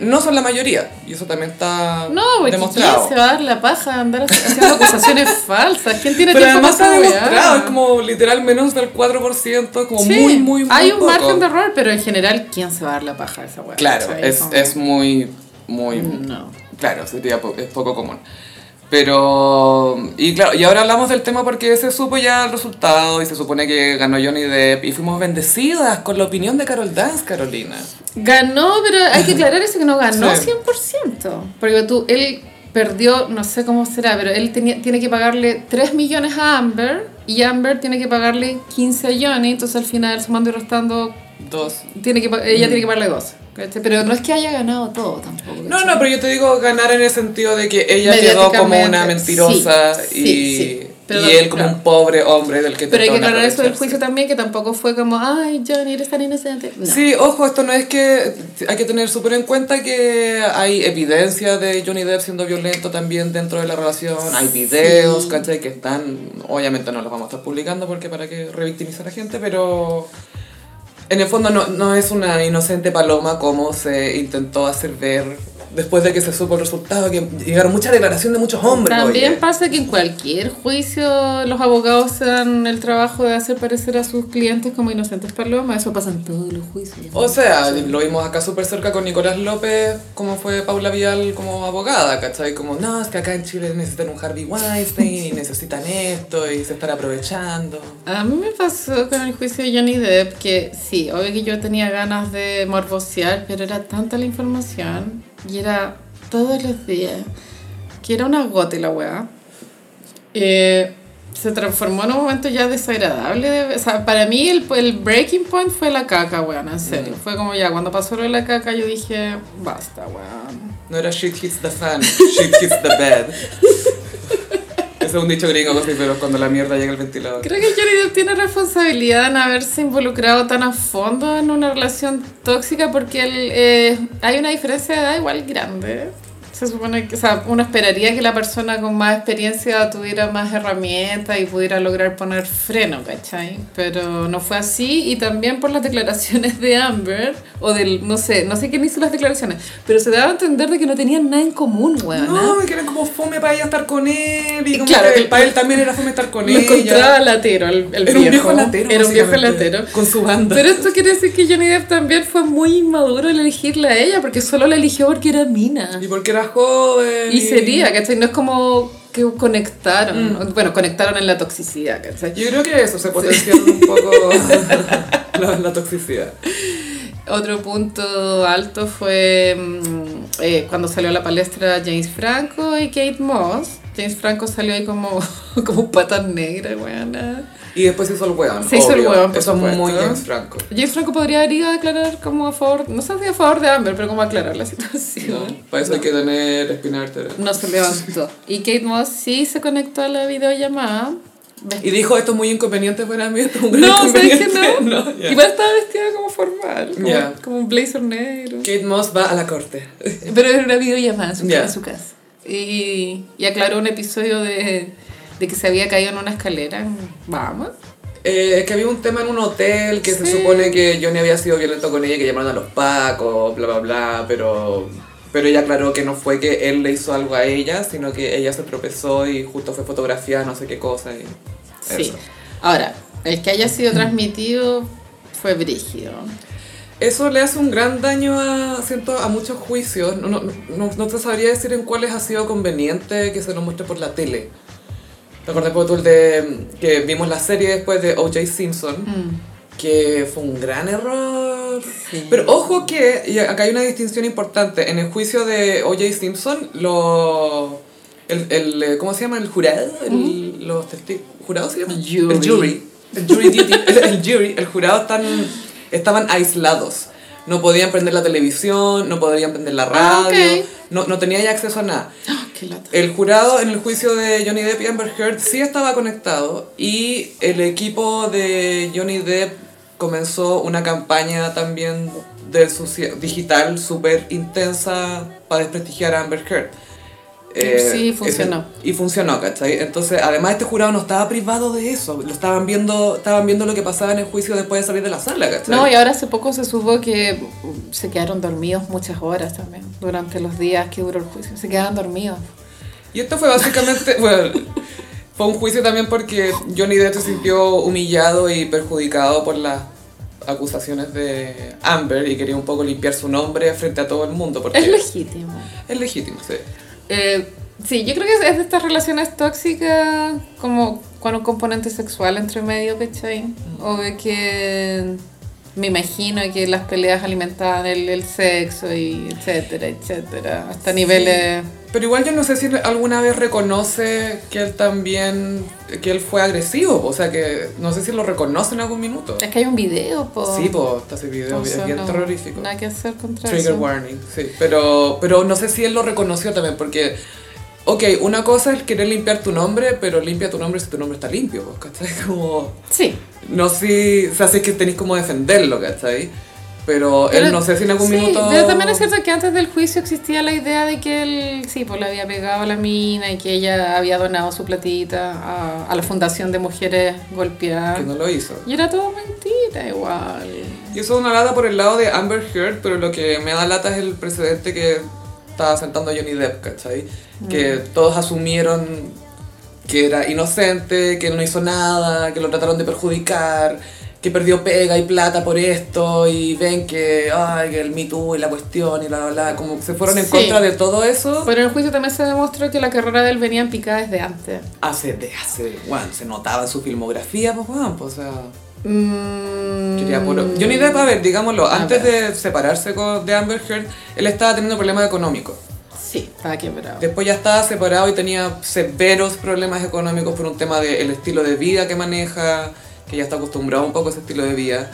Speaker 1: No son la mayoría, y eso también está
Speaker 2: No, pues, porque ¿quién
Speaker 1: demostrado.
Speaker 2: se va a dar la paja de andar haciendo acusaciones falsas? ¿Quién tiene
Speaker 1: Pero
Speaker 2: tiempo
Speaker 1: además
Speaker 2: para
Speaker 1: está
Speaker 2: esa weá?
Speaker 1: demostrado, es como literal menos del 4%, como
Speaker 2: Sí,
Speaker 1: muy, muy, muy
Speaker 2: Hay un
Speaker 1: poco.
Speaker 2: margen de error, pero en general, ¿quién se va a dar la paja de esa weá?
Speaker 1: Claro,
Speaker 2: ¿Cachai?
Speaker 1: es,
Speaker 2: Como-
Speaker 1: es muy, muy...
Speaker 2: No.
Speaker 1: Claro, sería po- es poco común. Pero... Y claro, y ahora hablamos del tema porque se supo ya el resultado y se supone que ganó Johnny Depp y fuimos bendecidas con la opinión de Carol Dance, Carolina.
Speaker 2: Ganó, pero hay que aclarar eso que no ganó
Speaker 1: Sí.
Speaker 2: 100%. Porque tú, él perdió, no sé cómo será, pero él tenía, tiene que pagarle 3 millones a Amber y Amber tiene que pagarle 15 a Johnny, entonces al final sumando y restando,
Speaker 1: Dos.
Speaker 2: tiene que, pa- ella tiene que pagarle 12. ¿cachai? Pero no es que haya ganado todo tampoco.
Speaker 1: Mm. No,
Speaker 2: ¿cachai?
Speaker 1: no, pero yo te digo ganar en el sentido de que ella quedó como una
Speaker 2: Mediáticamente,
Speaker 1: mentirosa
Speaker 2: sí,
Speaker 1: y,
Speaker 2: sí, sí. Pero
Speaker 1: y
Speaker 2: no,
Speaker 1: él como
Speaker 2: claro.
Speaker 1: un pobre hombre del que
Speaker 2: Pero hay que
Speaker 1: trataron
Speaker 2: aclarar eso del
Speaker 1: aprovecharse.
Speaker 2: juicio también, que tampoco fue como, ay, Johnny, eres tan inocente. No.
Speaker 1: Sí, ojo, esto no es que hay que tener súper en cuenta que hay evidencia de Johnny Depp siendo violento también dentro de la relación, hay videos, ¿cachai? Que están, obviamente no los vamos a estar publicando porque para que revictimiza a la gente, pero en el fondo no, no es una inocente paloma como se intentó hacer ver después de que se supo el resultado, que llegaron muchas declaraciones de muchos hombres.
Speaker 2: También
Speaker 1: pues, oye.
Speaker 2: pasa que en cualquier juicio los abogados se dan el trabajo de hacer parecer a sus clientes como inocentes palomas. Eso pasa en todos los juicios.
Speaker 1: O sea, lo vimos acá súper cerca con Nicolás López, como fue Paula Vial como abogada, ¿cachai? Como, no, es que acá en Chile necesitan un Harvey Weinstein y necesitan esto y se están aprovechando.
Speaker 2: A mí me pasó con el juicio de Johnny Depp que sí, obvio que yo tenía ganas de morbosear, pero era tanta la información y era todos los días que era una gota y la weá. Eh, se transformó en un momento ya desagradable. de- o sea, para mí el, el breaking point fue la caca, weón, en serio. Fue como ya, cuando pasó lo de la caca yo dije, basta, weón.
Speaker 1: No era shit hits the fan, shit hits the bed. Ese es un dicho gringo, cosas, pero cuando la mierda llega al ventilador.
Speaker 2: Creo que Johnny Depp tiene responsabilidad en haberse involucrado tan a fondo en una relación tóxica porque él, eh, hay una diferencia de edad igual grande. Se supone que, o sea, uno esperaría que la persona con más experiencia tuviera más herramientas y pudiera lograr poner freno, ¿cachai? Pero no fue así y también por las declaraciones de Amber o del, no sé, no sé quién hizo las declaraciones, pero se daba a entender de que no tenían nada en común, weón.
Speaker 1: No, que era como fome para ella estar con él y como
Speaker 2: Claro,
Speaker 1: que
Speaker 2: el-
Speaker 1: para él también era fome estar con
Speaker 2: Lo encontraba
Speaker 1: ella.
Speaker 2: latero, el, el
Speaker 1: Era un viejo latero,
Speaker 2: Era un viejo
Speaker 1: básicamente,
Speaker 2: latero.
Speaker 1: con su banda.
Speaker 2: Pero esto quiere decir que Johnny Depp también fue muy inmaduro al elegirla a ella, porque solo la eligió porque era mina.
Speaker 1: Y porque era joven.
Speaker 2: Y sería, ¿cachai? No es como que conectaron. Bueno, conectaron en la toxicidad, ¿cachai?
Speaker 1: Mm. Yo creo que eso se potencia un poco la, la toxicidad.
Speaker 2: Otro punto alto fue mm, eh, cuando salió a la palestra James Franco y Kate Moss. James Franco salió ahí como, como patas negras, weona.
Speaker 1: Y después se hizo el weón.
Speaker 2: Se hizo el
Speaker 1: obvio.
Speaker 2: hueón, por
Speaker 1: Eso es
Speaker 2: supuesto.
Speaker 1: muy James Franco.
Speaker 2: James Franco podría haber ido a declarar como a favor, no sé si a favor de Amber, pero como a aclarar la
Speaker 1: No,
Speaker 2: situación.
Speaker 1: para eso hay que tener espina vertebral.
Speaker 2: No se levantó. Y Kate Moss sí se conectó a la videollamada.
Speaker 1: Y dijo, esto es muy inconveniente para mí, esto es un gran
Speaker 2: No, ¿sabes
Speaker 1: inconveniente.
Speaker 2: que no?
Speaker 1: No, ya.
Speaker 2: Igual estaba vestida como formal, como,
Speaker 1: Ya.
Speaker 2: como un blazer negro.
Speaker 1: Kate Moss va a la corte.
Speaker 2: Pero era una videollamada en su,
Speaker 1: Ya.
Speaker 2: en su casa. Y, y aclaró un episodio de, de que se había caído en una escalera en Bahamas.
Speaker 1: Eh, es que había un tema en un hotel que se
Speaker 2: Sí.
Speaker 1: supone que Johnny había sido violento con ella, que llamaron a los pacos, bla, bla, bla, pero... Pero ella aclaró que no fue que él le hizo algo a ella, sino que ella se tropezó y justo fue fotografiada, no sé qué cosa. Y
Speaker 2: Sí.
Speaker 1: eso.
Speaker 2: Ahora, el que haya sido transmitido fue brígido.
Speaker 1: eso le hace un gran daño a, siento, a muchos juicios. No, no, no, no te sabría decir en cuáles ha sido conveniente que se lo muestre por la tele. ¿Te acuerdas por tú el de que vimos la serie después de O.J. Simpson?
Speaker 2: Mm.
Speaker 1: Que fue un gran error. Pero ojo que, y acá hay una distinción importante, en el juicio de O.J. Simpson, lo, el, el, eh, ¿cómo se llama? ¿El jurado? El, ¿Los testi- jurados se llama?
Speaker 2: Jury.
Speaker 1: El jury. El jury, duty. el, el jury, el jurado están, estaban aislados. No podían prender la televisión, no podían prender la radio,
Speaker 2: Ah, ok.
Speaker 1: no, no tenían ya acceso a nada.
Speaker 2: Ah, qué lata.
Speaker 1: El jurado en el juicio de Johnny Depp y Amber Heard sí estaba conectado y el equipo de Johnny Depp comenzó una campaña también de socia- digital súper intensa para desprestigiar a Amber Heard. Eh,
Speaker 2: Sí, funcionó.
Speaker 1: ese- y funcionó, ¿cachai? Entonces, además este jurado no estaba privado de eso, lo estaban viendo, estaban viendo lo que pasaba en el juicio después de salir de la sala, ¿cachai?
Speaker 2: No, y ahora hace poco se supo que se quedaron dormidos muchas horas también, durante los días que duró el juicio. Se quedaban dormidos.
Speaker 1: Y esto fue básicamente, bueno, fue un juicio también porque Johnny Depp se sintió humillado y perjudicado por las acusaciones de Amber y quería un poco limpiar su nombre frente a todo el mundo porque
Speaker 2: Es
Speaker 1: es,
Speaker 2: legítimo.
Speaker 1: legítimo, sí.
Speaker 2: Eh, sí, yo creo que es de estas relaciones tóxicas, como con un componente sexual entre medio, ¿cachai?
Speaker 1: Mm.
Speaker 2: O de que me imagino que las peleas alimentaban el, el sexo y etcétera, etcétera, hasta niveles...
Speaker 1: Pero igual yo no sé si alguna vez reconoce que él también, que él fue agresivo, o sea que no sé si lo reconoce en algún minuto.
Speaker 2: Es que hay un video, po.
Speaker 1: Sí, pues, está ese video,
Speaker 2: Entonces,
Speaker 1: es bien
Speaker 2: no,
Speaker 1: terrorífico.
Speaker 2: Nada que hacer contra
Speaker 1: Trigger
Speaker 2: eso.
Speaker 1: warning, sí. Pero, pero no sé si él lo reconoció también, porque, ok, una cosa es querer limpiar tu nombre, pero limpia tu nombre si tu nombre está limpio, pues, ¿cachai? Como,
Speaker 2: Sí.
Speaker 1: no sé, o sea, si es que tenéis como defenderlo, ¿cachai? Pero,
Speaker 2: Pero-
Speaker 1: él no sé si en algún
Speaker 2: sí,
Speaker 1: minuto...
Speaker 2: Pero también es cierto que antes del juicio existía la idea de que él, sí, pues le había pegado a la mina y que ella había donado su platita a, a la Fundación de Mujeres
Speaker 1: Que
Speaker 2: Golpeadas.
Speaker 1: no lo hizo.
Speaker 2: Y era todo mentira igual.
Speaker 1: Y eso es una lata por el lado de Amber Heard, pero lo que me da lata es el precedente que estaba sentando Johnny Depp, ¿cachai? Que todos asumieron que era inocente, que él no hizo nada, que lo trataron de perjudicar, que perdió pega y plata por esto, y ven que, ay, que el Me Too y la cuestión y bla, bla, bla, como se fueron en
Speaker 2: Sí. Pues-
Speaker 1: contra de todo eso.
Speaker 2: Pero en el juicio también se demostró que la carrera de él venía en picada desde antes.
Speaker 1: Hace, de hace, bueno, se notaba en su filmografía, pues, bueno, pues, o sea...
Speaker 2: Mm,
Speaker 1: Quería puro- Johnny Depp, a ver, digámoslo,
Speaker 2: A
Speaker 1: antes
Speaker 2: ver.
Speaker 1: de separarse con- de Amber Heard, él estaba teniendo problemas económicos.
Speaker 2: Sí, estaba quebrado.
Speaker 1: Después ya estaba separado y tenía severos problemas económicos por un tema del estilo de vida que maneja, que ya está acostumbrado un poco a ese estilo de vida.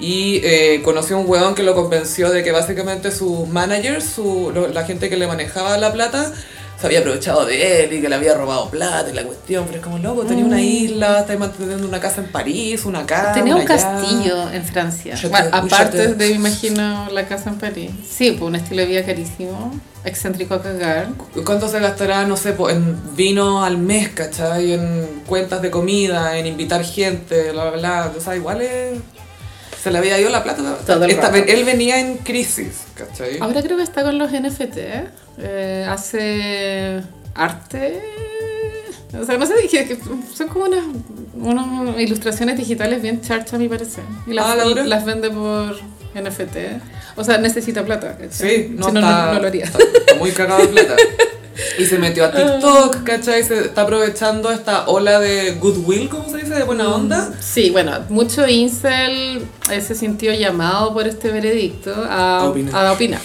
Speaker 1: Y eh, conoció a un huevón que lo convenció de que básicamente sus managers, su- lo- la gente que le manejaba la plata, se había aprovechado de él y que le había robado plata y la cuestión. Pero es como loco, tenía una isla, estaba manteniendo una casa en París, una casa.
Speaker 2: Tenía un castillo en Francia.
Speaker 1: Chateau,
Speaker 2: Bueno,
Speaker 1: un
Speaker 2: aparte
Speaker 1: chateau.
Speaker 2: de, me imagino, la casa en París. Sí, pues un estilo de vida carísimo, excéntrico a cagar.
Speaker 1: ¿Cuánto se gastará, no sé, po, en vino al mes, cachai? En cuentas de comida, en invitar gente, bla, bla, bla. O sea, igual es- se le había ido la plata.
Speaker 2: Todo el
Speaker 1: Esta-
Speaker 2: rato.
Speaker 1: él venía en crisis, ¿cachai?
Speaker 2: Ahora creo que está con los NFT. eh, hace arte. O sea, no sé, dije que son como unas, unas ilustraciones digitales bien charcha, a mi parecer. Y las,
Speaker 1: Ah, ¿la dura?
Speaker 2: las vende por NFT. O sea, necesita plata. ¿cachai?
Speaker 1: Sí, no,
Speaker 2: Si no,
Speaker 1: está,
Speaker 2: no lo haría. Ah.
Speaker 1: Está, está muy cagado de plata. Y se metió a TikTok, ¿cachai? Se está aprovechando esta ola de goodwill, ¿cómo se dice? De buena
Speaker 2: Mm.
Speaker 1: onda.
Speaker 2: Sí, bueno, mucho incel eh, se sintió llamado por este veredicto a,
Speaker 1: A
Speaker 2: a
Speaker 1: opinar.
Speaker 2: opinar.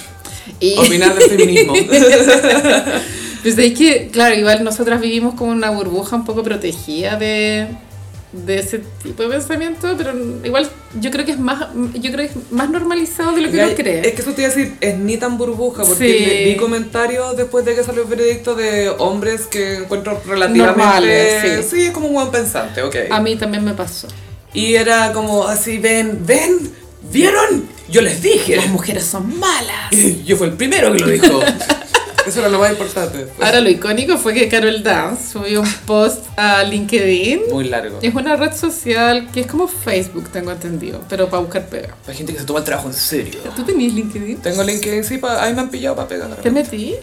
Speaker 2: Y
Speaker 1: Opinar de feminismo.
Speaker 2: pues es que, claro, igual nosotras vivimos como una burbuja un poco protegida de, de ese tipo de pensamiento, pero igual yo creo que es más, yo creo que es más normalizado de lo que
Speaker 1: Ya,
Speaker 2: uno cree.
Speaker 1: Es que eso te iba a decir, es ni tan burbuja, porque
Speaker 2: Sí.
Speaker 1: le- vi comentarios después de que salió el veredicto de hombres que encuentro relativamente...
Speaker 2: Normales, sí.
Speaker 1: es como un buen pensante, ok.
Speaker 2: A mí también me pasó.
Speaker 1: Y era como así, ven, ven, ¿vieron? Yo les dije.
Speaker 2: mujeres son malas.
Speaker 1: Yo fui el primero que lo dijo. Eso era lo más importante.
Speaker 2: Ahora lo icónico fue que Carol Dance subió un post a LinkedIn
Speaker 1: Muy largo.
Speaker 2: Es una red social que es como Facebook, tengo entendido, pero para buscar pega.
Speaker 1: Hay gente que se toma el trabajo en serio.
Speaker 2: ¿Tú tenías LinkedIn?
Speaker 1: Tengo LinkedIn, sí, pa- ahí me han pillado para pegar.
Speaker 2: ¿Te metí?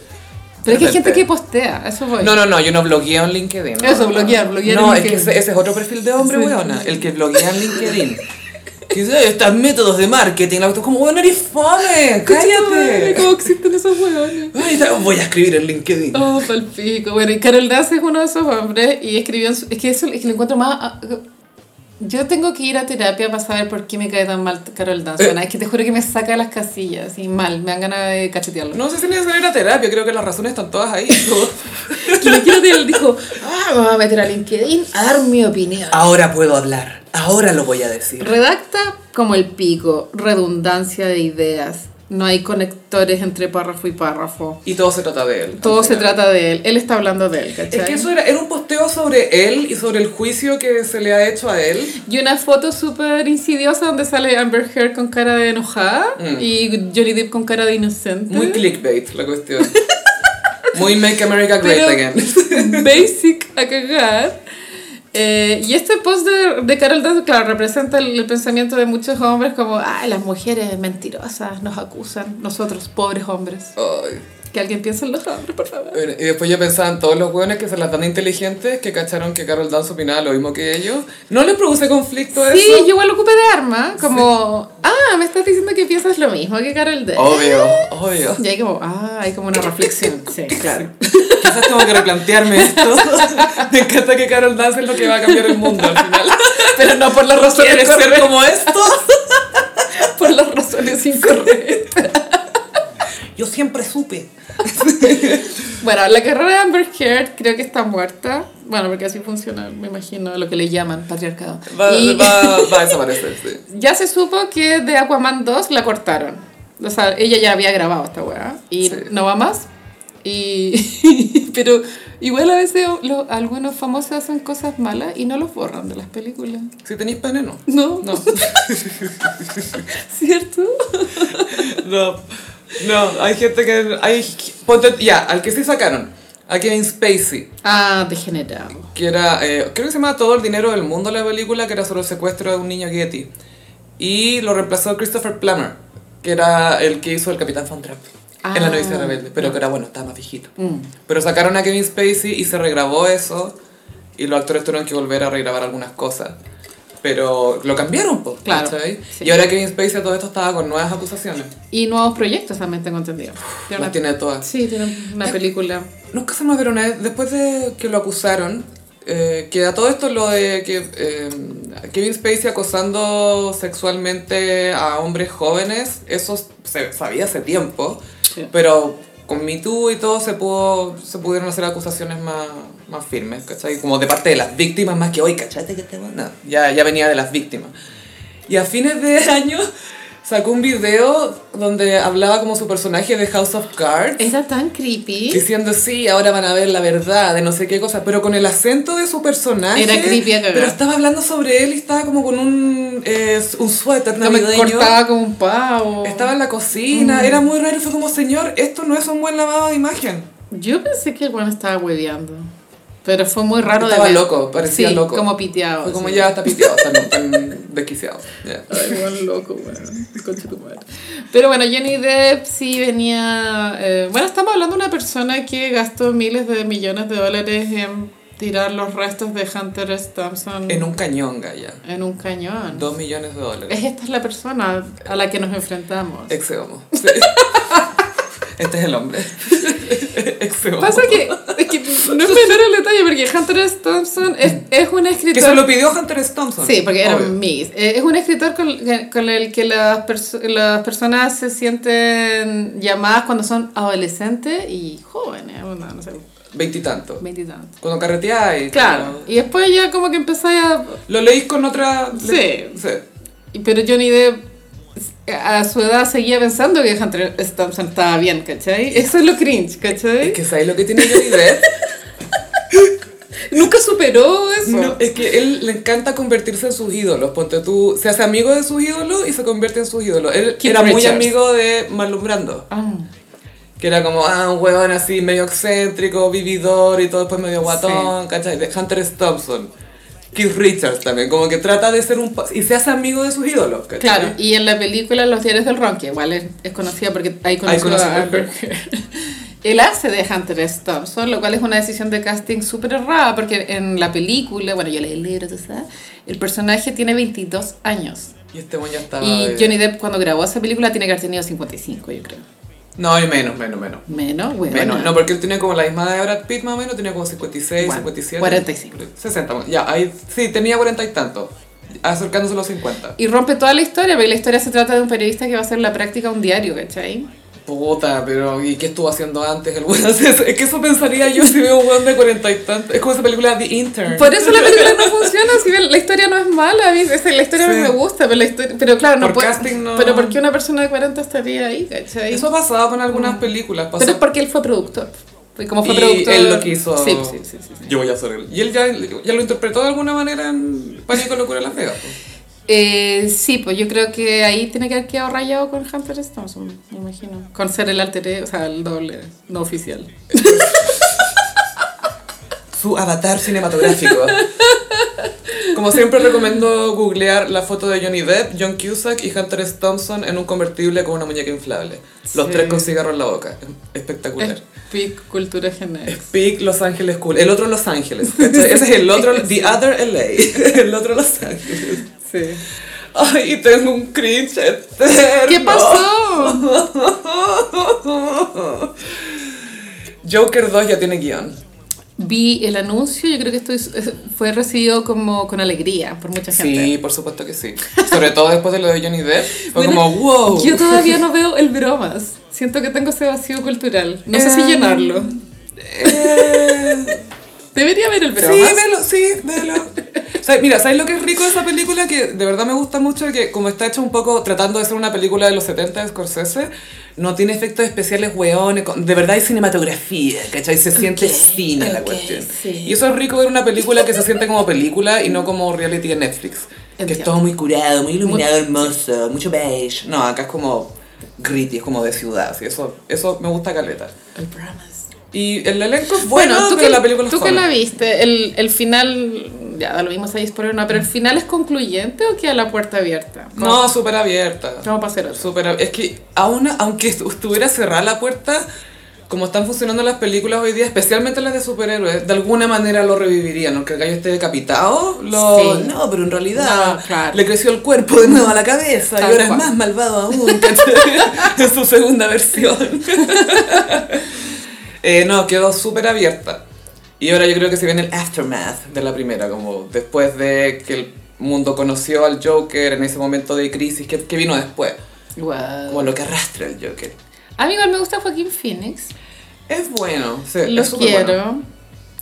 Speaker 2: Pero es que hay gente que postea, a eso voy.
Speaker 1: No, no, no, yo no blogueo en LinkedIn. no.
Speaker 2: Eso, bloquear, bloquear
Speaker 1: No,
Speaker 2: en
Speaker 1: es que
Speaker 2: LinkedIn.
Speaker 1: ese, ese es otro perfil de hombre,
Speaker 2: Sí.
Speaker 1: weona. El que bloguea en LinkedIn. ¿Qué es estos métodos de marketing? La cuestión como, bueno, eres fome, cállate.
Speaker 2: ¿Cómo existen esos huevones?
Speaker 1: Ay, está- voy a escribir en LinkedIn.
Speaker 2: Oh, palpico. Bueno, y Carol Daz es uno de esos hombres y escribió en su- Es que eso es que lo encuentro más... ah, Yo tengo que ir a terapia para saber por qué me cae tan mal Carol Daz. Bueno, es que te juro que me saca de las casillas y mal, me dan ganas de cachetearlo.
Speaker 1: No sé si necesito ir a terapia, creo que las razones están todas ahí.
Speaker 2: Imagínate, él dijo, ah, me voy a meter a LinkedIn a dar mi opinión.
Speaker 1: Ahora puedo hablar, ahora lo voy a decir.
Speaker 2: Ah. Redacta como el pico, redundancia de ideas. No hay conectores entre párrafo y párrafo.
Speaker 1: Y todo se trata de él. al
Speaker 2: Todo se
Speaker 1: final.
Speaker 2: trata de él. Él está hablando de él, ¿cachai?
Speaker 1: Es que eso era, era un posteo sobre él y sobre el juicio que se le ha hecho a él.
Speaker 2: Y una foto súper insidiosa donde sale Amber Heard con cara de enojada y Johnny Depp con cara de inocente.
Speaker 1: Muy clickbait la cuestión. Muy Make America Great
Speaker 2: Pero
Speaker 1: Again.
Speaker 2: basic a cagar. Eh, y este post de, de Carol Dance, claro, representa el, el pensamiento de muchos hombres como, ay, las mujeres mentirosas nos acusan, nosotros pobres hombres.
Speaker 1: Ay.
Speaker 2: Que alguien piense en los hombres, por favor.
Speaker 1: Bueno, Y después yo pensaba en todos los hueones que se las dan de inteligentes, que cacharon que Carol Dance opinaba lo mismo que ellos. ¿No les produce conflicto
Speaker 2: Sí,
Speaker 1: eso?
Speaker 2: yo igual lo ocupé de arma, como, ah, me estás diciendo que piensas lo mismo que Carol Dance.
Speaker 1: Obvio, obvio.
Speaker 2: Y hay como, ah, hay como una reflexión. Sí, claro.
Speaker 1: Quizás tengo que replantearme esto. Me encanta que Carol Dance es lo que va a cambiar el mundo al final.
Speaker 2: Pero no por las
Speaker 1: ¿Quieres
Speaker 2: razones
Speaker 1: ser
Speaker 2: correctas.
Speaker 1: como esto?
Speaker 2: Por las razones incorrectas.
Speaker 3: Yo siempre supe.
Speaker 2: Bueno, la carrera de Amber Heard creo que está muerta. Bueno, porque así funciona, me imagino, lo que le llaman patriarcado.
Speaker 1: Va,
Speaker 2: y
Speaker 1: va- va a desaparecer, sí.
Speaker 2: ya se supo que de Aquaman 2 la cortaron. O sea, ella ya había grabado esta weá. Y
Speaker 1: Sí.
Speaker 2: no va más. Y, pero igual a veces lo- algunos famosos hacen cosas malas y no los borran de las películas.
Speaker 1: Si tenéis pene, no.
Speaker 2: No,
Speaker 1: No.
Speaker 2: ¿cierto?
Speaker 1: No, no, hay gente que. Hay, ponte- ya, al que sí sacaron, a Kevin Spacey,
Speaker 2: Ah, degenerado.
Speaker 1: que era. eh, creo que se llama Todo el dinero del mundo la película, que era sobre el secuestro de un niño Getty. Y lo reemplazó Christopher Plummer, que era el que hizo el Capitán Von Trapp en
Speaker 2: Ah. Mm.
Speaker 1: La Novicia Rebelde, pero que era bueno, estaba más viejito. Pero sacaron a Kevin Spacey y se regrabó eso, y los actores tuvieron que volver a regrabar algunas cosas. Pero lo cambiaron, pues,
Speaker 2: Claro, sí.
Speaker 1: Y ahora Kevin Spacey a todo esto estaba con nuevas acusaciones.
Speaker 2: Y nuevos proyectos también tengo entendido. Tiene
Speaker 1: Las
Speaker 2: una-
Speaker 1: tiene todas.
Speaker 2: Sí, tiene una película.
Speaker 1: Nunca se me una vez, después de que lo acusaron, eh, que a todo esto lo de que eh, Kevin Spacey acosando sexualmente a hombres jóvenes, eso se sabía hace tiempo,
Speaker 2: Sí.
Speaker 1: pero con Me Too y todo se, pudo, se pudieron hacer acusaciones más, más firmes, ¿cachai? Como de parte de las víctimas más que hoy, ¿cachate que te van? a-". ya, ya venía de las víctimas. Y a fines de año sacó un video donde hablaba como su personaje de House of Cards
Speaker 2: Era tan creepy.
Speaker 1: diciendo sí, ahora van a ver la verdad de no sé qué cosa, pero con el acento de su personaje.
Speaker 2: Era creepy a cagar.
Speaker 1: Pero estaba hablando sobre él y estaba como con un, eh, un suéter
Speaker 2: No me
Speaker 1: navideño.
Speaker 2: cortaba como un pavo.
Speaker 1: Estaba en la cocina,
Speaker 2: Mm.
Speaker 1: era muy raro, fue como, señor, esto no es un buen lavado de imagen.
Speaker 2: Yo pensé que el bueno estaba hueveando. Pero fue muy raro
Speaker 1: Estaba
Speaker 2: de ver.
Speaker 1: loco, parecía
Speaker 2: Sí,
Speaker 1: loco.
Speaker 2: como piteado.
Speaker 1: Fue como
Speaker 2: sí.
Speaker 1: ya está piteado, tan, tan desquiciado. ya.
Speaker 2: Ay, buen loco, bueno. Concha tu madre. Pero bueno, Johnny Depp sí venía... eh, bueno, estamos hablando de una persona que gastó miles de millones de dólares en tirar los restos de Hunter S. Thompson
Speaker 1: En un cañón, Gaya.
Speaker 2: en un cañón.
Speaker 1: Dos millones de dólares.
Speaker 2: Es esta es la persona a la que nos enfrentamos.
Speaker 1: Exeomo. Sí. este es el hombre. Exeomo.
Speaker 2: Pasa que, es que no es menor el detalle porque Hunter S. Thompson es, es un
Speaker 1: Que se
Speaker 2: escritor...
Speaker 1: lo pidió Hunter S. Thompson.
Speaker 2: Sí, porque era
Speaker 1: Obvio.
Speaker 2: mis. Eh, es un escritor con, que- con el que las, perso- las personas se sienten llamadas cuando son adolescentes y jóvenes, bueno, no sé,
Speaker 1: Veintitantos.
Speaker 2: veintitantos.
Speaker 1: Cuando carreteáis.
Speaker 2: Claro, y después ya como que empezáis a...
Speaker 1: Lo leís con otra.
Speaker 2: Sí.
Speaker 1: sí.
Speaker 2: y- Pero Johnny Depp a su edad seguía pensando que Hunter S. Thompson estaba bien, ¿cachai? Eso es lo cringe, ¿cachai?
Speaker 1: Es que sabéis lo que tiene Johnny Depp.
Speaker 2: Nunca superó eso.
Speaker 1: No, es que él le encanta convertirse en sus ídolos. Ponte tú, se hace amigo de sus ídolos y se convierte en sus ídolos. Él
Speaker 2: Keith
Speaker 1: era muy
Speaker 2: Richards.
Speaker 1: amigo de Marlon Brando,
Speaker 2: Ah.
Speaker 1: que era como, ah, un huevón así, medio excéntrico, vividor y todo, después medio guatón, ¿cachai? De Hunter S. Thompson. Keith Richards también, como que trata de ser un... pa- Y se hace amigo de sus ídolos, ¿cachai?
Speaker 2: Claro, y en la película Los diarios del Ron, que igual es, es conocida porque ahí conoció
Speaker 1: conocí
Speaker 2: a
Speaker 1: a
Speaker 2: Amber
Speaker 1: Amber.
Speaker 2: Heard. Él hace de Hunter S. Thompson, lo cual es una decisión de casting súper rara, porque en la película, bueno, yo leí el libro, tú sabes, el personaje tiene 22 años.
Speaker 1: Y este buen ya estaba.
Speaker 2: y
Speaker 1: eh,
Speaker 2: Johnny Depp, cuando grabó esa película, tiene que haber tenido 55, yo creo.
Speaker 1: No, y menos, menos, menos.
Speaker 2: Menos, bueno.
Speaker 1: Menos, no, porque él tenía como la misma edad de Brad Pitt más o menos, tenía como 56,
Speaker 2: Bueno,
Speaker 1: 57.
Speaker 2: 45.
Speaker 1: 60, bueno, ya, ahí sí, tenía 40 y tanto, acercándose a los 50.
Speaker 2: Y rompe toda la historia, porque la historia se trata de un periodista que va a hacer la práctica un diario, ¿cachai?
Speaker 1: Puta, pero ¿y qué estuvo haciendo antes el weón? Es que eso pensaría yo si veo un weón de 40 y tanto. Es como esa película The Intern.
Speaker 2: Por eso la película no funciona, si bien la historia no es mala, a mí- esa- la historia
Speaker 1: Sí.
Speaker 2: no me gusta, pero, la historia, pero claro, no
Speaker 1: Por
Speaker 2: puede...
Speaker 1: casting no-
Speaker 2: Pero ¿por qué una persona de 40 estaría ahí, cachai?
Speaker 1: Eso ha pasado con algunas películas. Pasó
Speaker 2: Mm. Pero es porque él fue productor. Y como fue
Speaker 1: Y
Speaker 2: productor...
Speaker 1: él lo quiso.
Speaker 2: Sí, sí, sí. sí, sí.
Speaker 1: Yo voy a hacer él. Y él ya, ya lo interpretó de alguna manera en Pánico Locura en Las Vegas. pues.
Speaker 2: Eh, sí, pues yo creo que ahí tiene que haber quedado rayado con Hunter S. Thompson, me imagino. Con ser el alter ego, o sea, el doble, no oficial.
Speaker 1: Su avatar cinematográfico. Como siempre recomiendo googlear la foto de Johnny Depp, John Cusack y Hunter S. Thompson en un convertible con una muñeca inflable. Los
Speaker 2: Sí.
Speaker 1: tres con cigarro en la boca. Espectacular.
Speaker 2: Es pic cultura general.
Speaker 1: Big Los Ángeles Cool. El otro Los Ángeles. ¿cachai? Ese es el otro, The Other LA. El otro Los Ángeles.
Speaker 2: Sí.
Speaker 1: Ay, tengo un cringe eterno.
Speaker 2: ¿Qué pasó?
Speaker 1: Joker 2 ya tiene guión.
Speaker 2: Vi el anuncio, yo creo que esto es- es- fue recibido como con alegría por mucha gente.
Speaker 1: Sí, por supuesto que sí. Sobre todo después de lo de Johnny Depp. Fue
Speaker 2: Bueno,
Speaker 1: como, wow.
Speaker 2: Yo todavía no veo el bromas. Siento que tengo ese vacío cultural. No sé si
Speaker 1: Eh,
Speaker 2: llenarlo.
Speaker 1: Eh,
Speaker 2: Debería ver el
Speaker 1: sí,
Speaker 2: bromas.
Speaker 1: velo, sí, velo. O sea, mira, ¿sabes lo que es rico de esa película? Que de verdad me gusta mucho, que como está hecha un poco tratando de ser una película de los 70 de Scorsese, no tiene efectos especiales, weones. con- De verdad hay cinematografía, ¿cachai? Se siente cine la
Speaker 3: ok,
Speaker 1: cuestión.
Speaker 3: sí.
Speaker 1: Y eso es rico ver una película que se siente como película y no como reality de Netflix. Que es
Speaker 2: Entiendo.
Speaker 1: todo muy curado, muy iluminado, hermoso, mucho beige. No, acá es como gritty, es como de ciudad. así, Eso, eso me gusta caleta.
Speaker 2: El bromas.
Speaker 1: Y el elenco es bueno,
Speaker 2: Bueno, tú,
Speaker 1: pero
Speaker 2: que,
Speaker 1: la película es
Speaker 2: tú que
Speaker 1: fome.
Speaker 2: la viste, el, el final, ya da lo mismo si hay spoiler o no, pero el final es concluyente o queda la puerta abierta? Como-
Speaker 1: No, súper abierta.
Speaker 2: Vamos a pasar otro.
Speaker 1: Súper ab- Es que aún, aunque estu- estuviera cerrada la puerta, como están funcionando las películas hoy día, especialmente las de superhéroes, de alguna manera lo revivirían, aunque el gallo esté decapitado. Lo...
Speaker 2: Sí.
Speaker 1: No, pero en realidad
Speaker 2: No, claro.
Speaker 1: le creció el cuerpo de nuevo a la cabeza
Speaker 2: Tal
Speaker 1: y ahora
Speaker 2: cual.
Speaker 1: es más malvado aún ¿cachai? en su segunda versión. Eh, no, quedó súper abierta. Y ahora yo creo que se viene el aftermath de la primera, como después de que el mundo conoció al Joker en ese momento de crisis que, que vino después,
Speaker 2: Wow.
Speaker 1: como lo que arrastra el Joker.
Speaker 2: A mí igual me gusta Joaquín Phoenix.
Speaker 1: Es bueno, sí,
Speaker 2: Lo
Speaker 1: es súper bueno.
Speaker 2: quiero.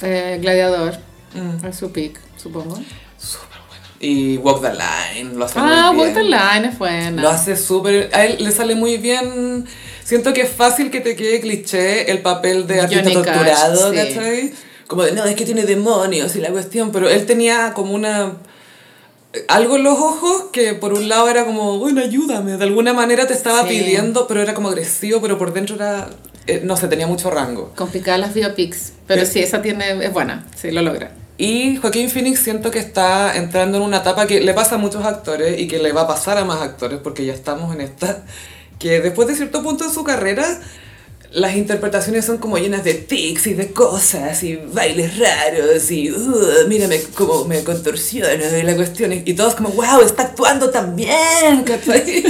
Speaker 2: Eh, gladiador.
Speaker 1: Mm.
Speaker 2: Es su pick, supongo.
Speaker 1: Y Walk the Line, lo hace
Speaker 2: Ah,
Speaker 1: muy bien.
Speaker 2: Walk the Line es buena.
Speaker 1: Lo hace súper, a él le sale muy bien. Siento que es fácil que te quede cliché el papel de artista
Speaker 2: Johnny Cash,
Speaker 1: torturado,
Speaker 2: sí.
Speaker 1: ¿cachai? Como de, no, es que tiene demonios y la cuestión, pero él tenía como una... Algo en los ojos que por un lado era como, bueno, ayúdame, de alguna manera te estaba
Speaker 2: Sí.
Speaker 1: pidiendo, pero era como agresivo, pero por dentro era, eh, no sé, tenía mucho rango.
Speaker 2: Complicada las biopics, pero sí, esa tiene, es buena, sí, lo logra.
Speaker 1: Y Joaquín Phoenix siento que está entrando en una etapa que le pasa a muchos actores y que le va a pasar a más actores porque ya estamos en esta, que después de cierto punto en su carrera las interpretaciones son como llenas de tics y de cosas y bailes raros y "Uh, mírame cómo me contorsiono y la cuestión y, y todos como wow está actuando también ¿cachai?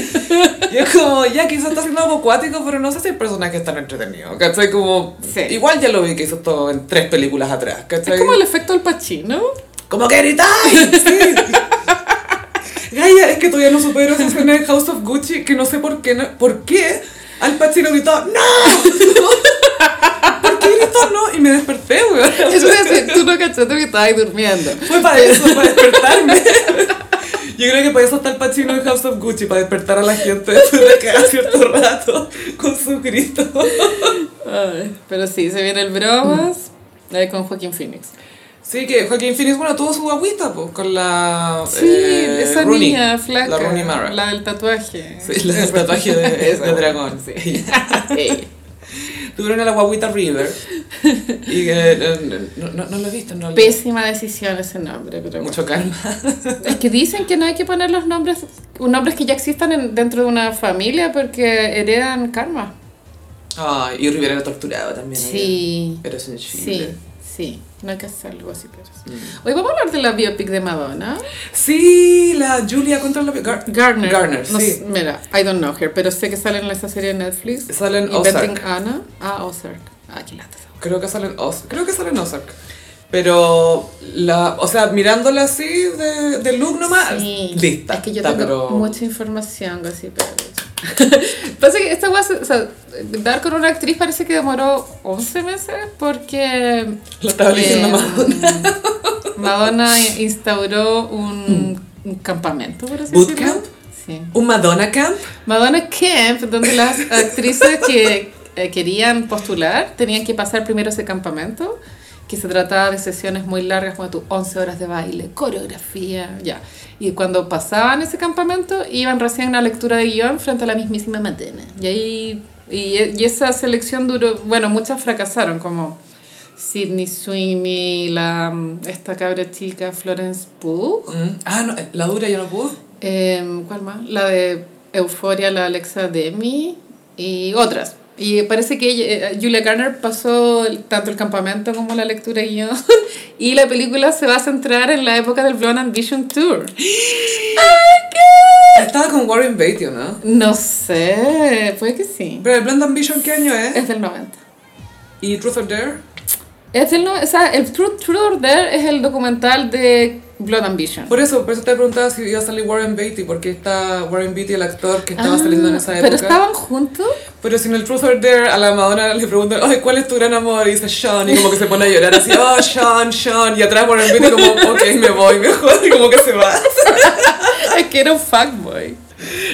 Speaker 1: y es como ya quizás está siendo algo acuático pero no sé si el personaje es tan entretenido ¿cachai? como
Speaker 2: Sí.
Speaker 1: igual ya lo vi que hizo todo en tres películas atrás ¿cachai?
Speaker 2: Es como el efecto del pachino.
Speaker 1: Como que gritáis. Sí. Gaya, es que todavía no supero esa escena de House of Gucci que no sé por qué, no- por qué Al Pacino gritó ¡No! ¿Por qué gritó no? Y me desperté, weón.
Speaker 2: Eso es decir, tú no cachaste que estabas ahí durmiendo.
Speaker 1: Fue para eso, para despertarme. Yo creo que para eso está el Pacino en House of Gucci, para despertar a la gente después de cada cierto rato con su grito.
Speaker 2: Ay, pero sí, se viene el bromas eh, con Joaquín Phoenix.
Speaker 1: Sí, que Joaquín Phoenix, bueno, tuvo su agüita, pues, con la...
Speaker 2: Sí,
Speaker 1: eh,
Speaker 2: esa
Speaker 1: Rooney,
Speaker 2: niña flaca.
Speaker 1: La Rooney Mara.
Speaker 2: La del tatuaje.
Speaker 1: Sí, la del tatuaje de, de dragón, sí.
Speaker 2: Sí.
Speaker 1: Tuvieron a la guaguita River. Y que eh, no, no, no lo he visto, no lo he
Speaker 2: Pésima decisión ese nombre, pero bueno.
Speaker 1: Mucho calma.
Speaker 2: Es que dicen que no hay que poner los nombres, nombres que ya existan en- dentro de una familia porque heredan karma.
Speaker 1: Ay, y Rivera era torturado también.
Speaker 2: Sí.
Speaker 1: ella. Pero es en
Speaker 2: Sí,
Speaker 1: Chile.
Speaker 2: sí. No hay que hacer algo así, pero sí. Hoy vamos a hablar de la biopic de Madonna.
Speaker 1: Mm. Sí. la Julia contra la... Gar-
Speaker 2: Garner.
Speaker 1: Garner,
Speaker 2: No
Speaker 1: sí.
Speaker 2: s- Mira, I don't know her, pero sé que sale en esa serie de Netflix.
Speaker 1: Sale en
Speaker 2: Inventing
Speaker 1: Ozark.
Speaker 2: Anna. Ah, Ozark. Ah, qué lata. esa wea.
Speaker 1: Creo que sale en Ozark. Creo que sale en Ozark. Pero, la, o sea, mirándola así de, de look nomás, lista.
Speaker 2: Es que yo
Speaker 1: está,
Speaker 2: tengo mucha información, así, pero... Pasa que esta wea, se- o sea, dar con una actriz parece que demoró 11 meses porque...
Speaker 1: Lo estaba diciendo
Speaker 2: eh,
Speaker 1: más.
Speaker 2: Madonna instauró un, un campamento, por así
Speaker 1: Bootcamp?
Speaker 2: decirlo. Sí.
Speaker 1: ¿Un Madonna Camp?
Speaker 2: Madonna Camp, donde las actrices que eh, querían postular tenían que pasar primero ese campamento, que se trataba de sesiones muy largas, como tú, 11 horas de baile, coreografía, ya. Y cuando pasaban ese campamento, iban recién a una lectura de guión frente a la mismísima Madonna. Y ahí, y, e- y esa selección duró, bueno, muchas fracasaron, como Sidney Sweeney, la, mm, esta cabra chica Florence Pugh,
Speaker 1: Mm. Ah, no, la dura ya no pudo.
Speaker 2: Em, ¿Cuál más? La de Euforia, la Alexa Demi y otras. Y parece que ella- eh, Julia Garner pasó el- tanto el campamento como la lectura y guión. Y la película se va a centrar en la época del Blonde Ambition Tour.
Speaker 1: Estaba con Warren Beatty, ¿o ¿no?
Speaker 2: No sé, puede que sí.
Speaker 1: Pero el Blonde Ambition, ¿qué año es?
Speaker 2: Es del 90.
Speaker 1: ¿Y Truth or Dare?
Speaker 2: Es del no- o sea, el True True or Dare es el documental de Blonde Ambition.
Speaker 1: Por eso, por eso te preguntaba si iba a salir Warren Beatty, porque está Warren Beatty, el actor que estaba
Speaker 2: Ah,
Speaker 1: saliendo en esa época.
Speaker 2: ¿Pero estaban juntos?
Speaker 1: Pero si en el Truth or Dare a la Madonna le preguntan, oye, ¿cuál es tu gran amor? Y dice Sean, y como que se pone a llorar así, oh, Sean, Sean, y atrás Warren Beatty como, ok, me voy, mejor, y como que se va.
Speaker 2: es que era un fuckboy.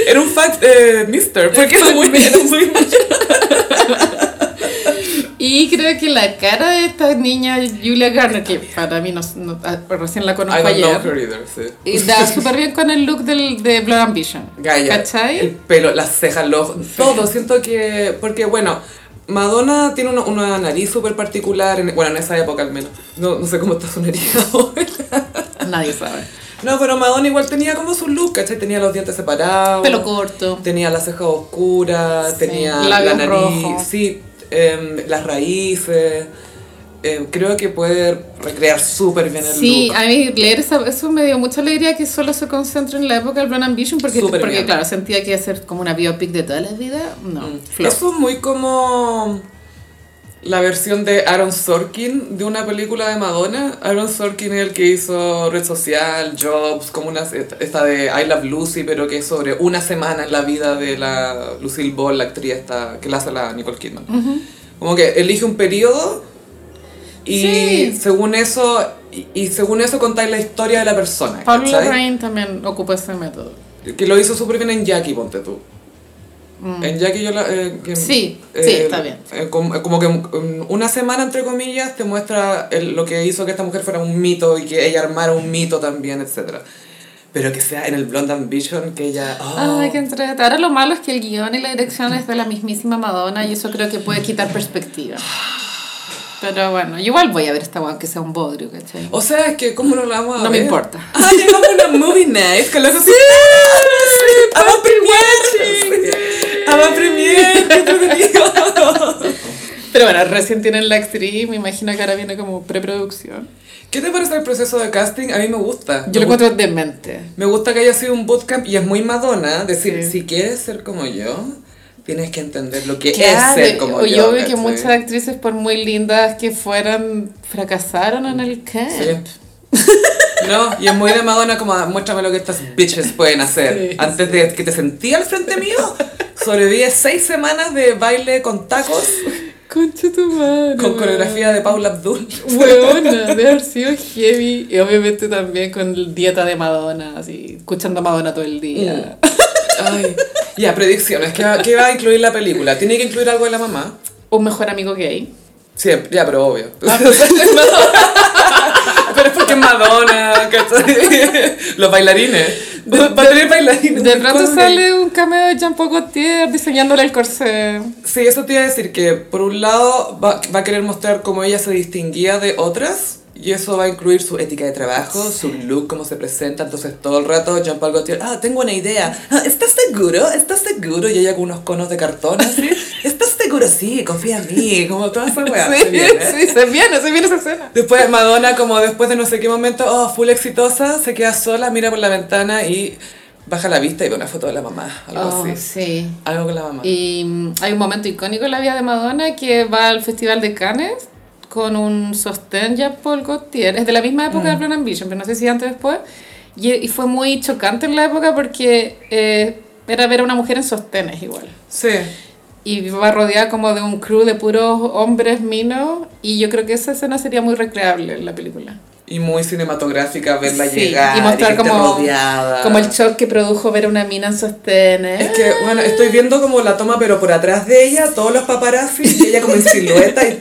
Speaker 1: Era un fact, eh, mister, porque era muy bien, muy
Speaker 2: Y creo que la cara de esta niña Julia Garner, que para mí no, no- ah, recién la
Speaker 1: I
Speaker 2: conozco
Speaker 1: don't know her
Speaker 2: ayer,
Speaker 1: either, sí.
Speaker 2: y da súper bien con el look del, de Blood Ambition.
Speaker 1: Gaya, el
Speaker 2: ¿Cachai?
Speaker 1: pelo, las cejas, los ojos, todo, siento que, porque bueno, Madonna tiene una, una nariz súper particular, en- bueno, en esa época al menos, no, no sé cómo está su nariz ahora.
Speaker 2: Nadie sabe.
Speaker 1: No, pero Madonna igual tenía como su look, ¿cachai? Tenía los dientes separados.
Speaker 2: Pelo corto.
Speaker 1: Tenía las cejas oscuras,
Speaker 2: Sí,
Speaker 1: tenía la
Speaker 2: labios
Speaker 1: nariz,
Speaker 2: rojos.
Speaker 1: sí, em, las raíces. Em, creo que puede recrear súper bien el
Speaker 2: Sí,
Speaker 1: look.
Speaker 2: a mí leer esa- eso me dio mucha alegría que solo se concentre en la época del Blood Ambition, porque,
Speaker 1: Súper
Speaker 2: porque
Speaker 1: bien.
Speaker 2: claro, sentía que hacer como una biopic de toda la vida, no. flop.
Speaker 1: Eso Mm. es muy como la versión de Aaron Sorkin de una película de Madonna. Aaron Sorkin es el que hizo Red Social, Jobs, como una esta de I Love Lucy, pero que es sobre una semana en la vida de la Lucille Ball, la actriz esta, que la hace la Nicole Kidman. Como que elige un periodo y
Speaker 2: Sí.
Speaker 1: según eso y, y según eso contáis la historia de la persona.
Speaker 2: Pablo
Speaker 1: ¿cachai?
Speaker 2: Rain también ocupa ese método.
Speaker 1: Que lo hizo súper bien en Jackie, ponte tú. En Jackie yo la... eh, que-
Speaker 2: Mm. Sí,
Speaker 1: eh,
Speaker 2: sí, está bien.
Speaker 1: eh, com- eh, como, que mm, una semana, entre comillas, te muestra el- lo que hizo que esta mujer fuera un mito y que ella armara un mito también, etc. Pero que sea en el Blonde Ambition, que ella... oh,
Speaker 2: Ay, qué entrete. Ahora lo malo es que el guión y la dirección es de la mismísima Madonna y eso creo que puede quitar perspectiva. Pero bueno, yo igual voy a ver esta weá que sea un bodrio, ¿cachai?
Speaker 1: O sea, es que cómo no la vamos a
Speaker 2: No me
Speaker 1: ver?
Speaker 2: importa.
Speaker 1: Ah, llegamos a una movie night con los así. ¡Ah! ¡Ama premier! ¡Ama premier! ¡Qué entretenido!
Speaker 2: Pero bueno, recién tienen la actriz, me imagino que ahora viene como preproducción.
Speaker 1: ¿Qué te parece el proceso de casting? A mí me gusta.
Speaker 2: Yo
Speaker 1: Me
Speaker 2: lo encuentro demente.
Speaker 1: Me gusta que haya sido un bootcamp y es muy Madonna decir,
Speaker 2: Sí.
Speaker 1: si quieres ser como yo, tienes que entender lo que
Speaker 2: Claro,
Speaker 1: es ser como
Speaker 2: o
Speaker 1: yo.
Speaker 2: yo, vi que
Speaker 1: ¿cachai?
Speaker 2: muchas actrices, por muy lindas que fueran, fracasaron en el camp.
Speaker 1: Sí. No, y es muy de Madonna como, muéstrame lo que estas bitches pueden hacer.
Speaker 2: Sí,
Speaker 1: Antes de que te sentí al frente mío, sobreviví a seis semanas de baile con tacos,
Speaker 2: Concha tu madre.
Speaker 1: con
Speaker 2: weón.
Speaker 1: coreografía de Paula Abdul.
Speaker 2: Huevona, de haber sido heavy. Y obviamente también con dieta de Madonna, así, escuchando a Madonna todo el día.
Speaker 1: Mm. Ay. Ya, predicciones. ¿Qué va, qué va a incluir la película? ¿Tiene que incluir algo de la mamá?
Speaker 2: Un mejor amigo gay.
Speaker 1: Siempre, ya, pero obvio.
Speaker 2: Ah,
Speaker 1: pero es porque es Madonna, ¿cachai? Los bailarines.
Speaker 2: De-
Speaker 1: Va a tener bailarines.
Speaker 2: De pronto sale un cameo de Jean-Paul Gaultier diseñándole el corsé.
Speaker 1: Sí, eso te iba a decir que por un lado va, va a querer mostrar cómo ella se distinguía de otras. Y eso va a incluir su ética de trabajo, su look, cómo se presenta. Entonces todo el rato Jean-Paul Gaultier, ah, tengo una idea. Ah, ¿Estás seguro? ¿Estás seguro? Y ella con unos conos de cartón así. ¿Estás seguro sí, confía en mí, como toda esa weá.
Speaker 2: sí,
Speaker 1: Ah, se viene.
Speaker 2: sí, se viene, se viene esa escena.
Speaker 1: Después Madonna, como después de no sé qué momento, oh, full exitosa, se queda sola, mira por la ventana y baja la vista y ve una foto de la mamá, algo
Speaker 2: Oh,
Speaker 1: así.
Speaker 2: sí.
Speaker 1: Algo con la mamá.
Speaker 2: Y mm, hay un momento icónico en la vida de Madonna que va al Festival de Cannes con un sostén ya Paul Gaultier. Es de la misma
Speaker 1: Mm.
Speaker 2: época de Plan Ambition, pero no sé si antes o después. Y, y fue muy chocante en la época porque eh, era ver a una mujer en sostenes igual.
Speaker 1: Sí.
Speaker 2: Y va rodeada como de un crew de puros hombres minos. Y yo creo que esa escena sería muy recreable en la película.
Speaker 1: Y muy cinematográfica verla
Speaker 2: Sí,
Speaker 1: llegar.
Speaker 2: y mostrar
Speaker 1: gente
Speaker 2: como,
Speaker 1: rodeada.
Speaker 2: como el shock que produjo ver a una mina en sostenes.
Speaker 1: Es que, bueno, estoy viendo como la toma, pero por atrás de ella, todos los paparazzi, y ella como en silueta y,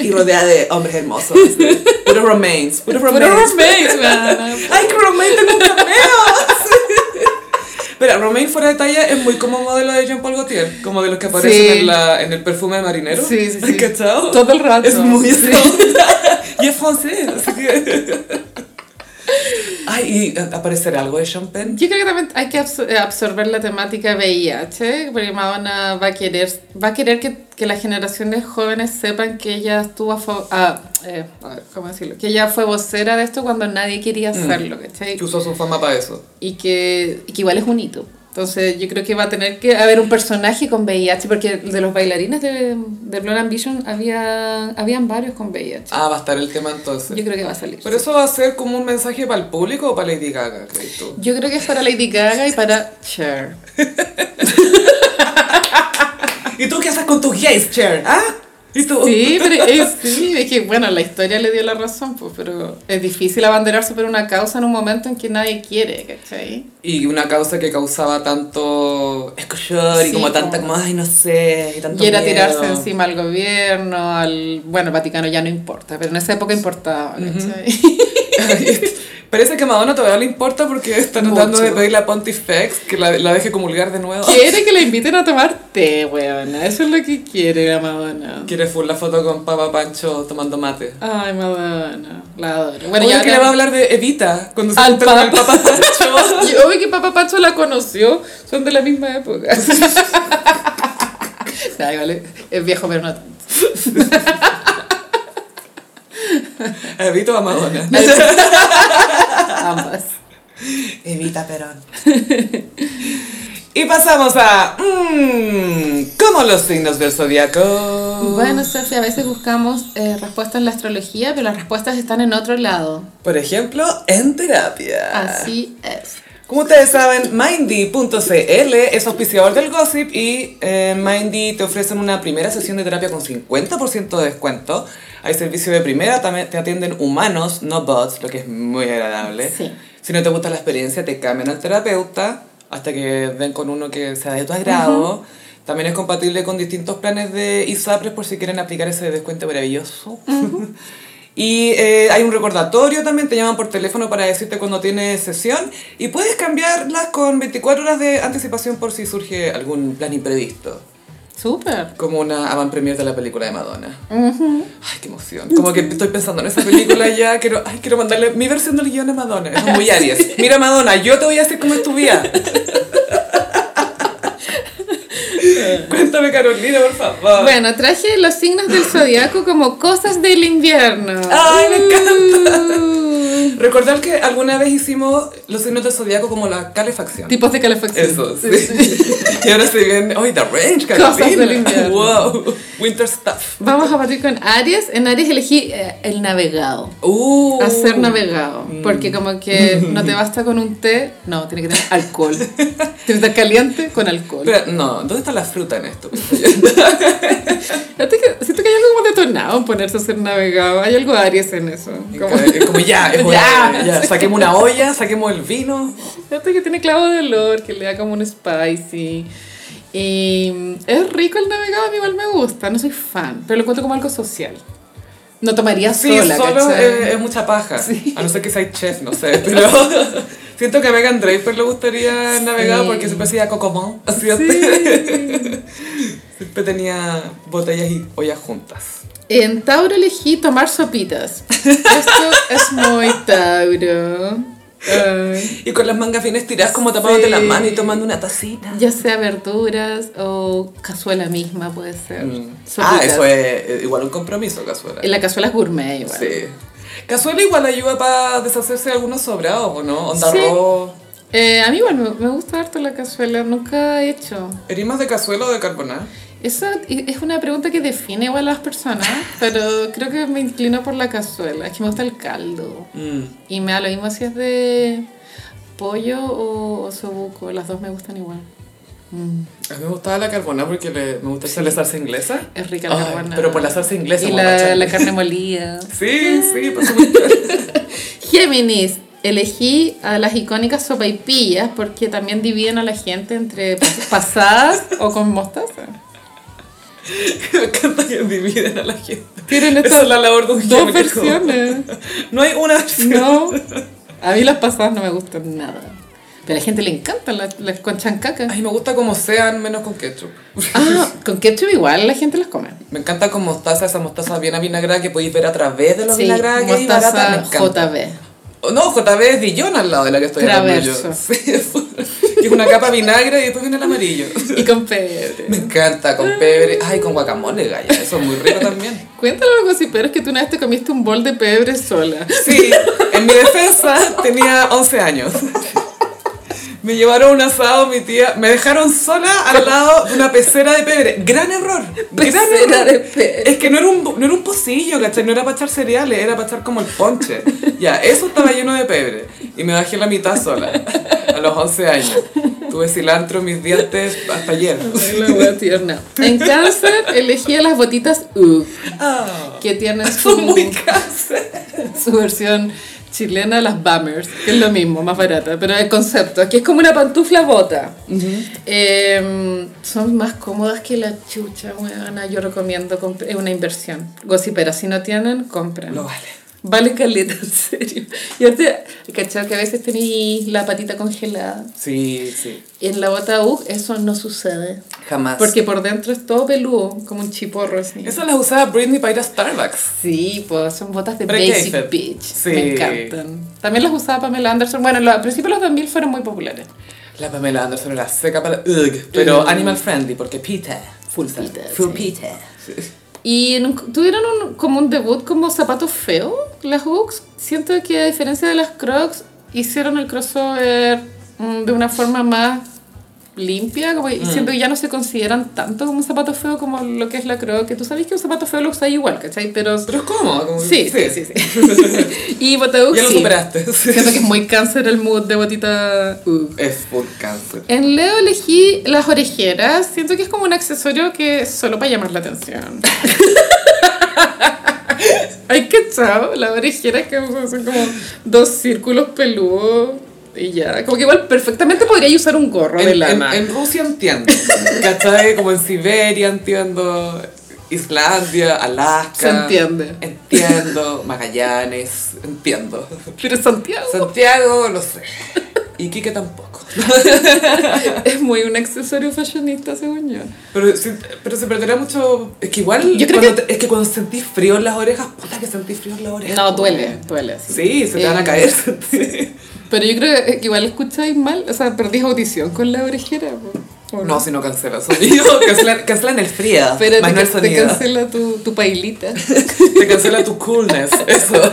Speaker 1: y rodeada de hombres hermosos. así. Puros romains, puros
Speaker 2: Puro
Speaker 1: romains.
Speaker 2: roommates, weona.
Speaker 1: ¡Ay, que Romain tengo un cameo! Pero Romain fuera de talla es muy como modelo de Jean Paul Gaultier, como de los que aparecen
Speaker 2: Sí.
Speaker 1: en, la, en el perfume de marinero.
Speaker 2: Sí, sí, sí.
Speaker 1: ¿Cachado?
Speaker 2: Todo el rato.
Speaker 1: Es muy
Speaker 2: Sí.
Speaker 1: eso. Y es francés, así que... Ay, y eh, aparecerá algo de Champagne.
Speaker 2: Yo creo que también hay que absor- eh, absorber la temática VIH, porque Madonna va a querer, va a querer que, que las generaciones jóvenes sepan que ella estuvo a, fa- a- eh, a ver, ¿cómo decirlo? Que ella fue vocera de esto cuando nadie
Speaker 1: Mm.
Speaker 2: quería hacerlo, ¿cachai?
Speaker 1: Que usó su fama para eso.
Speaker 2: Y que, y que igual es un hito. Entonces yo creo que va a tener que haber un personaje con VIH, porque de los bailarines de, de Blonde Ambition había, habían varios con VIH.
Speaker 1: Ah, va a estar el tema entonces.
Speaker 2: Yo creo que va a salir.
Speaker 1: Pero eso va a ser como un mensaje para el público o para Lady Gaga, crees tú.
Speaker 2: Yo creo que es para Lady Gaga y para Cher.
Speaker 1: ¿Y tú qué haces con tus gays, Cher? ¿Ah? ¿Y tú?
Speaker 2: Sí, pero es, sí, es que bueno, la historia le dio la razón, pues, pero es difícil abanderarse por una causa en un momento en que nadie quiere, ¿cachai?
Speaker 1: Y una causa que causaba tanto escollor y
Speaker 2: Sí,
Speaker 1: como tanta
Speaker 2: como-
Speaker 1: como, ay, no sé, y tanto
Speaker 2: Y era
Speaker 1: miedo.
Speaker 2: tirarse encima al gobierno, al... Bueno, el Vaticano ya no importa, pero en esa época importaba, ¿cachai?
Speaker 1: este, Parece que a Madonna todavía le importa porque está tratando
Speaker 2: Mucho.
Speaker 1: de pedirle a Pontifex que la, la deje comulgar de nuevo.
Speaker 2: Quiere que la inviten a tomar té, weona, eso es lo que quiere la Madonna.
Speaker 1: Quiere full la foto con Papa Pancho tomando mate.
Speaker 2: Ay, Madonna, la adoro.
Speaker 1: Bueno,
Speaker 2: ya
Speaker 1: que le va a hablar de Evita cuando se
Speaker 2: Al
Speaker 1: junta con el
Speaker 2: Papa.
Speaker 1: Papa Pancho.
Speaker 2: Y obvio que Papá Pacho la conoció, son de la misma época. Nah, igual es- es viejo, pero no tanto.
Speaker 1: Evita o a Madonna.
Speaker 2: Ambas.
Speaker 3: Evita Perón.
Speaker 1: Y pasamos a. Mmm, ¿Cómo los signos del zodiaco?
Speaker 2: Bueno, Sofía, a veces buscamos eh, respuestas en la astrología, pero las respuestas están en otro lado.
Speaker 1: Por ejemplo, en terapia.
Speaker 2: Así es.
Speaker 1: Como ustedes saben, Mindy.cl es auspiciador del gossip y eh, Mindy te ofrecen una primera sesión de terapia con 50% de descuento. Hay servicio de primera, también te atienden humanos, no bots, lo que es muy agradable.
Speaker 2: Sí.
Speaker 1: Si no te gusta la experiencia, te cambian al terapeuta hasta que den con uno que sea de tu agrado. También es compatible con distintos planes de ISAPRES por si quieren aplicar ese descuento maravilloso. Y eh, hay un recordatorio también, te llaman por teléfono para decirte cuando tienes sesión y puedes cambiarlas con 24 horas de anticipación por si surge algún plan imprevisto,
Speaker 2: Súper.
Speaker 1: como una avant premiere de la película de Madonna. Ay, qué emoción. Como que estoy pensando en esa película ya, quiero, ay, quiero mandarle mi versión del guión a Madonna. Es muy Aries. Mira Madonna, yo te voy a hacer como es tu vida. Cuéntame Carolina, por favor.
Speaker 2: Bueno, traje los signos del zodiaco como cosas del invierno. Uh.
Speaker 1: Ay, me
Speaker 2: encanta.
Speaker 1: Recordar que alguna vez hicimos los signos del zodiaco como la calefacción.
Speaker 2: Tipos de calefacción.
Speaker 1: Eso, sí. y ahora se ven, ¡ay, The Range, Carolina!
Speaker 2: Cosas del invierno.
Speaker 1: ¡Wow! Winter Stuff.
Speaker 2: Vamos a partir con Aries. En Aries elegí eh, el navegado.
Speaker 1: ¡Uh! Mm.
Speaker 2: Hacer navegado, porque como que no te basta con un té, no, tiene que tener alcohol. Tiene que estar caliente con alcohol.
Speaker 1: Espera, no, ¿dónde está la fruta en esto?
Speaker 2: Siento que, siento que hay algo como detonado en ponerse a ser navegado. Hay algo de Aries en eso. Como,
Speaker 1: Como, como ya, es hora de-
Speaker 2: Ya.
Speaker 1: ya, saquemos una olla, saquemos el vino.
Speaker 2: siento que tiene clavo de olor, que le da como un spicy. Y es rico el navegado, a mí igual me gusta. No soy fan, pero lo encuentro como algo social. No tomaría
Speaker 1: Sí,
Speaker 2: sola,
Speaker 1: solo
Speaker 2: ¿cachai?
Speaker 1: eh, es, mucha paja.
Speaker 2: Sí.
Speaker 1: A no ser que sea chef, no sé, pero... Siento que a Megan Draper le gustaría navegar porque siempre hacía cocomón. así Siempre tenía botellas y ollas juntas.
Speaker 2: En Tauro elegí tomar sopitas. Esto es muy Tauro. Ay.
Speaker 1: Y con las mangas bien estiradas como tapándote
Speaker 2: Sí.
Speaker 1: la mano y tomando una tacita.
Speaker 2: ya sea verduras o cazuela misma puede ser.
Speaker 1: Ah,
Speaker 2: Sopitas.
Speaker 1: eso es eh, igual un compromiso, cazuela.
Speaker 2: Y la cazuela es gourmet igual.
Speaker 1: Sí. Cazuela igual ayuda para deshacerse de algunos sobrados, ¿o ¿no? Onda
Speaker 2: Sí.
Speaker 1: arroz.
Speaker 2: Eh, a mí igual me, me gusta harto la cazuela, nunca he hecho.
Speaker 1: ¿Eres más de cazuela o de carbonada?
Speaker 2: Esa i- es una pregunta que define igual a las personas, pero creo que me inclino por la cazuela, es que me gusta el caldo.
Speaker 1: Mm.
Speaker 2: Y me da lo mismo si es de pollo o, o sobuco, las dos me gustan igual. Mm,
Speaker 1: A mí me gustaba la carbonada porque le- me gusta echarle salsa inglesa.
Speaker 2: es rica la
Speaker 1: Ay,
Speaker 2: carbonara.
Speaker 1: pero por la salsa inglesa.
Speaker 2: Y
Speaker 1: me va a
Speaker 2: la,
Speaker 1: echar.
Speaker 2: la carne molida.
Speaker 1: Sí, sí, pues, por supuesto.
Speaker 2: Géminis, elegí a las icónicas sopaipillas porque también dividen a la gente entre pas- pasadas o con mostaza.
Speaker 1: me encanta que dividen a la gente.
Speaker 2: Tienen
Speaker 1: Esa
Speaker 2: estas
Speaker 1: es la labor de un
Speaker 2: dos
Speaker 1: geómetro.
Speaker 2: versiones.
Speaker 1: No hay una versión.
Speaker 2: No, a mí las pasadas no me gustan nada. Pero a la gente le encantan las, las con chancaca.
Speaker 1: Ay, me gusta como sean, menos con ketchup.
Speaker 2: Ah, con ketchup igual la gente las come.
Speaker 1: Me encanta con mostaza, esa mostaza bien avinagrada que podéis ver a través de los
Speaker 2: Sí,
Speaker 1: vinagradas que hay barata, me
Speaker 2: mostaza
Speaker 1: encanta.
Speaker 2: JB.
Speaker 1: Oh, No, JB es Dillon al lado de la que estoy hablando yo.
Speaker 2: Traverso.
Speaker 1: Sí, es- que es una capa vinagre y después viene el amarillo.
Speaker 2: Y con pebre.
Speaker 1: Me encanta, con pebre. Ay, con guacamole, galla. Eso es muy rico también.
Speaker 2: Cuéntalo algo así, pero es que tú una vez te comiste un bol de pebre sola.
Speaker 1: Sí, en mi defensa tenía 11 años. Me llevaron un asado, mi tía. Me dejaron sola al lado de una pecera de pebre. Gran error. Gran
Speaker 2: Pecera
Speaker 1: error.
Speaker 2: de pebre.
Speaker 1: Es que no era, un, no era un pocillo, ¿cachai? No era para echar cereales, era para echar como el ponche. Ya, eso estaba lleno de pebre. Y me bajé la mitad sola, a los 11 años. Tuve cilantro en mis dientes hasta ayer.
Speaker 2: Ay, la wea tierna. En cáncer elegí a las botitas UG, que tienen su,
Speaker 1: Son muy cáncer.
Speaker 2: su versión chilena, las bummers, que es lo mismo, más barata, pero el concepto, que es como una pantufla bota. Eh, son más cómodas que la chucha, weona, yo recomiendo, compr- es una inversión. Gocipera, si no tienen, compren.
Speaker 1: No vale.
Speaker 2: Vale caleta, en serio. Y ahorita, cachado que a veces tenéis la patita congelada.
Speaker 1: Sí, sí.
Speaker 2: En la bota UG eso no sucede.
Speaker 1: Jamás.
Speaker 2: Porque por dentro es todo peludo, como un chiporro así.
Speaker 1: Eso las usaba Britney para ir a Starbucks.
Speaker 2: Sí, pues son botas de
Speaker 1: Break
Speaker 2: Basic
Speaker 1: Ape.
Speaker 2: Beach.
Speaker 1: Sí.
Speaker 2: Me encantan. También las usaba Pamela Anderson. Bueno, lo- al principio los 2000 fueron muy populares.
Speaker 1: La Pamela Anderson era seca para... Ugh, pero
Speaker 2: Ugh.
Speaker 1: animal friendly, porque Peter. Full
Speaker 2: Peter,
Speaker 3: Full
Speaker 2: sí.
Speaker 3: Peter.
Speaker 2: Y en un- tuvieron un- como un debut como zapatos feos, las Uggs. Siento que a diferencia de las Crocs, hicieron el crossover mm, de una forma más limpia, como
Speaker 1: Mm.
Speaker 2: que- y siento que ya no se consideran tanto como un zapato feo como lo que es la Croc, que tú sabes que un zapato feo lo usáis igual, ¿cachai? Pero...
Speaker 1: Pero es cómodo. Como...
Speaker 2: Sí, sí, sí. sí. y Bota Ugg
Speaker 1: Ya lo
Speaker 2: sí.
Speaker 1: superaste. sí.
Speaker 2: Siento que es muy cáncer el mood de Botita Ugg.
Speaker 1: Es full cáncer.
Speaker 2: En Leo elegí las orejeras. Siento que es como un accesorio que es solo para llamar la atención. Hay que chao, las orejeras que usan son como dos círculos peludos y ya. Como que igual perfectamente podría usar un gorro de
Speaker 1: En, en,
Speaker 2: lana.
Speaker 1: en Rusia entiendo. ¿Cachai? Como en Siberia entiendo. Islandia, Alaska.
Speaker 2: Se entiende.
Speaker 1: Entiendo. Magallanes. Entiendo.
Speaker 2: Pero Santiago
Speaker 1: Santiago, no sé. Iquique tampoco.
Speaker 2: es muy un accesorio fashionista, según yo.
Speaker 1: Pero, sí- pero se perderá mucho. Es que igual.
Speaker 2: Yo creo
Speaker 1: cuando
Speaker 2: que-
Speaker 1: te- es que cuando sentís frío en las orejas, puta que sentís frío en las orejas.
Speaker 2: No,
Speaker 1: po.
Speaker 2: duele, duele.
Speaker 1: Sí, se te van a
Speaker 2: Eh,
Speaker 1: caer.
Speaker 2: Pero yo creo que igual escucháis mal, o sea, perdís audición con la orejera. po, ¿o
Speaker 1: No, si no cancela sonido. Cancelan, cancelan el frío.
Speaker 2: Pero te,
Speaker 1: Manuel
Speaker 2: te
Speaker 1: sonido.
Speaker 2: cancela tu, tu pailita.
Speaker 1: Te cancela tu coolness. Eso.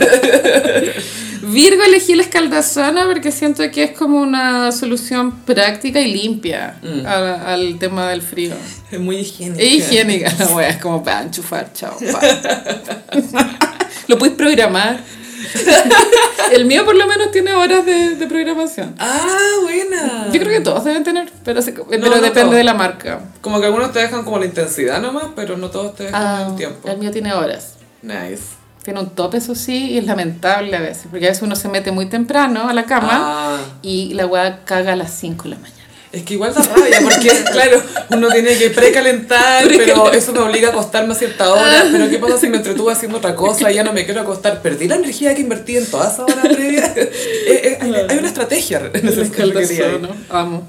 Speaker 2: Virgo elegí la escaldazona porque siento que es como una solución práctica y limpia
Speaker 1: Mm.
Speaker 2: a- al tema del frío.
Speaker 1: Es muy higiénico.
Speaker 2: Es higiénica la wea, es como para enchufar, chao. pa. Lo puedes programar. El mío por lo menos tiene horas de, de programación.
Speaker 1: Ah, buena.
Speaker 2: Yo creo que todos deben tener, pero, se- pero
Speaker 1: no
Speaker 2: depende
Speaker 1: todos.
Speaker 2: de la marca.
Speaker 1: Como que algunos te dejan como la intensidad nomás, pero no todos te dejan
Speaker 2: Ah,
Speaker 1: el tiempo.
Speaker 2: el mío tiene horas.
Speaker 1: Nice.
Speaker 2: Tiene un tope, eso sí, y es lamentable a veces, porque a veces uno se mete muy temprano a la cama
Speaker 1: Ah,
Speaker 2: y la weá caga a las 5 de la mañana.
Speaker 1: es que igual da rabia, porque claro, uno tiene que precalentar, pero eso me obliga a acostarme a cierta hora.
Speaker 2: Ah.
Speaker 1: Pero ¿qué pasa si me entretuve haciendo otra cosa y ya no me quiero acostar? Perdí la energía que invertí en toda esa hora previa. Eh, eh, hay, hay una estrategia en ese
Speaker 2: ¿no? Amo.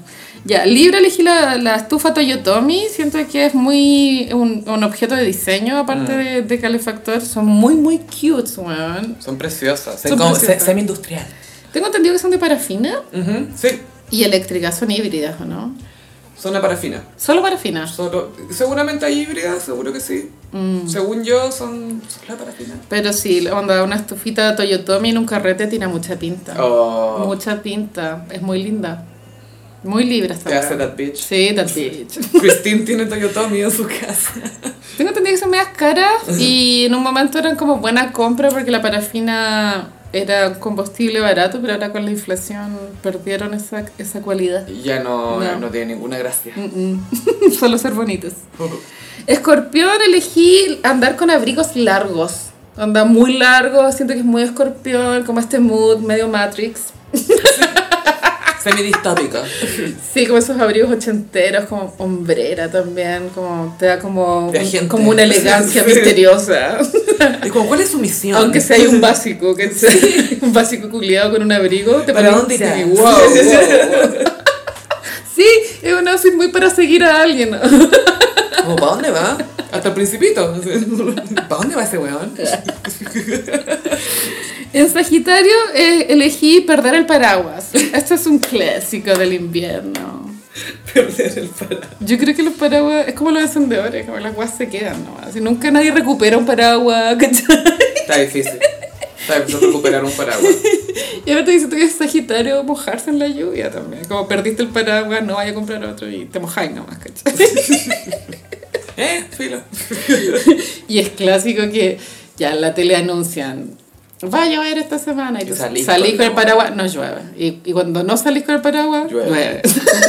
Speaker 2: Ya, Libra elegí la, la estufa Toyotomi, siento que es muy un, un objeto de diseño, aparte
Speaker 1: Ah.
Speaker 2: de, de calefactor, son muy, muy cute, weón.
Speaker 1: Son preciosas, ¿eh?
Speaker 2: Son
Speaker 1: como-
Speaker 2: preciosas.
Speaker 1: se- semi-industrial.
Speaker 2: Te- Tengo entendido que son de parafina
Speaker 1: Ujú, Sí,
Speaker 2: y eléctricas, son híbridas, ¿o no?
Speaker 1: son a parafina.
Speaker 2: Solo parafina.
Speaker 1: Solo- seguramente hay híbridas, seguro que sí.
Speaker 2: Mm.
Speaker 1: Según yo, son, son la parafina.
Speaker 2: Pero sí, onda, una estufita Toyotomi en un carrete tiene mucha pinta.
Speaker 1: Oh.
Speaker 2: Mucha pinta. Es muy linda. Muy libre esta
Speaker 1: Te hace
Speaker 2: weá.
Speaker 1: that bitch.
Speaker 2: Sí, that bitch.
Speaker 1: Christine tiene Toyotomi en su casa.
Speaker 2: Tengo entendido que son medias caras y en un momento eran como buena compra porque la parafina era un combustible barato, pero ahora con la inflación perdieron esa, esa cualidad.
Speaker 1: Ya no,
Speaker 2: No.
Speaker 1: no tiene ninguna gracia.
Speaker 2: Mm, mm. Solo ser bonitos. Escorpión elegí andar con abrigos largos. Anda muy largo, siento que es muy escorpión, como este mood medio Matrix.
Speaker 1: Semidistópica.
Speaker 2: Sí, como esos abrigos ochenteros, como hombrera también, como te da como,
Speaker 1: De agente.
Speaker 2: como una elegancia
Speaker 1: Sí.
Speaker 2: misteriosa.
Speaker 1: ¿Y con cuál es su misión?
Speaker 2: Aunque sea hay un básico, que un básico culiado con un abrigo, te
Speaker 1: ¿Para
Speaker 2: pones-
Speaker 1: dónde irá?
Speaker 2: sí, wow,
Speaker 1: Oh.
Speaker 2: wow, wow. Sí, es un outfit muy para seguir a alguien.
Speaker 1: Como, ¿Para dónde va? Hasta el principito. Así. ¿Para dónde va ese weón?
Speaker 2: En Sagitario eh, elegí perder el paraguas. Este es un clásico del invierno.
Speaker 1: Perder el paraguas.
Speaker 2: Yo creo que los paraguas es como los encendedores, como las guas se quedan nomás. Y nunca nadie recupera un paraguas, ¿cachai?
Speaker 1: Está difícil. Está difícil recuperar un paraguas.
Speaker 2: Y ahora te dicen que es Sagitario mojarse en la lluvia también. Como perdiste el paraguas, no vaya a comprar otro y te mojáis nomás, ¿cachai?
Speaker 1: ¿Eh? Filo.
Speaker 2: Y es clásico que ya en la tele anuncian, va a llover esta semana, y
Speaker 1: Y
Speaker 2: tú
Speaker 1: salís
Speaker 2: salís,
Speaker 1: con
Speaker 2: con
Speaker 1: el
Speaker 2: el paraguas, no llueve. Y, y cuando no salís con el paraguas,
Speaker 1: Llueve.
Speaker 2: llueve.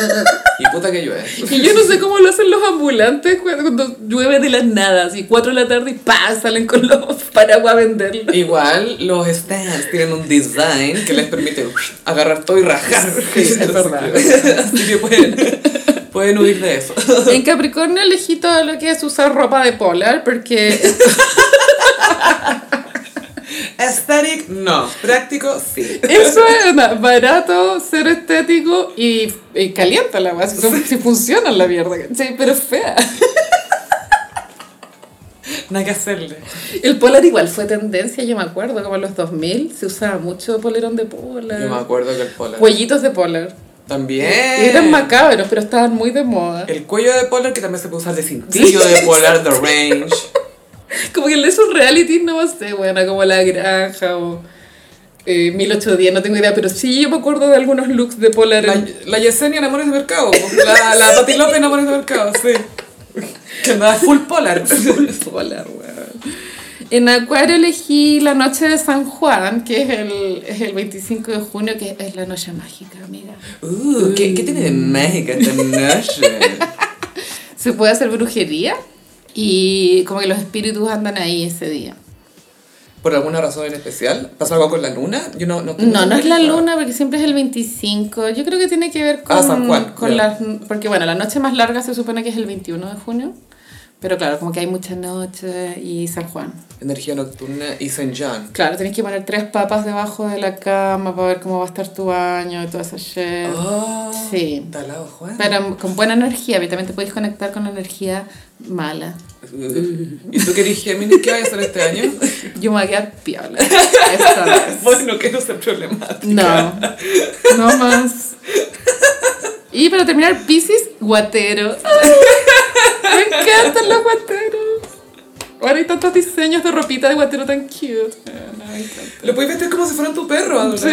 Speaker 1: Y puta que llueve.
Speaker 2: Y yo no sé cómo lo hacen los ambulantes cuando, cuando llueve de las nada, así 4 de la tarde y pa, salen con los paraguas a venderlo.
Speaker 1: Igual los stands tienen un design que les permite agarrar todo y rajar.
Speaker 2: Sí, es verdad.
Speaker 1: Así que pueden, pueden huir de eso.
Speaker 2: En Capricornio elegí todo lo que es usar ropa de polar porque
Speaker 1: Aesthetic, no. Práctico, sí.
Speaker 2: Eso es nada, barato, ser estético y, y calienta la base. Si, funciona la mierda, ¿cachai? Pero es fea.
Speaker 1: Nada que hacerle.
Speaker 2: El polar igual fue tendencia, yo me acuerdo, como en los 2000 se usaba mucho polerón de polar.
Speaker 1: Yo me acuerdo Eh. que el polar.
Speaker 2: Cuellitos de polar.
Speaker 1: También.
Speaker 2: Y eran macabros, pero estaban muy de moda.
Speaker 1: El cuello de polar que también se puede usar de cintillo de polar, the range.
Speaker 2: Como que esos reality no sé, bueno, como La Granja o eh, 1810, no tengo idea, pero sí yo me acuerdo de algunos looks de polar.
Speaker 1: La,
Speaker 2: en-
Speaker 1: la Yesenia en Amores de Mercado. La, la Pati López en Amores de Mercado, sí. Que andaba full polar.
Speaker 2: Polar, weón. En Acuario elegí la noche de San Juan, que es el, es el 25 de junio, que es la noche mágica, amiga.
Speaker 1: Uh, ¿qué, ¿Qué tiene de mágica esta noche?
Speaker 2: Se puede hacer brujería y como que los espíritus andan ahí ese día.
Speaker 1: ¿Por alguna razón en especial? ¿Pasó algo con la luna? Yo no, no, tengo
Speaker 2: No, no es la
Speaker 1: idea.
Speaker 2: luna porque siempre es el 25. Yo creo que tiene que ver con,
Speaker 1: Ah, San Juan,
Speaker 2: con
Speaker 1: ya.
Speaker 2: las... Porque bueno, la noche más larga se supone que es el 21 de junio. Pero claro, como que hay mucha noche y San Juan.
Speaker 1: Energía nocturna y Saint John.
Speaker 2: Claro, tenés que poner tres papas debajo de la cama para ver cómo va a estar tu baño y toda esa shit.
Speaker 1: Oh,
Speaker 2: Sí.
Speaker 1: Talado, Juan.
Speaker 2: Pero con buena energía, porque también te podéis conectar con la energía mala.
Speaker 1: Uh, ¿Y tú querés Géminis? ¿Qué vaya a hacer este año?
Speaker 2: Yo me voy a quedar piola. Esta vez.
Speaker 1: bueno, que no sea problemática.
Speaker 2: No, no más. Y para terminar, Pisces, guatero. Me encantan los guateros. Ahora hay tantos diseños de ropita de guatero tan cute. Ah, no, me encanta.
Speaker 1: Lo puedes vestir como si fueran tu perro. Ana.
Speaker 2: Sí.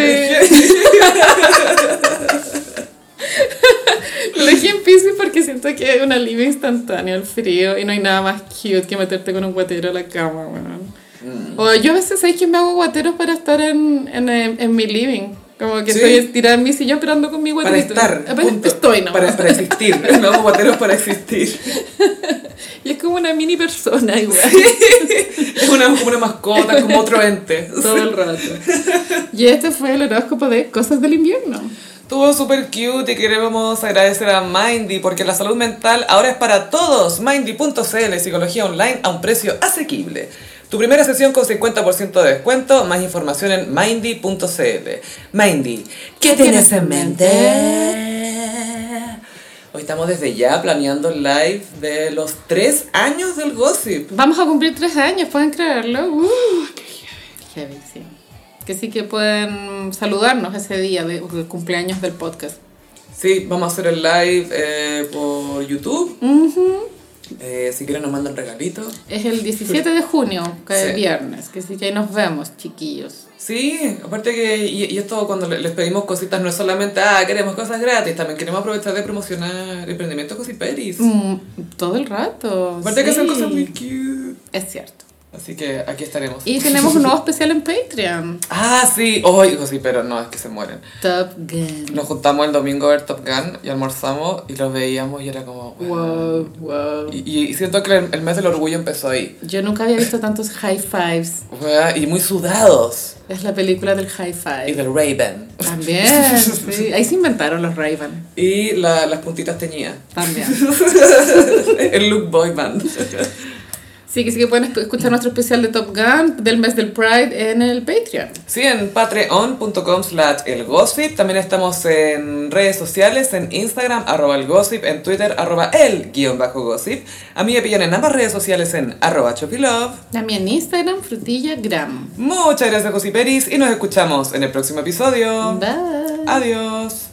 Speaker 2: Lo elegí en Pisces porque siento que es un alivio instantáneo al frío y no hay nada más cute que meterte con un guatero a la cama, weón.
Speaker 1: Mm.
Speaker 2: O yo a veces, ¿sabes que me hago guateros para estar en, en, en mi living? Como que
Speaker 1: Sí.
Speaker 2: estoy estirada en mi sillón esperando con mi
Speaker 1: Para
Speaker 2: guaterito.
Speaker 1: estar.
Speaker 2: Eh, pero
Speaker 1: punto.
Speaker 2: Estoy, ¿no?
Speaker 1: Para, para existir. No, guateros para existir.
Speaker 2: Y es como una mini persona igual.
Speaker 1: Es una, como una mascota, como otro ente.
Speaker 2: Todo el rato. Y este fue el horóscopo de Cosas del Invierno.
Speaker 1: Estuvo súper cute y queremos agradecer a Mindy porque la salud mental ahora es para todos. Mindy.cl, psicología online a un precio asequible. Tu primera sesión con 50% de descuento, más información en Mindy.cl. Mindy, ¿qué tienes en mente? Hoy estamos desde ya planeando el live de los tres años del gossip.
Speaker 2: Vamos a cumplir tres años, ¿pueden creerlo? Uh, ¡Qué heavy! Qué heavy, sí. Que sí que pueden saludarnos ese día de- del cumpleaños del podcast.
Speaker 1: Sí, vamos a hacer el live eh, por YouTube. Eh, si quieren nos mandan regalitos.
Speaker 2: Es el 17 de junio, que es
Speaker 1: Sí.
Speaker 2: viernes. Que sí que ahí nos vemos, chiquillos.
Speaker 1: Sí, aparte que, y, y esto cuando le- les pedimos cositas, no es solamente, ah, queremos cosas gratis, también queremos aprovechar de promocionar emprendimientos cosiperis.
Speaker 2: Mm, todo el rato.
Speaker 1: Aparte que son
Speaker 2: sí.
Speaker 1: cosas muy cute.
Speaker 2: Es cierto.
Speaker 1: Así que aquí estaremos.
Speaker 2: Y tenemos un nuevo especial en Patreon.
Speaker 1: Ah, sí, hoy, sí, pero no, es que se mueren.
Speaker 2: Top Gun.
Speaker 1: Nos juntamos el domingo a ver Top Gun y almorzamos y los veíamos y era como, wow.
Speaker 2: Wow, wow.
Speaker 1: Y, y siento que el, el mes del orgullo empezó ahí.
Speaker 2: Yo nunca había visto tantos high fives.
Speaker 1: Weá, Y muy sudados.
Speaker 2: Es la película del high
Speaker 1: Y
Speaker 2: five.
Speaker 1: del Raven.
Speaker 2: También, sí. Ahí se inventaron los Raven.
Speaker 1: Y la- las puntitas teñidas.
Speaker 2: También.
Speaker 1: el look boy band.
Speaker 2: Sí, que sí que pueden esp- escuchar nuestro especial de Top Gun del mes del Pride en el Patreon.
Speaker 1: Sí, en patreon.com slash elgossip. También estamos en redes sociales, en Instagram, arroba elgossip, en Twitter, arroba el guión bajo gossip. A mí me pillan en ambas redes sociales en arroba chopilove.
Speaker 2: También en Instagram, frutillagram.
Speaker 1: Muchas gracias, Gossiperis, y nos escuchamos en el próximo episodio.
Speaker 2: Bye.
Speaker 1: Adiós.